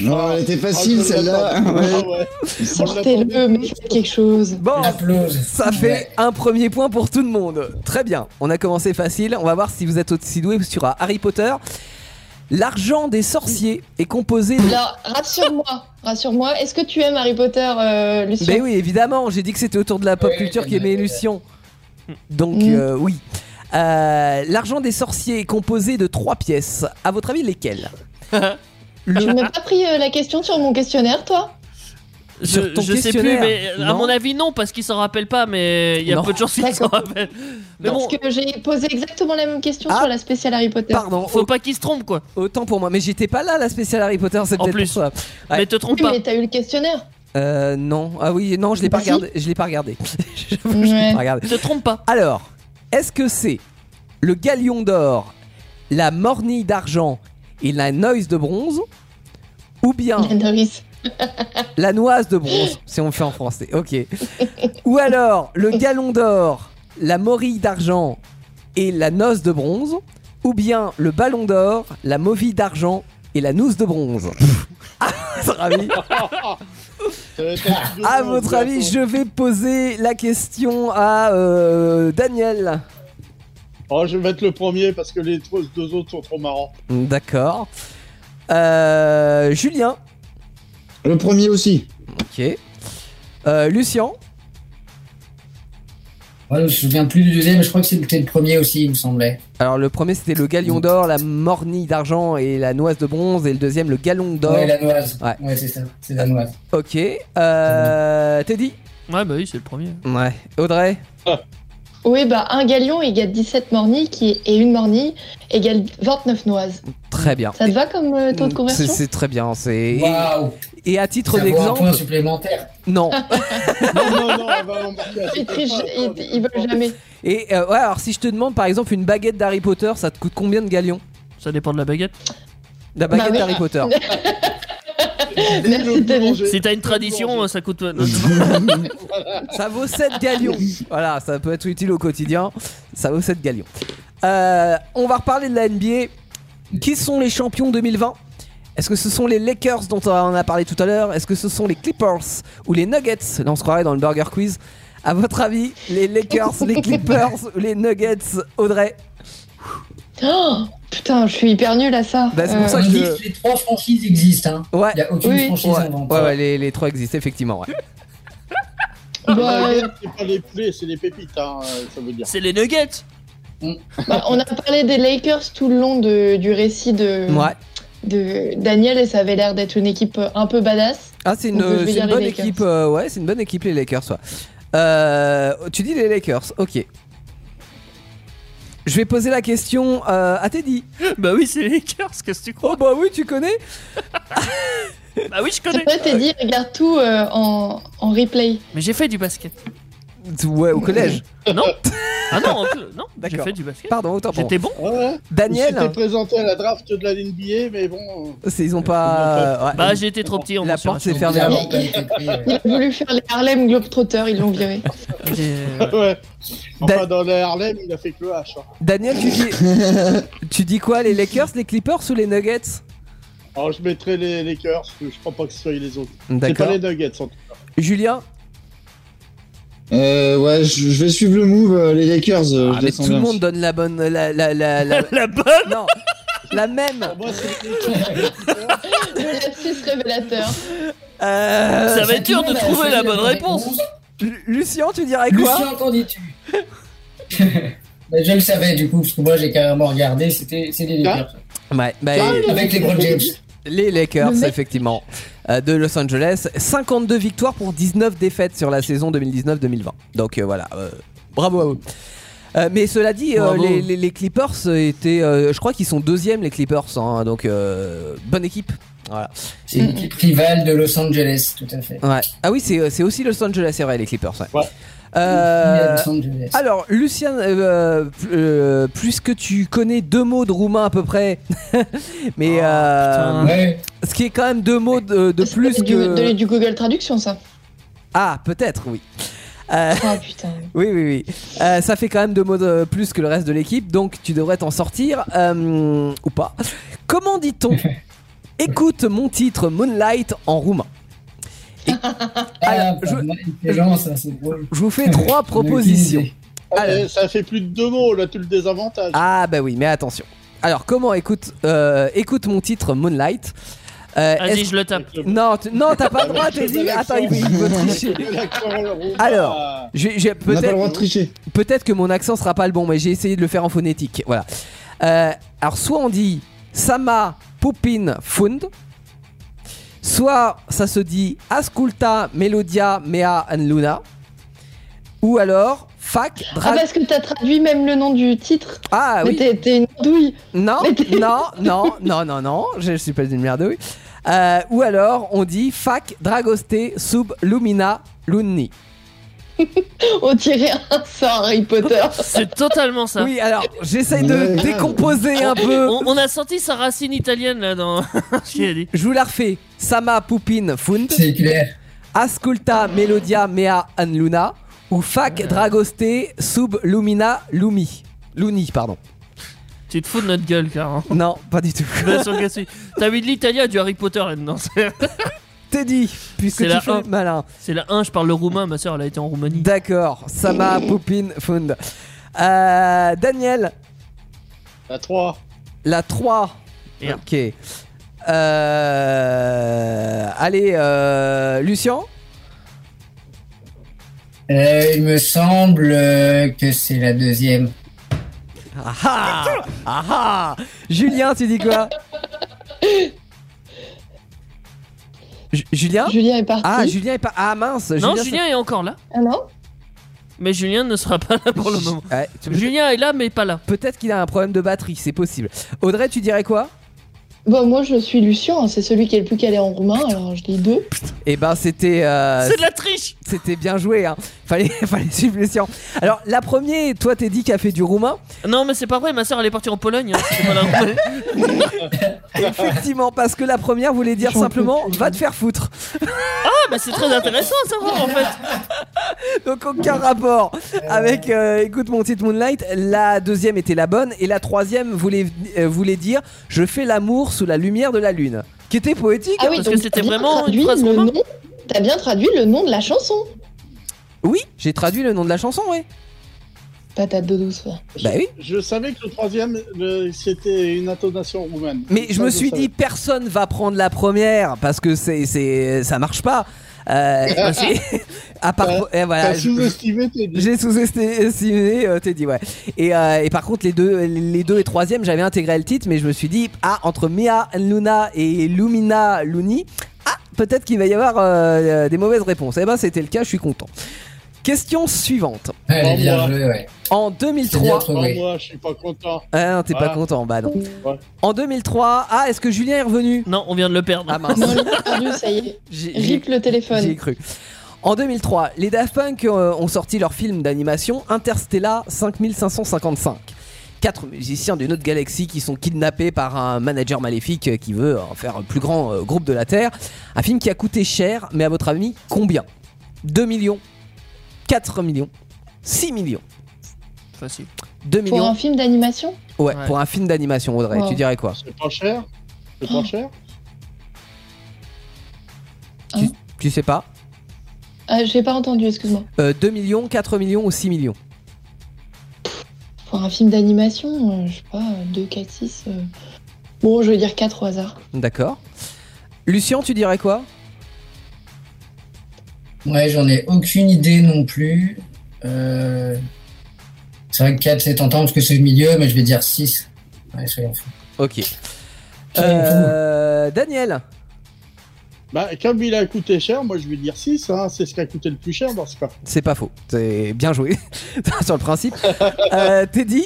Non, elle était facile, Ah, je celle-là. l'attendais. Ouais. Ah ouais. Sortez-le, mais faites quelque chose. bon, Applause. ça fait un premier point pour tout le monde. Très bien, on a commencé facile. On va voir si vous êtes aussi doué sur un Harry Potter. L'argent des sorciers est composé. De... Alors, rassure-moi, rassure-moi. Est-ce que tu aimes Harry Potter, euh, Lucien Ben Mais Ben oui, évidemment, j'ai dit que c'était autour de la pop Oui, culture oui, qui oui. aimait Lucien. Donc Mm. euh, oui. Euh, L'argent des sorciers est composé de trois pièces. À votre avis, lesquelles Tu m'as pas pris euh, la question sur mon questionnaire, toi Je, Sur ton Euh, je sais plus, questionnaire, mais à non mon avis, non, parce qu'il s'en rappelle pas, mais il y a Non. peu de chances qu'il s'en D'accord. rappelle. Mais Parce bon, que j'ai posé exactement la même question Ah. sur la spéciale Harry Potter. Pardon, faut pas qu'il se trompe, quoi. Autant pour moi, mais j'étais pas là la spéciale Harry Potter, c'est En peut-être plus. pour ça. Ouais. Mais te trompe Oui, pas. mais t'as eu le questionnaire. Euh, non, ah oui, non, je l'ai pas Bah si. regardé, je l'ai pas regardé. J'avoue, je l'ai Ouais. pas regardé. Te trompe pas. Alors, est-ce que c'est le Galion d'or, la Mornille d'argent et la Noise de bronze ou bien La nourrice. la Noise de bronze si on le fait en français. OK. ou alors le Galon d'or, la Morille d'argent et la Noce de bronze ou bien le Ballon d'or, la Movie d'argent et la Noose de bronze. Ah, votre avis Ça va être un À peu votre long, avis, bientôt. je vais poser la question à euh, Daniel. Oh, je vais mettre le premier parce que les trois- deux autres sont trop marrants. D'accord. Euh, Julien. Le premier aussi. Ok. Euh, Lucien. Ouais, je me souviens plus du deuxième, mais je crois que c'était le premier aussi, il me semblait. Alors le premier c'était le galion d'or, la mornille d'argent et la noise de bronze et le deuxième le galon d'or. Ouais, la noise. Ouais. Ouais, c'est ça. C'est la noise. Ok. Euh, Teddy. Ouais, bah oui, c'est le premier. Ouais. Audrey. Ah. Oui, bah un galion égale 17 mornilles qui... et une mornille égale 29 noises. Très bien. Ça te va comme euh, taux de C'est conversion Mm, c'est très bien. C'est Waouh. et, et à titre Ça vaut un point d'exemple, supplémentaire. non. Non, non, non, elle va l'embarquer à Ils cette trichent, époque, ils, on est ils pas- veulent jamais. Et euh, ouais, alors si je te demande par exemple une baguette d'Harry Potter, ça te coûte combien de galions Ça dépend de la baguette. La baguette Bah oui. d'Harry Potter. Merci, Denis. Si t'as une tradition, ça coûte. euh, Non, Ça vaut 7 galions. Voilà, ça peut être utile au quotidien. Ça vaut 7 galions. Euh, on va reparler de la NBA. Qui sont les champions 2020 Est-ce que ce sont les Lakers dont on a parlé tout à l'heure Est-ce que ce sont les Clippers ou les Nuggets Là, on se croirait dans le Burger Quiz. À votre avis, les Lakers, les Clippers ou les Nuggets Audrey Oh, putain, je suis hyper nulle à ça. Euh, Bah, c'est pour ça On que- dit que les trois franchises existent. Hein. Ouais. Il n'y a aucune Oui. franchise Ouais, inventée. ouais, ouais, les, les trois existent effectivement. ouais. Bah, La euh, guerre, C'est pas les poulets, c'est les pépites, hein, euh, ça veut dire. C'est les nuggets. hein. bah, on a parlé des Lakers tout le long de- du récit de, Ouais. de Daniel et ça avait l'air d'être une équipe un peu badass. Ah, c'est une, Donc, je vais c'est dire une les bonne Lakers. équipe. euh, ouais, c'est une bonne équipe les Lakers. ouais. Euh, tu dis les Lakers. Ok. Je vais poser la question euh, à Teddy. Bah oui, c'est les Lakers, qu'est-ce que tu Oh crois bah oui, tu connais. Bah oui, je C'est connais. vrai, t'es dit, regarde tout euh, en, en replay. Mais j'ai fait du basket. Ouais, au collège. Non Ah non, en plus, non, j'ai D'accord. fait du basket. Pardon, autant pour. moi. J'étais bon Ouais, ouais. C'était Daniel, présenté à la draft de la NBA, mais bon. euh, c'est- ils ont pas. Euh, ouais. Bah j'ai été trop petit en La mensuration. porte s'est Fermé fermée la avant. Ah, porte, elle était prise, Il euh, ouais. a voulu faire les Harlem Globetrotters, ils l'ont viré. J'ai- euh, Ouais. Enfin, Da- dans les Harlem, il a fait que le H. hein. Daniel, tu dis, tu dis quoi Les Lakers, les Clippers ou les Nuggets Alors je mettrai les, les Lakers, je crois pas que ce soit les autres. C'est pas D'accord. les Nuggets en tout cas. Julia Euh, ouais, je, je vais suivre le move, euh, les Lakers. euh, je Ah, mais laisse Tout le ambiance. monde donne la bonne. La, la, la, la- La bonne non, la même. Pour moi, c'est les Lakers. Le lapsus révélateur. Euh, Ça va être dur de Bah, trouver c'est la bonne réponse. Lu- Lucien, tu dirais quoi Lucien, qu'en dis-tu Bah, Je le savais du coup, parce que moi j'ai carrément regardé, c'était c'est les Lakers. Ouais, bah, Avec les Brown James. les Lakers, Le mec- effectivement, euh, de Los Angeles. 52 victoires pour 19 défaites sur la saison 2019-2020. Donc euh, voilà, euh, bravo à eux. Euh, mais cela dit, euh, Bravo. les, les- les Clippers étaient. euh, je crois qu'ils sont deuxièmes, les Clippers. hein, donc, euh, bonne équipe. Voilà. C'est une équipe rivale de Los Angeles, tout à fait. Ouais. Ah oui, c'est, c'est aussi Los Angeles, c'est vrai, les Clippers. ouais. Ouais. Euh, Los Angeles. alors, Lucien, euh, pl- euh, puisque tu connais deux mots de roumain à peu près, mais Oh, euh, putain. Ouais, ce qui est quand même deux mots de, de C'est plus du, de- que. du Google Traduction, ça. Ah, peut-être, oui. Euh, Ah putain. oui, oui, oui. Euh, ça fait quand même deux mots de plus que le reste de l'équipe, donc tu devrais t'en sortir, euh, ou pas. Comment dit-on Écoute mon titre Moonlight en roumain. ah, Alors, je- pas mal intelligent, ça, c'est drôle. Je vous fais trois propositions. Ah, Alors. mais ça fait plus de deux mots, là tu le désavantages. Ah bah oui, mais attention. Alors comment écoute euh, écoute mon titre Moonlight. Euh, Vas-y, est-ce- je le tape. Non, tu- non, t'as pas le droit, Avec t'es le dit. bel Attends, il accent. veut, il veut tricher. Alors. Alors, Je vais- je vais- On n'a pas le droit de peut-être, tricher. peut-être que mon accent sera pas le bon, mais j'ai essayé de le faire en phonétique. Voilà. Euh, alors soit on dit Sama Pupin Fund, soit ça se dit Asculta Melodia Mea an Luna, ou alors Fac Ah, Dra. parce que t'as traduit même le nom du titre. Ah mais oui. t'es- t'es une douille. Non, Mais t'es- non, non, non, non, non, je suis pas une merde, oui. Euh, ou alors, on dit fac dragoste sub lumina lunni. On dirait un sort Harry Potter. C'est totalement ça. Oui, alors, j'essaye de Ouais, grave. décomposer un peu. On, on a senti sa racine italienne là dans ce qu'il a dit. Je vous la refais. Sama pupin fund, C'est clair. ascolta melodia mea an luna, ou Euh. fac dragoste sub lumina lumi. Luni, pardon. Tu te fous de notre gueule, car. Non, pas du tout. T'as mis de l'italien du Harry Potter là-dedans. C'est- Teddy, puisque C'est tu la fais un. le malin. C'est la 1, je parle le roumain, ma soeur elle a été en Roumanie. D'accord, Sama Poupine Fund. Euh, Daniel, la 3. la 3. Merde. Ok. Euh, allez, euh, Lucien Euh, il me semble euh, que c'est la deuxième. Ah ah Ah ah Julien, tu dis quoi Ju- Julien Julien est parti. Ah, Julien est pas. Ah mince Non, c'est- Julien est encore là, Ah non mais Julien ne sera pas là pour le moment. Ouais, tu- Julien est là, mais pas là. Peut-être qu'il a un problème de batterie, c'est possible. Audrey, tu dirais quoi Bon, moi je suis Lucien, hein, c'est celui qui est le plus calé en roumain, alors je dis deux. Eh ben, c'était. euh, C'est de la triche C'était bien joué, hein. fallait, fallait suivre les sciences. Alors, la première, toi, t'es dit qu'a fait du roumain. Non, mais c'est pas vrai, ma soeur elle est partie en Pologne. hein, c'était pas la Roumanie. Effectivement, parce que la première voulait dire J'en peux simplement plus. va te faire foutre. Ah, mais c'est très intéressant à savoir en fait. Donc, aucun rapport avec euh, écoute mon titre Moonlight. La deuxième était la bonne et la troisième voulait, euh, voulait dire je fais l'amour sous la lumière de la lune. Qui était poétique. hein, Ah oui, parce que donc c'était t'as bien vraiment une traduit phrase le roumaine. nom. T'as bien traduit le nom de la chanson. Oui, j'ai traduit le nom de la chanson, oui. Patate de douce. ouais. Bah oui. Je savais que le troisième, le- c'était une intonation roumaine. Mais je Ça, me suis savais. dit personne va prendre la première parce que c'est c'est ça marche pas. Euh, c'est- à part eh, voilà, T'as je- sous-estimé tes dix. J'ai sous-estimé euh, Teddy, ouais. Et, euh, et par contre, les deux, les deux et troisième, j'avais intégré le titre, mais je me suis dit, ah, entre Mia Luna et Lumina Luni, ah, peut-être qu'il va y avoir euh, des mauvaises réponses. Et ben, c'était le cas, je suis content. Question suivante. Elle est Bon, Eh, bien moi. jouée, ouais. En C'est bien 2003. Oh, trouvé. moi, je suis pas content. Ah non, t'es pas Ah. content, bah non. Ouais. En 2003, ah, est-ce que Julien est revenu Non, on vient de le perdre. Ah mince, Non, elle l'a perdu, ça y est. j'ai- j'ai- Rip le J'y ai téléphone. cru. En 2003, les Daft Punk euh, ont sorti leur film d'animation Interstellar 5555. Quatre musiciens d'une autre galaxie qui sont kidnappés par un manager maléfique euh, qui veut en faire le plus grand euh, groupe de la Terre. Un film qui a coûté cher, mais à votre avis, combien 2 millions 4 millions 6 millions Facile. 2 Pour millions un film d'animation Ouais, Ouais. pour un film d'animation, Audrey, Wow. tu dirais quoi Oh. C'est pas cher. C'est pas cher. Tu sais pas Euh, J'ai pas entendu, excuse-moi. Euh, 2 millions, 4 millions ou 6 millions Pour un film d'animation, euh, je sais pas, 2, 4, 6. euh. Bon, je vais dire 4 au hasard. D'accord. Lucien, tu dirais quoi Ouais, j'en ai aucune idée non plus. Euh, C'est vrai que 4, c'est tentant parce que c'est le milieu, mais je vais dire 6. Ouais, soyons fous. Ok. Euh, Daniel Bah, comme il a coûté cher, moi je vais dire 6, hein, c'est ce qui a coûté le plus cher dans ce cas. C'est pas faux. C'est bien joué sur le principe. Euh, Teddy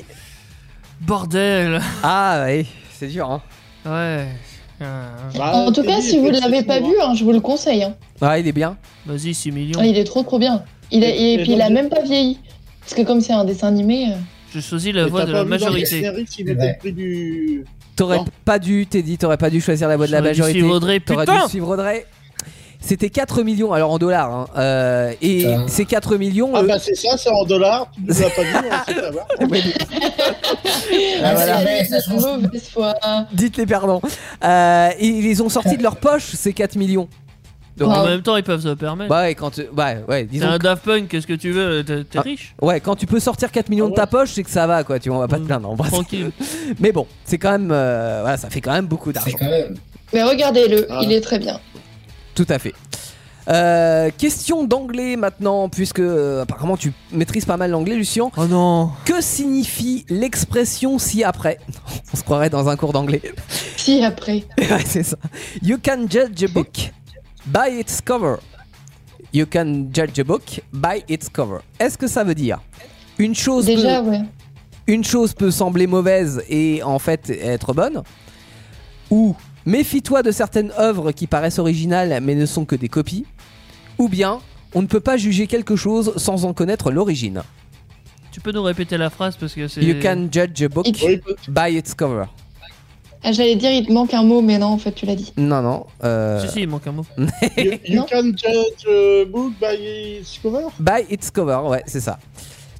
Bordel Ah oui, c'est dur. Hein. Ouais. Euh, Bah, Ah. en tout cas, Teddy si est vous ne petit, l'avez pas moi. vu, hein, je vous le conseille. hein. Ah, il est bien. Vas-y, 6 millions. Ah, il est trop trop bien. Il a- Et- et, et puis il a donc- même pas vieilli. Parce que comme c'est un dessin animé, euh, Je choisis la Mais voix t'as de pas la vu dans les majorité. génériques s'il C'est était vrai. pris du. T'aurais Non. pas dû, Teddy, t'aurais pas dû choisir la voie de la J'aurais dû majorité. suivre Audrey, T'aurais putain dû suivre Audrey. C'était 4 millions, alors en dollars. hein. Euh, et Putain. ces 4 millions. euh, Ah le- bah c'est ça, c'est en dollars, tu ne l'as pas hein, vu, on sait savoir. Ouais, Ah, voilà. c'est Ouais, ça une change. mauvaise foi. Dites les perdants. Euh, et ils les ont sortis de leur poche, ces 4 millions. Donc, En Ouais. même temps, ils peuvent se le permettre. bah ouais, quand tu- ouais, ouais, T'es disons un Daft Punk, qu'est-ce que tu veux T'es t'es Ah. riche que- ouais, quand tu peux sortir 4 millions de ta poche, c'est que ça va, quoi. Tu vois, on va pas te Mm. plaindre. en vrai. Tranquille. Mais bon, c'est quand même. euh, voilà, ça fait quand même beaucoup C'est d'argent. quand même. Mais regardez-le, Ah. il est très bien. Tout à fait. Euh, question d'anglais maintenant, puisque euh, apparemment tu maîtrises pas mal l'anglais, Lucien. Oh non Que signifie l'expression si après On se croirait dans un cours d'anglais. Si après. Ouais, c'est ça. You can judge a book by its cover. You can judge a book by its cover. Est-ce que ça veut dire une chose, Déjà, ouais. peut, une chose peut sembler mauvaise et en fait être bonne Ou méfie-toi de certaines œuvres qui paraissent originales mais ne sont que des copies Ou bien on ne peut pas juger quelque chose sans en connaître l'origine Tu peux nous répéter la phrase parce que c'est. You can judge a book It- Oui, peut- by its cover. Ah, J'allais dire, il te manque un mot, mais non, en fait, tu l'as dit. Non, non. euh, Si, si, il manque un mot. you, you Non. can judge a book by its cover By its cover, ouais, c'est ça.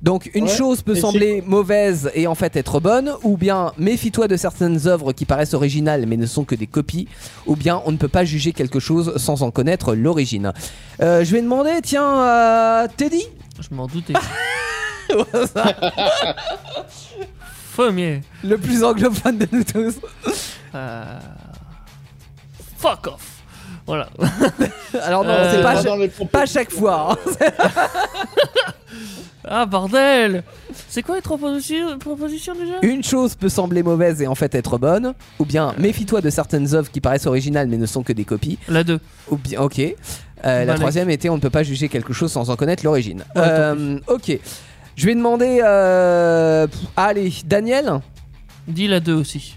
Donc une Ouais, chose peut et sembler mauvaise et en fait être bonne, ou bien méfie-toi de certaines œuvres qui paraissent originales mais ne sont que des copies, ou bien on ne peut pas juger quelque chose sans en connaître l'origine. Euh, je vais demander, tiens, à Teddy Je m'en doutais. Fumier. le plus anglophone de nous tous. Euh, Fuck off. Voilà. Alors non, Euh, c'est pas, Pas à dans chaque- les propos. pas à chaque fois. hein. Ah bordel C'est quoi les trois propositions, propositions déjà Une chose peut sembler mauvaise et en fait être bonne, ou Euh. bien méfie-toi de certaines œuvres qui paraissent originales mais ne sont que des copies, La 2. Ou bien, ok. Euh, la Malek. troisième était on ne peut pas juger quelque chose sans en connaître l'origine. Ouais, Euh, ok. Je vais demander. Euh... pff, Allez, Daniel Dis la 2 aussi.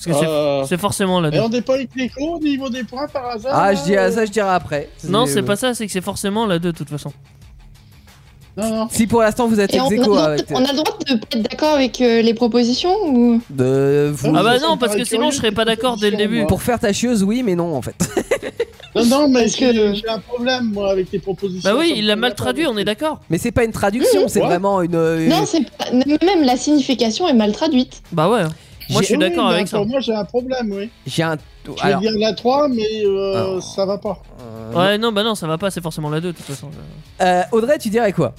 Parce que c'est- Euh, c'est forcément la Et 2. on n'est pas avec les cours au niveau des points par hasard Ah, là, je dis, ah, euh, ça, je dirai après. Non, c'est euh, pas ça, c'est que c'est forcément la 2 de toute façon. Non, non. Si pour l'instant vous êtes Et on, ex a le aequo droit- avec. on a le droit de pas être d'accord avec euh, les propositions ou... De... vous- Ah bah Ça non, me parce paraît que sinon curieux, je serais pas cette d'accord dès le position, début. moi. Pour faire ta chieuse, oui, mais non en fait. Non, non, mais Parce que- j'ai j'ai un problème, moi, avec tes propositions. Bah oui, Ça me il l'a mal convient pas traduit, du on est d'accord. Mais c'est pas une traduction, c'est Ouais. vraiment une. Mhm. Non, c'est pas... même la signification est mal traduite. Bah ouais. Moi je suis Oui, d'accord mais avec ça. pour Moi, j'ai un problème, oui. J'ai un. Je vais Alors. dire la 3, mais euh, Alors. ça va pas. euh, Ouais, non, bah non, ça va pas, c'est forcément la 2 de toute façon. euh, Audrey, tu dirais quoi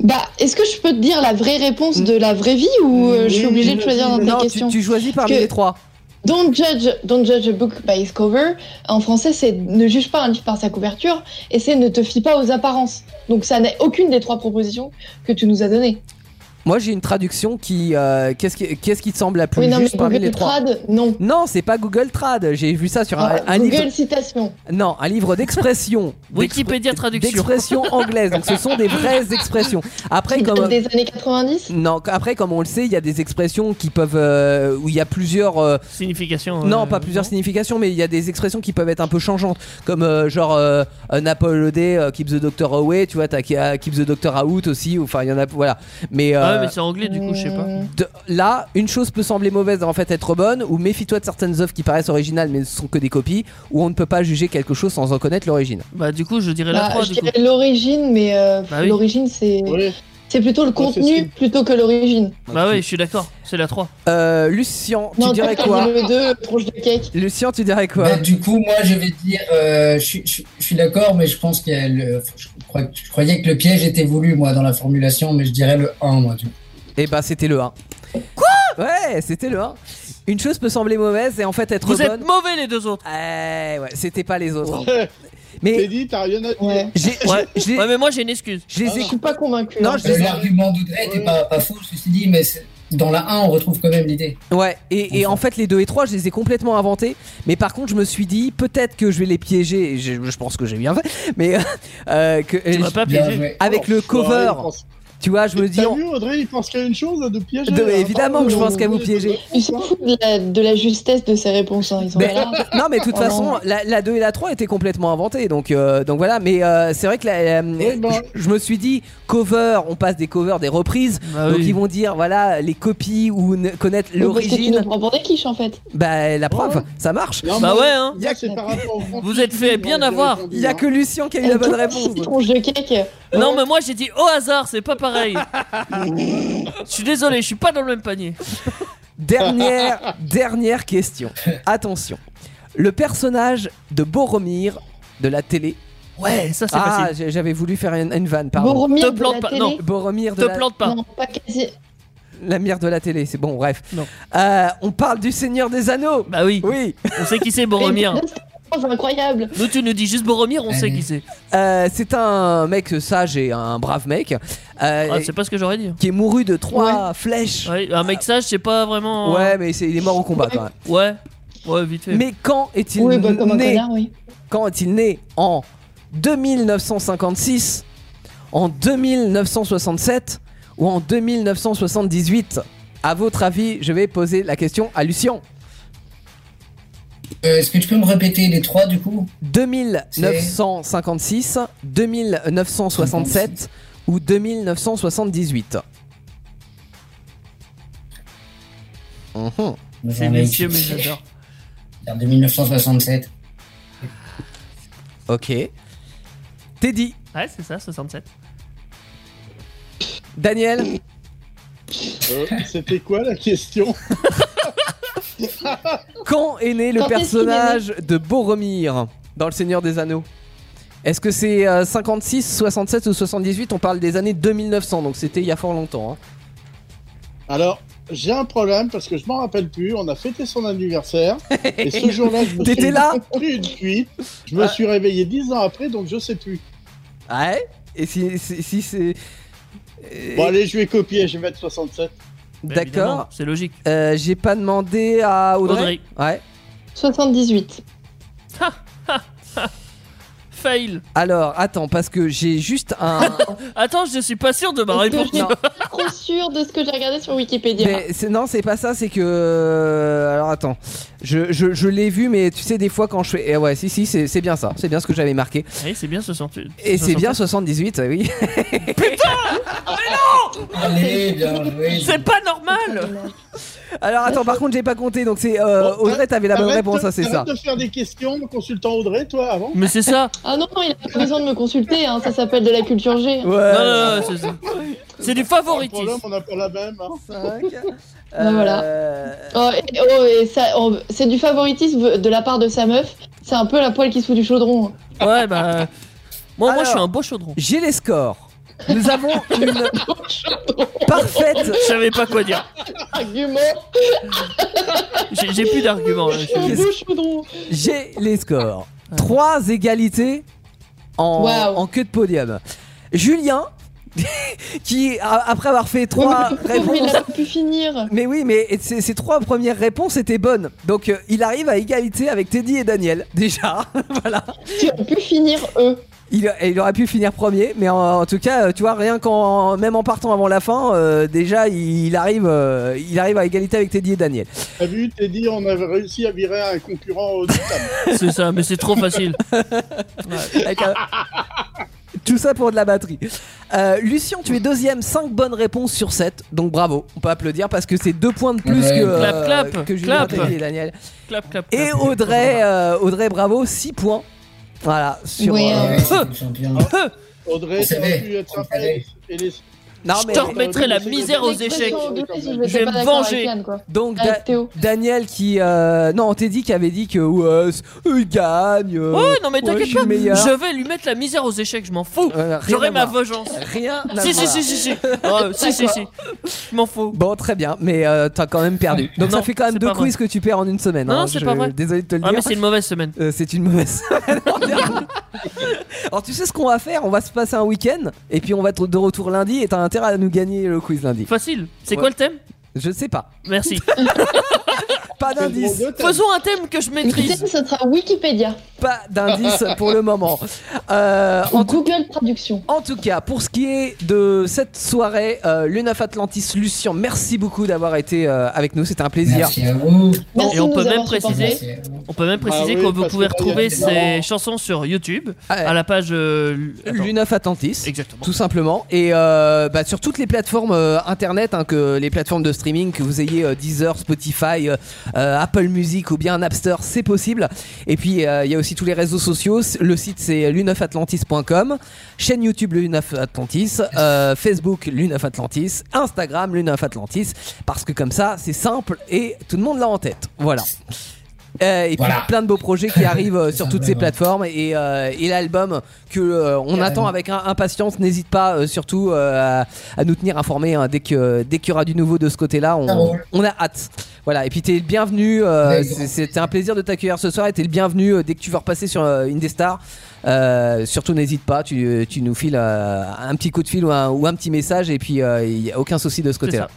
Bah, est-ce que je peux te dire la vraie réponse de la vraie vie ou euh, je suis Oui, obligée de oui, choisir oui, dans oui. tes Non, tu, questions tu choisis parmi Que- les trois. Don't judge, don't judge a book by its cover. En français, c'est ne juge pas un livre par sa couverture et c'est ne te fie pas aux apparences. Donc ça n'est aucune des trois propositions que tu nous as données. Moi, j'ai une traduction qui. euh, Qu'est-ce qui, qu'est-ce qui te semble la plus Oui, non, mais juste parmi les Google trois Trad, non. Non, c'est pas Google Trad. J'ai vu ça sur un, Ah, un livre. Google citation. Non, un livre d'expression. Wikipédia traduction. D'expression anglaise. Donc, ce sont des vraies expressions. Après, Qui date comme. euh, des années 90 Non, après, comme on le sait, il y a des expressions qui peuvent. euh, où il y a plusieurs. euh, Signification. euh, non, pas plusieurs significations, mais il y a des expressions qui peuvent être un peu changeantes. Comme euh, genre euh, un Apple a day, euh, keep the doctor away, tu vois, t'as qui- euh, keep the doctor out aussi. ou- Enfin, il y en a. Voilà. Mais. Ah ouais, euh, mais c'est anglais du coup, je sais pas. Hmm. de- là, une chose peut sembler mauvaise et en fait être bonne, ou méfie-toi de certaines œuvres qui paraissent originales mais ne sont que des copies, ou on ne peut pas juger quelque chose sans en connaître l'origine. Bah du coup, je dirais la Bah, 3 je du coup. dirais l'origine, mais euh, Bah oui. l'origine c'est Oui. Bah, C'est plutôt le c'est contenu sûr. plutôt que l'origine. Bah oui, je suis d'accord, c'est la 3. Euh, Lucien, tu Non, dirais t'as quoi dit le 2, tranche de cake. Lucien, tu dirais quoi Bah, du coup, moi, je vais dire, euh, je, suis- je suis- je suis d'accord, mais je pense qu'il y a le, je, crois- je croyais que le piège était voulu, moi, dans la formulation, mais je dirais le 1, moi, du coup. Eh ben, c'était le 1. Quoi Ouais, c'était le 1. Une chose peut sembler mauvaise et en fait être Vous êtes bonne. mauvais les deux autres. Eh ouais, c'était pas les autres. T'es Mais dit, t'as rien à dire. Ouais. j'ai- j'ai- Ouais. je les- Ouais, mais moi j'ai une excuse. je les Ah, Je ai. suis pas convaincu. Non, hein. je Euh, les ai. L'argument d'Audrey n'était pas, pas faux, ceci dit, mais c'est- dans la 1, on retrouve quand même l'idée. Ouais, et, et en fait, les 2 et 3, je les ai complètement inventés. Mais par contre, je me suis dit, peut-être que je vais les piéger. et Je, je pense que j'ai bien fait. Mais euh, que, Tu m'as pas Bien piégé. joué. avec le Oh, cover, tu vois, je me dis. T'as on- vu, Audrey, il pense qu'il y a une chose à nous piéger. De- hein. évidemment que je pense qu'à vous piéger. Ils s'en foutent de la, de la justesse de ces réponses. hein. Ils sont Mais- là. Bah, Ben, Non, mais de toute Oh façon, non. la, la 2 et la 3 étaient complètement inventées. Donc, euh, donc voilà, mais euh, c'est vrai que la- euh, Ouais, bah. je, je me suis dit, cover, on passe des covers, des reprises. Bah donc oui. ils vont dire, voilà, les copies ou ne- connaître Oui, Parce que tu nous l'origine. prends pour des quiches en fait. Bah, la preuve, ça marche. Oh. Non, Bah mais- ouais, hein. Il y a c'est par rapport au grand Vous public, êtes fait moi, bien j'ai avoir. répondu, Il y a hein. que Lucien qui a eu la bonne réponse. Tranche de cake. Non, mais moi j'ai dit au hasard, c'est pas pareil. Je suis désolé, je suis pas dans le même panier. Dernière, dernière question. Attention. Le personnage de Boromir de la télé. Ouais, ça c'est Ah, facile. j'ai- j'avais voulu faire une, une vanne, pardon. Boromir Te de plante la pas- télé. non. Boromir de Te la, plante pas. Non, pas quasi. la mire de la télé, c'est bon, bref. Non. Euh, on parle du Seigneur des Anneaux. Bah oui, Oui, on sait qui c'est Boromir. C'est incroyable. Nous tu nous dis juste Boromir, on sait Allez. qui c'est. Euh, c'est un mec sage et un brave mec euh, Ah, c'est pas ce que j'aurais dit. qui est mouru de trois flèches. Ouais, un mec sage, c'est pas vraiment. Ouais, mais c'est- il est mort au combat quand même. Ouais, ouais, vite fait. Mais quand est-il Oui, bah, comme un né connard, oui. Quand est-il né En 2956 En 2967 Ou en 2978 À votre avis, je vais poser la question à Lucien. Euh, Est-ce que tu peux me répéter les 3, du coup 2956, 2967 ou 2978 Mhm. C'est messieurs, mais j'adore. En 1967. Ok. Teddy, Ouais, c'est ça, 67. Daniel, Euh, C'était quoi la question Quand est né le Quand est-ce personnage de Boromir dans Le Seigneur des Anneaux Est-ce que c'est euh, 56, 67 ou 78 On parle des années 2900, donc c'était il y a fort longtemps. hein. Alors, j'ai un problème parce que je m'en rappelle plus. On a fêté son anniversaire. et ce jour-là, je me T'étais suis là Ah. pris une cuite. Je me suis réveillé dix ans après, donc je sais plus. Ouais Et si, si- si c'est. Euh, Bon, allez, je vais copier, je vais mettre 67. Bah, D'accord. évidemment, C'est logique. Euh, J'ai pas demandé à Audrey. Audrey. Ouais. 78. Fail. Alors, attends, parce que j'ai juste un. Attends, je suis pas sûr de ma Est-ce que réponse. je suis trop sûre de ce que j'ai regardé sur Wikipédia. Mais c'est- non, c'est pas ça, c'est que. Alors attends, je, je- je l'ai vu, mais tu sais, des fois quand je fais. Eh ouais, si, si, c'est c'est bien ça, c'est bien ce que j'avais marqué. Ouais, c'est bien 68. Et c'est bien 78, oui. Allez, bien joué. C'est pas normal. Alors attends, par contre, j'ai pas compté, donc c'est euh, Bon, Audrey, t'avais la bonne Arrête réponse, de- hein, c'est ça. arrête de faire des questions, en consultant Audrey, toi, avant. Mais c'est ça. Ah non, il a pas besoin de me consulter, hein, ça s'appelle de la culture G. Ouais. Non, non, non, c'est ça. C'est du Pour l'homme, favoritisme. on n'a pas la même. hein. Ben voilà. Euh, Oh, et, oh, et ça, oh, c'est du favoritisme de la part de sa meuf. C'est un peu la poêle qui se fout du chaudron. Ouais, bah. Moi, moi, Alors. je suis un beau chaudron. J'ai les scores. Nous avons une parfaite. Je savais pas quoi dire. Argument, J'ai j'ai plus d'arguments. là. Je suis- euh, un beau chaudron. J'ai les scores. Trois égalités en, Waouh. en queue de podium. Julien, qui a- après avoir fait trois Ouais, mais le pauvre, il réponses. a pas pu finir. Mais oui, mais ces ces trois premières réponses étaient bonnes. Donc euh, il arrive à égalité avec Teddy et Daniel, déjà. voilà. Qui ont pu finir eux. Il, euh, il aurait pu finir premier, mais en, en tout cas, euh, tu vois, rien qu'en même en partant avant la fin, euh, déjà il, il arrive, euh, il arrive à égalité avec Teddy et Daniel. T'as vu, t'es dit, on avait réussi à virer un concurrent au C'est ça, mais c'est trop facile. Avec un- Tout ça pour de la batterie. Euh, Lucien, tu es deuxième, 5 bonnes réponses sur 7, donc bravo. On peut applaudir parce que c'est deux points de plus Ouais. que, euh, Clap, clap, que Julien, clap. Teddy et Daniel. Clap, clap. Et clap. Audrey, euh, Audrey, bravo, 6 points. Voilà sur. Ouais, euh, Ouais, c'était le champion. Audrey, On t'aurais savait, pu être on sympa et savait. et laisser Non, je mais- te remettrai la misère aux échecs. L'expression anglaise, Je vais j'étais me pas d'accord venger. avec Yann, quoi. Donc, Da- Avec Théo. Daniel qui. euh, Non, Teddy qui avait dit que. Ouais, c'est- eux, ils gagnent. euh, Ouais, Oh, non mais ouais, t'inquiète je suis pas, meilleur. je vais lui mettre la misère aux échecs, je m'en fous. Euh, rien à J'aurai ma voir. vengeance. Rien à Si, si, voir. si, si, si. Oh, si, si, si. Je m'en fous. Bon, très bien, mais euh, t'as quand même perdu. Donc Non, ça fait quand même c'est deux pas vrai. quiz que tu perds en une semaine. Non, hein, c'est je- pas vrai. Désolé de te le Ah, dire. mais c'est une mauvaise semaine. Euh, c'est une mauvaise semaine. Alors tu sais ce qu'on va faire On va se passer un week-end et puis on va être de retour lundi et t'as intérêt à nous gagner le quiz lundi. Facile. C'est Ouais. quoi le thème Je sais pas. Merci. Pas d'indice. Faisons un thème que je Écoutez, maîtrise. ça sera Wikipédia Pas d'indice pour le moment. Euh, ou en, tout, Google Traduction. en tout cas, pour ce qui est de cette soirée, euh, le 9 Atlantis, Lucien, merci beaucoup d'avoir été euh, avec nous. C'était un plaisir. Merci à vous. Merci Et de on nous peut même avoir supportés. préciser- Merci à vous. On peut même oui, préciser que vous parce pouvez que retrouver là, il y a ces des- chansons sur YouTube Ah, à la page. euh, l- attends. Lune of Atlantis. Exactement. Tout simplement. Et euh, bah, sur toutes les plateformes euh, internet, hein, que les plateformes de streaming, que vous ayez euh, Deezer, Spotify, euh, euh, Apple Music ou bien Napster, c'est possible. Et puis euh, il y a aussi tous les réseaux sociaux. C- Le site c'est luneofatlantis.com, chaîne YouTube luneofatlantis, euh, Facebook luneofatlantis, Instagram luneofatlantis. Parce que comme ça, c'est simple et tout le monde l'a en tête. Voilà. Euh, et puis Voilà. plein de beaux projets qui arrivent euh, sur Ça, toutes ouais, ces ouais. plateformes et, euh, et l'album que euh, on Carrément. attend avec un- impatience. N'hésite pas euh, surtout euh, à, à nous tenir informés hein, dès que dès qu'il y aura du nouveau de ce côté-là. Ça On, roule. on a hâte. Voilà. Et puis t'es le bienvenu. euh, Ouais, c'est- grand. C'était un plaisir de t'accueillir ce soir. Et t'es le bienvenu euh, dès que tu veux repasser sur euh, Indestar. Euh, surtout n'hésite pas. Tu, tu nous files euh, un petit coup de fil ou un, ou un petit message. Et puis euh, il y a aucun souci de ce C'est côté-là. ça.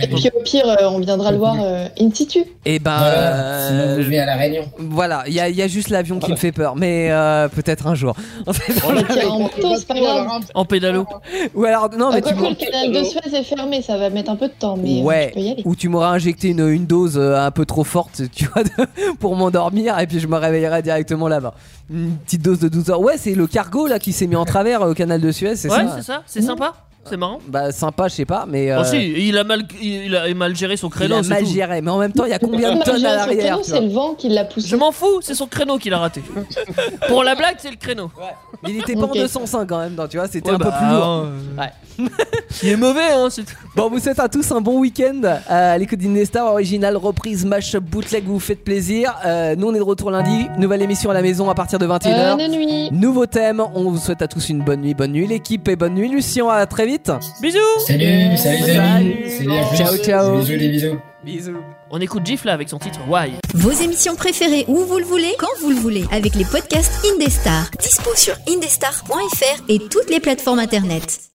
Et puis au pire, euh, on viendra le voir euh, in situ. Et ben. Voilà, sinon, euh, je vais à la Réunion. Voilà, il y, a- il y a juste l'avion qui me fait peur, mais euh, peut-être un jour. On sait pas. Le tir en moto, c'est pas grave. En pédalo. Ou alors, non, Ah, mais tu Quoique m'auras- le canal de Suez est fermé, ça va mettre un peu de temps, mais euh, Ouais. je peux y aller. ou tu m'auras injecté une, une dose euh, un peu trop forte, tu vois, de- pour m'endormir, et puis je me réveillerai directement là-bas. Une petite dose de 12 heures. Ouais, c'est le cargo là qui s'est mis en travers euh, au canal de Suez, c'est Ouais, ça c'est ça. C'est sympa. C'est marrant. Bah, sympa, je sais pas, mais. euh, Oh, si, il a mal, il a mal géré son il créneau. a c'est mal tout. géré, mais en même temps, il y a combien de Imagine, tonnes à son l'arrière canot, tu C'est le vent qui l'a poussé. Je m'en fous, c'est son créneau qu'il a raté. Pour la blague, c'est le créneau. vois. Il était pas en Ok. 205 quand même, non, tu vois, c'était Ouais, un peu bah, plus lourd. euh, Ouais. il est mauvais, hein, c'est tout. Bon, vous souhaite à tous un bon week-end. Euh, les Codines des Stars, original, reprise, mash-up, bootleg, vous vous faites plaisir. Euh, nous, on est de retour lundi. Nouvelle émission à la maison à partir de 21h. Bonne nuit. Nouveau thème. On vous souhaite à tous une bonne nuit, bonne nuit, l'équipe, et bonne nuit, Lucien. À très vite. Bisous Salut, salut les amis. Salut. Salut à tous. Ciao, ciao. Bisous, les bisous. Bisous. On écoute Gif là avec son titre Why. Vos émissions préférées où vous le voulez, quand vous le voulez, avec les podcasts Indestar. Dispo sur indestar.fr et toutes les plateformes internet.